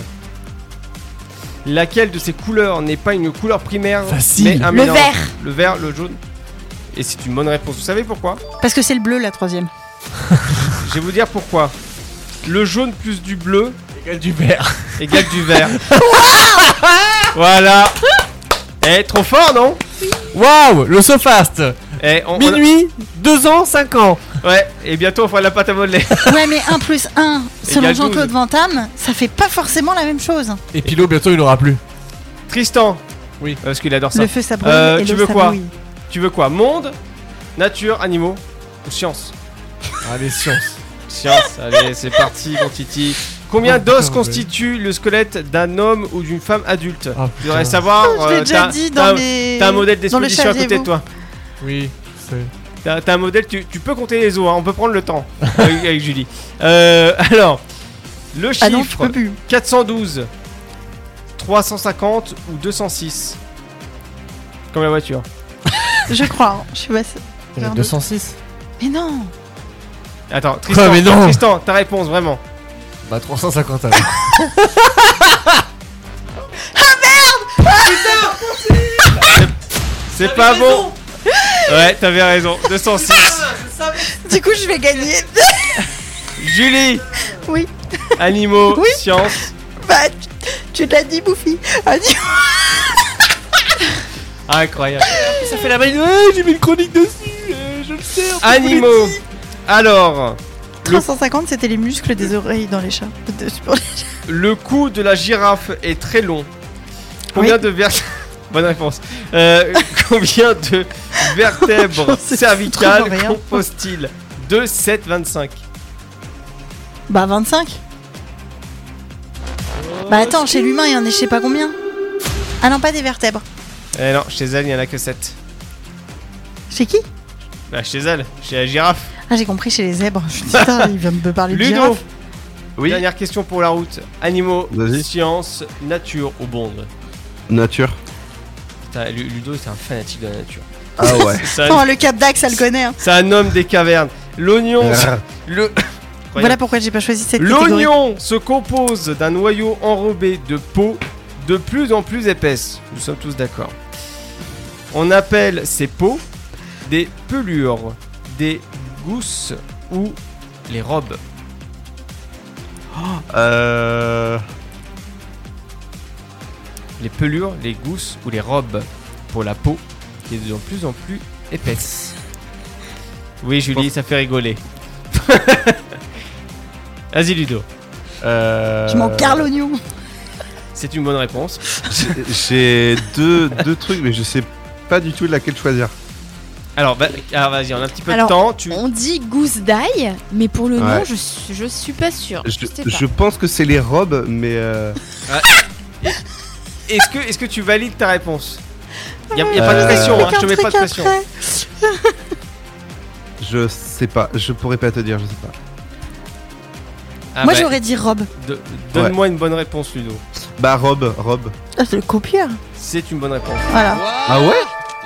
Speaker 2: Laquelle de ces couleurs n'est pas une couleur primaire,
Speaker 10: Facile.
Speaker 2: Ah, mais un
Speaker 5: Le
Speaker 2: mélange
Speaker 5: vert.
Speaker 2: Le vert, le jaune. Et c'est une bonne réponse. Vous savez pourquoi
Speaker 4: Parce que c'est le bleu, la troisième.
Speaker 2: Je vais vous dire pourquoi. Le jaune plus du bleu
Speaker 10: Gueule du verre.
Speaker 2: égale du vert. voilà. Eh, trop fort, non
Speaker 10: Waouh, le Sofast.
Speaker 2: Eh, on- on a-
Speaker 10: Minuit, 2 ans, 5 ans.
Speaker 2: Ouais, et bientôt on fera de la pâte à modeler.
Speaker 4: Ouais, mais 1 plus 1, selon
Speaker 2: Égale
Speaker 4: Jean-Claude
Speaker 2: 12.
Speaker 4: Van Damme, ça fait pas forcément la même chose.
Speaker 10: Et Pilo, bientôt, il n'aura plus.
Speaker 2: Tristan.
Speaker 10: Oui.
Speaker 2: Euh, Parce qu'il adore ça.
Speaker 4: Le feu, ça brûle
Speaker 2: Euh,
Speaker 4: et
Speaker 2: tu
Speaker 4: l'eau,
Speaker 2: veux
Speaker 4: ça
Speaker 2: quoi
Speaker 4: bouille.
Speaker 2: Tu veux quoi Monde, nature, animaux ou science
Speaker 10: Allez, science.
Speaker 2: Science, allez, c'est parti, mon Titi. Combien
Speaker 10: Oh,
Speaker 2: d'os
Speaker 10: putain,
Speaker 2: constitue le squelette d'un homme ou d'une femme adulte
Speaker 10: Ah,
Speaker 2: Tu devrais
Speaker 10: putain.
Speaker 2: savoir.
Speaker 4: Je l'ai
Speaker 2: euh,
Speaker 4: déjà
Speaker 2: t'as-
Speaker 4: dit
Speaker 2: t'as-
Speaker 4: dans les.
Speaker 2: T'as un modèle
Speaker 4: dans le
Speaker 2: d'exposition à côté de
Speaker 4: saviez-vous.
Speaker 2: toi.
Speaker 10: Oui, c'est.
Speaker 2: T'as t'as un modèle, tu, tu peux compter les os, hein, on peut prendre le temps avec, avec Julie. Euh, alors, le chiffre
Speaker 4: Ah non, je peux plus.
Speaker 2: 412, 350 ou 206 Comme la voiture.
Speaker 4: Je crois, hein, je suis pas sûre.
Speaker 7: Il y en a 206
Speaker 4: Mais non
Speaker 2: Attends, Tristan,
Speaker 10: Ah, mais non
Speaker 2: Tristan, ta réponse vraiment.
Speaker 7: Bah 350 alors.
Speaker 2: C'est pas bon. Ouais, t'avais raison. 206.
Speaker 4: Du coup, je vais gagner.
Speaker 2: Julie.
Speaker 4: Oui.
Speaker 2: Animaux.
Speaker 4: Oui.
Speaker 2: Science.
Speaker 4: Bah, tu, tu l'as dit, Bouffi. Ah, dis-
Speaker 2: Incroyable.
Speaker 10: Ça fait la balle. j'ai mis une chronique dessus. euh, je le sais.
Speaker 2: Animaux. Alors,
Speaker 4: 350, c'était les muscles des oreilles dans les chats. De- sur les-
Speaker 2: le cou de la girafe est très long. Combien de vertèbres Bonne réponse. Euh, combien de vertèbres
Speaker 4: C'est
Speaker 2: cervicales
Speaker 4: trop mauvais, hein.
Speaker 2: compose-t-il 2, 7, 25.
Speaker 4: Bah, 25. Bah, attends, chez l'humain, il y en a je sais pas combien. Ah non, pas des vertèbres.
Speaker 2: Eh non, chez elle, il n'y en a que 7.
Speaker 4: Chez qui
Speaker 2: Bah, chez elle, chez la girafe.
Speaker 4: Ah, j'ai compris, chez les zèbres. Je me dis, Putain, il vient de me parler de
Speaker 2: Ludo,
Speaker 4: girafe.
Speaker 3: Oui,
Speaker 2: dernière question pour la route. Animaux,
Speaker 3: Vas-y.
Speaker 2: science, nature ou bonde
Speaker 3: nature.
Speaker 2: Putain, Lu- Ludo, c'est un fanatique de la nature.
Speaker 3: Ah ouais.
Speaker 2: C'est un,
Speaker 4: Oh, le cap d'axe, ça le connaît. hein.
Speaker 2: c'est un homme des cavernes. L'oignon, se- le-
Speaker 4: Voilà pourquoi j'ai pas choisi cette catégorie.
Speaker 2: l'oignon se compose d'un noyau enrobé de peau de plus en plus épaisse. Nous sommes tous d'accord. On appelle ces peaux des pelures, des gousses ou les robes.
Speaker 3: euh...
Speaker 2: Les pelures, les gousses ou les robes pour la peau qui est de plus en plus épaisse. Oui, Julie, ça fait rigoler. Vas-y, Ludo.
Speaker 3: Euh...
Speaker 2: Euh,
Speaker 4: Je m'en carre l'oignon.
Speaker 2: C'est une bonne réponse.
Speaker 3: J'ai deux, deux trucs, mais je sais pas du tout laquelle choisir.
Speaker 2: Alors, va- alors, vas-y, on a un petit peu
Speaker 5: Alors,
Speaker 2: de temps. Tu...
Speaker 5: On dit Goose d'ail, mais pour le nom,
Speaker 3: Ouais.
Speaker 5: je, suis- je suis pas sûre.
Speaker 3: Je,
Speaker 5: sais
Speaker 3: je
Speaker 5: pas.
Speaker 3: pense que c'est les robes, mais. euh,
Speaker 2: Ah. Est-ce que, est que tu valides ta réponse Il n'y a, y a pas de
Speaker 3: Euh,
Speaker 2: pression, hein, je te
Speaker 3: un
Speaker 2: mets pas de
Speaker 3: truc
Speaker 2: pression.
Speaker 3: après. Je sais pas, je pourrais pas te dire, je sais pas.
Speaker 2: Ah
Speaker 4: Moi,
Speaker 2: bah,
Speaker 4: j'aurais dit robe.
Speaker 2: de- Donne-moi une bonne réponse, Ludo.
Speaker 3: Bah, robe, robe.
Speaker 4: Ah, c'est le copieur.
Speaker 2: C'est une bonne réponse.
Speaker 4: Voilà.
Speaker 3: Ah ouais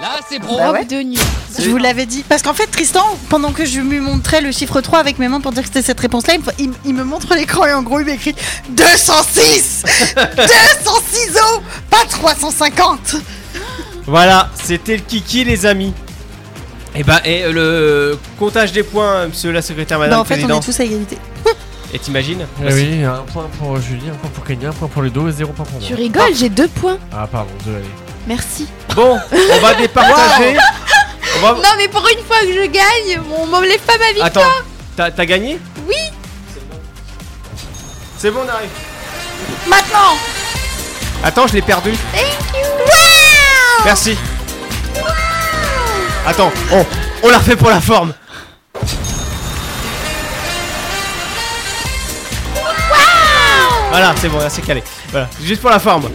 Speaker 4: Là, c'est
Speaker 5: pro. Robe de nuit.
Speaker 4: Je vous l'avais dit. Parce qu'en fait, Tristan, pendant que je lui montrais le chiffre 3 avec mes mains pour dire que c'était cette réponse-là, il me- il, il me montre l'écran et en gros, il m'écrit 206 206 euros Pas 350
Speaker 2: Voilà, c'était le kiki, les amis. Et bah, et euh, le comptage des points, monsieur la secrétaire, madame
Speaker 4: Bah, en
Speaker 2: le
Speaker 4: fait, on
Speaker 2: président.
Speaker 4: est tous à égalité.
Speaker 2: Et t'imagines
Speaker 7: Eh oui, un point pour Julie, un point pour Kenya, un point pour Ludo et zéro point pour moi.
Speaker 5: Tu rigoles, j'ai deux points.
Speaker 7: Ah pardon, désolé.
Speaker 5: Merci.
Speaker 2: Bon, on va départager. On va-
Speaker 5: Non, mais pour une fois que je gagne, on m'enlève pas ma victoire.
Speaker 2: Attends,
Speaker 4: hein.
Speaker 2: t'as t'as gagné
Speaker 5: Oui,
Speaker 2: C'est bon, on arrive.
Speaker 4: Maintenant
Speaker 2: Attends, je l'ai perdu.
Speaker 5: Thank you.
Speaker 2: Merci. Attends, on, on la refait pour la forme. Voilà, c'est bon, là, c'est calé. Voilà, juste pour la forme.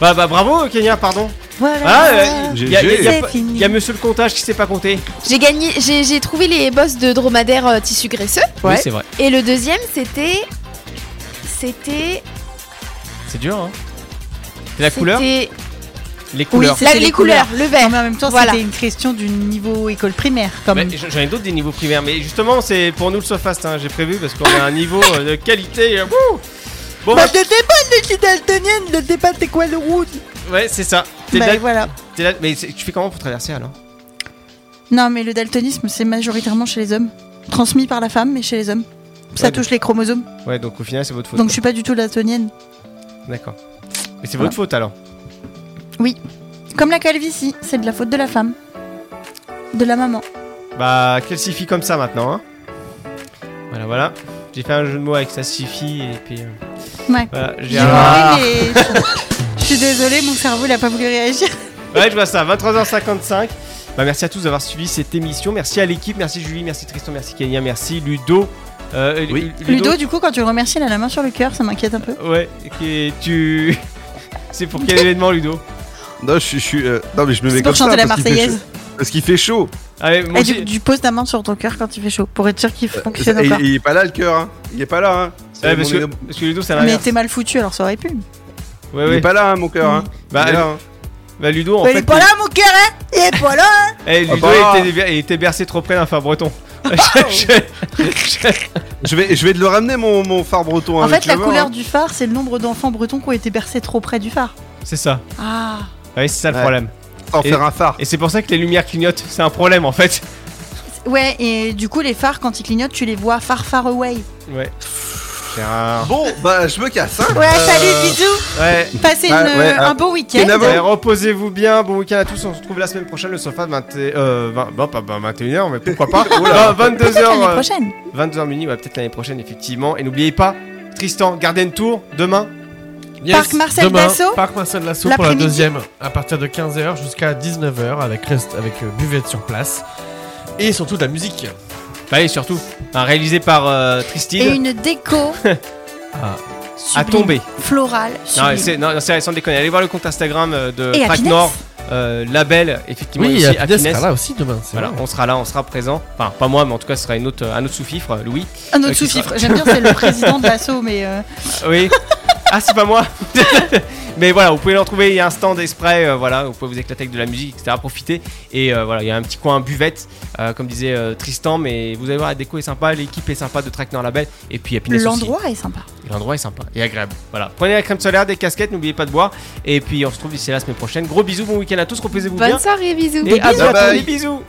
Speaker 2: Bah, bah bravo, Kenya, pardon.
Speaker 4: Voilà.
Speaker 2: Ah, il y, a- y a- y a
Speaker 5: C'est
Speaker 2: pas-
Speaker 5: fini.
Speaker 2: y a monsieur le comptage qui sait pas compter.
Speaker 5: J'ai gagné, j'ai j'ai trouvé les boss de dromadaire euh, tissu graisseux.
Speaker 2: Oui, Ouais. c'est vrai.
Speaker 5: Et le deuxième, c'était. C'était.
Speaker 2: C'est dur, hein. C'est la
Speaker 5: c'était-
Speaker 2: couleur Les
Speaker 4: Oui,
Speaker 2: couleurs.
Speaker 4: c'était
Speaker 5: les couleurs, le vert.
Speaker 4: Non, mais en même temps,
Speaker 5: Voilà.
Speaker 4: c'était une question du niveau école primaire, quand
Speaker 2: Mais
Speaker 4: même.
Speaker 2: j- J'en ai d'autres des niveaux primaires, mais justement, c'est pour nous le Sofast, hein, j'ai prévu parce qu'on a un niveau euh, de qualité. euh, wouh bon,
Speaker 4: bah,
Speaker 2: bah,
Speaker 4: t'étais bonne, mais je suis daltonienne, le débat, c'est quoi le rouge
Speaker 2: ouais, c'est ça. T'es
Speaker 4: Bah,
Speaker 2: dal-
Speaker 4: voilà.
Speaker 2: t'es dal- Mais c'est- tu fais comment pour traverser alors
Speaker 4: Non, mais le daltonisme, c'est majoritairement chez les hommes. Transmis par la femme, mais chez les hommes. Ça
Speaker 2: Ouais,
Speaker 4: touche les chromosomes.
Speaker 2: Ouais, donc au final, c'est votre faute.
Speaker 4: Donc, je suis pas du tout daltonienne.
Speaker 2: D'accord. Mais c'est
Speaker 4: Voilà.
Speaker 2: votre faute alors.
Speaker 4: Oui. Comme la calvitie, c'est de la faute de la femme. De la maman.
Speaker 2: Bah, calcifie comme ça maintenant, hein. Voilà, voilà. J'ai fait un jeu de mots avec ça suffit et puis. euh,
Speaker 4: Ouais.
Speaker 3: Bah,
Speaker 2: Voilà,
Speaker 4: J'ai
Speaker 2: Gérard.
Speaker 4: compris, mais je- Je suis désolée, mon cerveau, il a pas voulu réagir.
Speaker 2: Ouais, je vois ça, 23h55. Bah, merci à tous d'avoir suivi cette émission. Merci à l'équipe, merci Julie, merci Tristan, merci Kenya, merci Ludo. Euh,
Speaker 4: Ludo, du coup, quand tu le remercies, il a la main sur le cœur, ça m'inquiète un peu.
Speaker 2: Ouais, et tu. C'est pour quel événement, Ludo
Speaker 3: Non, je, suis- je suis. euh, Non, mais je me
Speaker 4: C'est
Speaker 3: mets
Speaker 4: pour
Speaker 3: comme ça.
Speaker 4: chanter la
Speaker 3: parce qu'il fait
Speaker 4: Marseillaise.
Speaker 3: chaud- Parce qu'il fait chaud.
Speaker 2: Allez,
Speaker 4: Et Eh, du, tu poses ta main sur ton cœur quand il fait chaud, pour être sûr qu'il fonctionne
Speaker 3: Euh, Et- et
Speaker 4: encore.
Speaker 3: il est pas là, le cœur. hein. Il est pas là. Hein. C'est
Speaker 2: Ouais, parce,
Speaker 3: mon-
Speaker 2: que, parce que Ludo, ça
Speaker 4: Mais
Speaker 2: l'inverse.
Speaker 4: t'es mal foutu, alors ça aurait pu.
Speaker 2: Ouais,
Speaker 3: Il
Speaker 2: ouais.
Speaker 3: est pas là, hein, mon cœur. Hein.
Speaker 2: Bah,
Speaker 3: il est là,
Speaker 2: Lu- bah, Ludo, en
Speaker 4: Mais
Speaker 2: fait.
Speaker 4: il est pas
Speaker 3: euh,
Speaker 4: là, mon cœur, hein Il est pas là, hein
Speaker 2: Eh, Ludo,
Speaker 3: Ah bah.
Speaker 2: il, était, il était bercé trop près d'un phare breton.
Speaker 3: Je vais, je vais te le ramener, mon, mon phare breton.
Speaker 4: En
Speaker 3: avec
Speaker 4: fait, la
Speaker 3: le vent,
Speaker 4: couleur
Speaker 3: hein.
Speaker 4: du phare, c'est le nombre d'enfants bretons qui ont été bercés trop près du phare.
Speaker 2: c'est ça.
Speaker 4: Ah
Speaker 2: Ouais, c'est ça le
Speaker 3: Ouais.
Speaker 2: problème. Et-
Speaker 3: En hein. faire un phare.
Speaker 2: Et c'est pour ça que les lumières clignotent. C'est un problème en fait.
Speaker 4: Ouais, et du coup, les phares, quand ils clignotent, tu les vois far, far away.
Speaker 2: Ouais. Gérard.
Speaker 3: Bon, bah, je me casse. Hein.
Speaker 4: Ouais,
Speaker 3: Euh,
Speaker 4: salut, bisous
Speaker 2: Ouais.
Speaker 4: Passez
Speaker 3: Ah,
Speaker 4: une-
Speaker 3: ouais, ah,
Speaker 4: un bon week-end.
Speaker 3: Kenavo.
Speaker 2: Ouais, reposez-vous bien, bon week-end à tous, on se retrouve la semaine prochaine, le sofa de 20, euh, 20 bah, pas- bah, 21h, mais pourquoi pas
Speaker 3: Oula.
Speaker 2: Bah, 22h,
Speaker 4: Peut-être l'année
Speaker 2: euh,
Speaker 4: prochaine.
Speaker 2: 22h minuit, ouais, peut-être l'année prochaine, effectivement. Et n'oubliez pas, Tristan, Garden Tour, demain.
Speaker 4: Parc Marcel
Speaker 7: Demain,
Speaker 4: Dassault,
Speaker 7: Parc Marcel Dassault pour la
Speaker 4: l'après-midi.
Speaker 7: deuxième, à partir de 15h jusqu'à 19h avec, rest- avec euh, buvette sur place. Et surtout de la musique.
Speaker 2: Bah, et surtout, un réalisé par euh, Tristine,
Speaker 4: et une déco
Speaker 7: Ah.
Speaker 2: à
Speaker 4: sublime,
Speaker 2: tomber.
Speaker 4: florale
Speaker 2: Non,
Speaker 4: sublime.
Speaker 2: c'est, non, non, c'est sans déconner. Allez voir le compte Instagram euh, de
Speaker 4: Et
Speaker 2: Track
Speaker 4: Happiness.
Speaker 2: Nord, euh, label, effectivement.
Speaker 7: Oui,
Speaker 2: aussi,
Speaker 7: il y a Pidas qui
Speaker 2: Happiness.
Speaker 7: sera là aussi demain. c'est
Speaker 2: Voilà,
Speaker 7: vrai.
Speaker 2: on sera là, on sera présent. Enfin, pas moi, mais en tout cas, ce sera une autre, un autre sous-fifre, euh, Louis.
Speaker 4: Un
Speaker 2: Euh,
Speaker 4: autre
Speaker 2: qui sera-
Speaker 4: sous-fifre, j'aime bien, c'est le président de l'assaut, mais euh,
Speaker 2: Oui. ah, c'est pas moi. Mais voilà, vous pouvez le retrouver. Il y a un stand exprès. euh, voilà, vous pouvez vous éclater avec de la musique, etc. Profiter. Et euh, voilà, il y a un petit coin buvette, euh, comme disait euh, Tristan. Mais vous allez voir, la déco est sympa, l'équipe est sympa de Trackner Label. Et puis Happiness aussi.
Speaker 4: l'endroit est sympa.
Speaker 2: L'endroit est sympa et agréable. Voilà. Prenez la crème solaire, des casquettes, n'oubliez pas de boire. Et puis on se retrouve d'ici la semaine prochaine. Gros bisous, bon week-end à tous, reposez-vous bien.
Speaker 5: Bonne soirée, bisous.
Speaker 2: Et à
Speaker 3: Bye
Speaker 2: bientôt,
Speaker 3: bye.
Speaker 2: des bisous.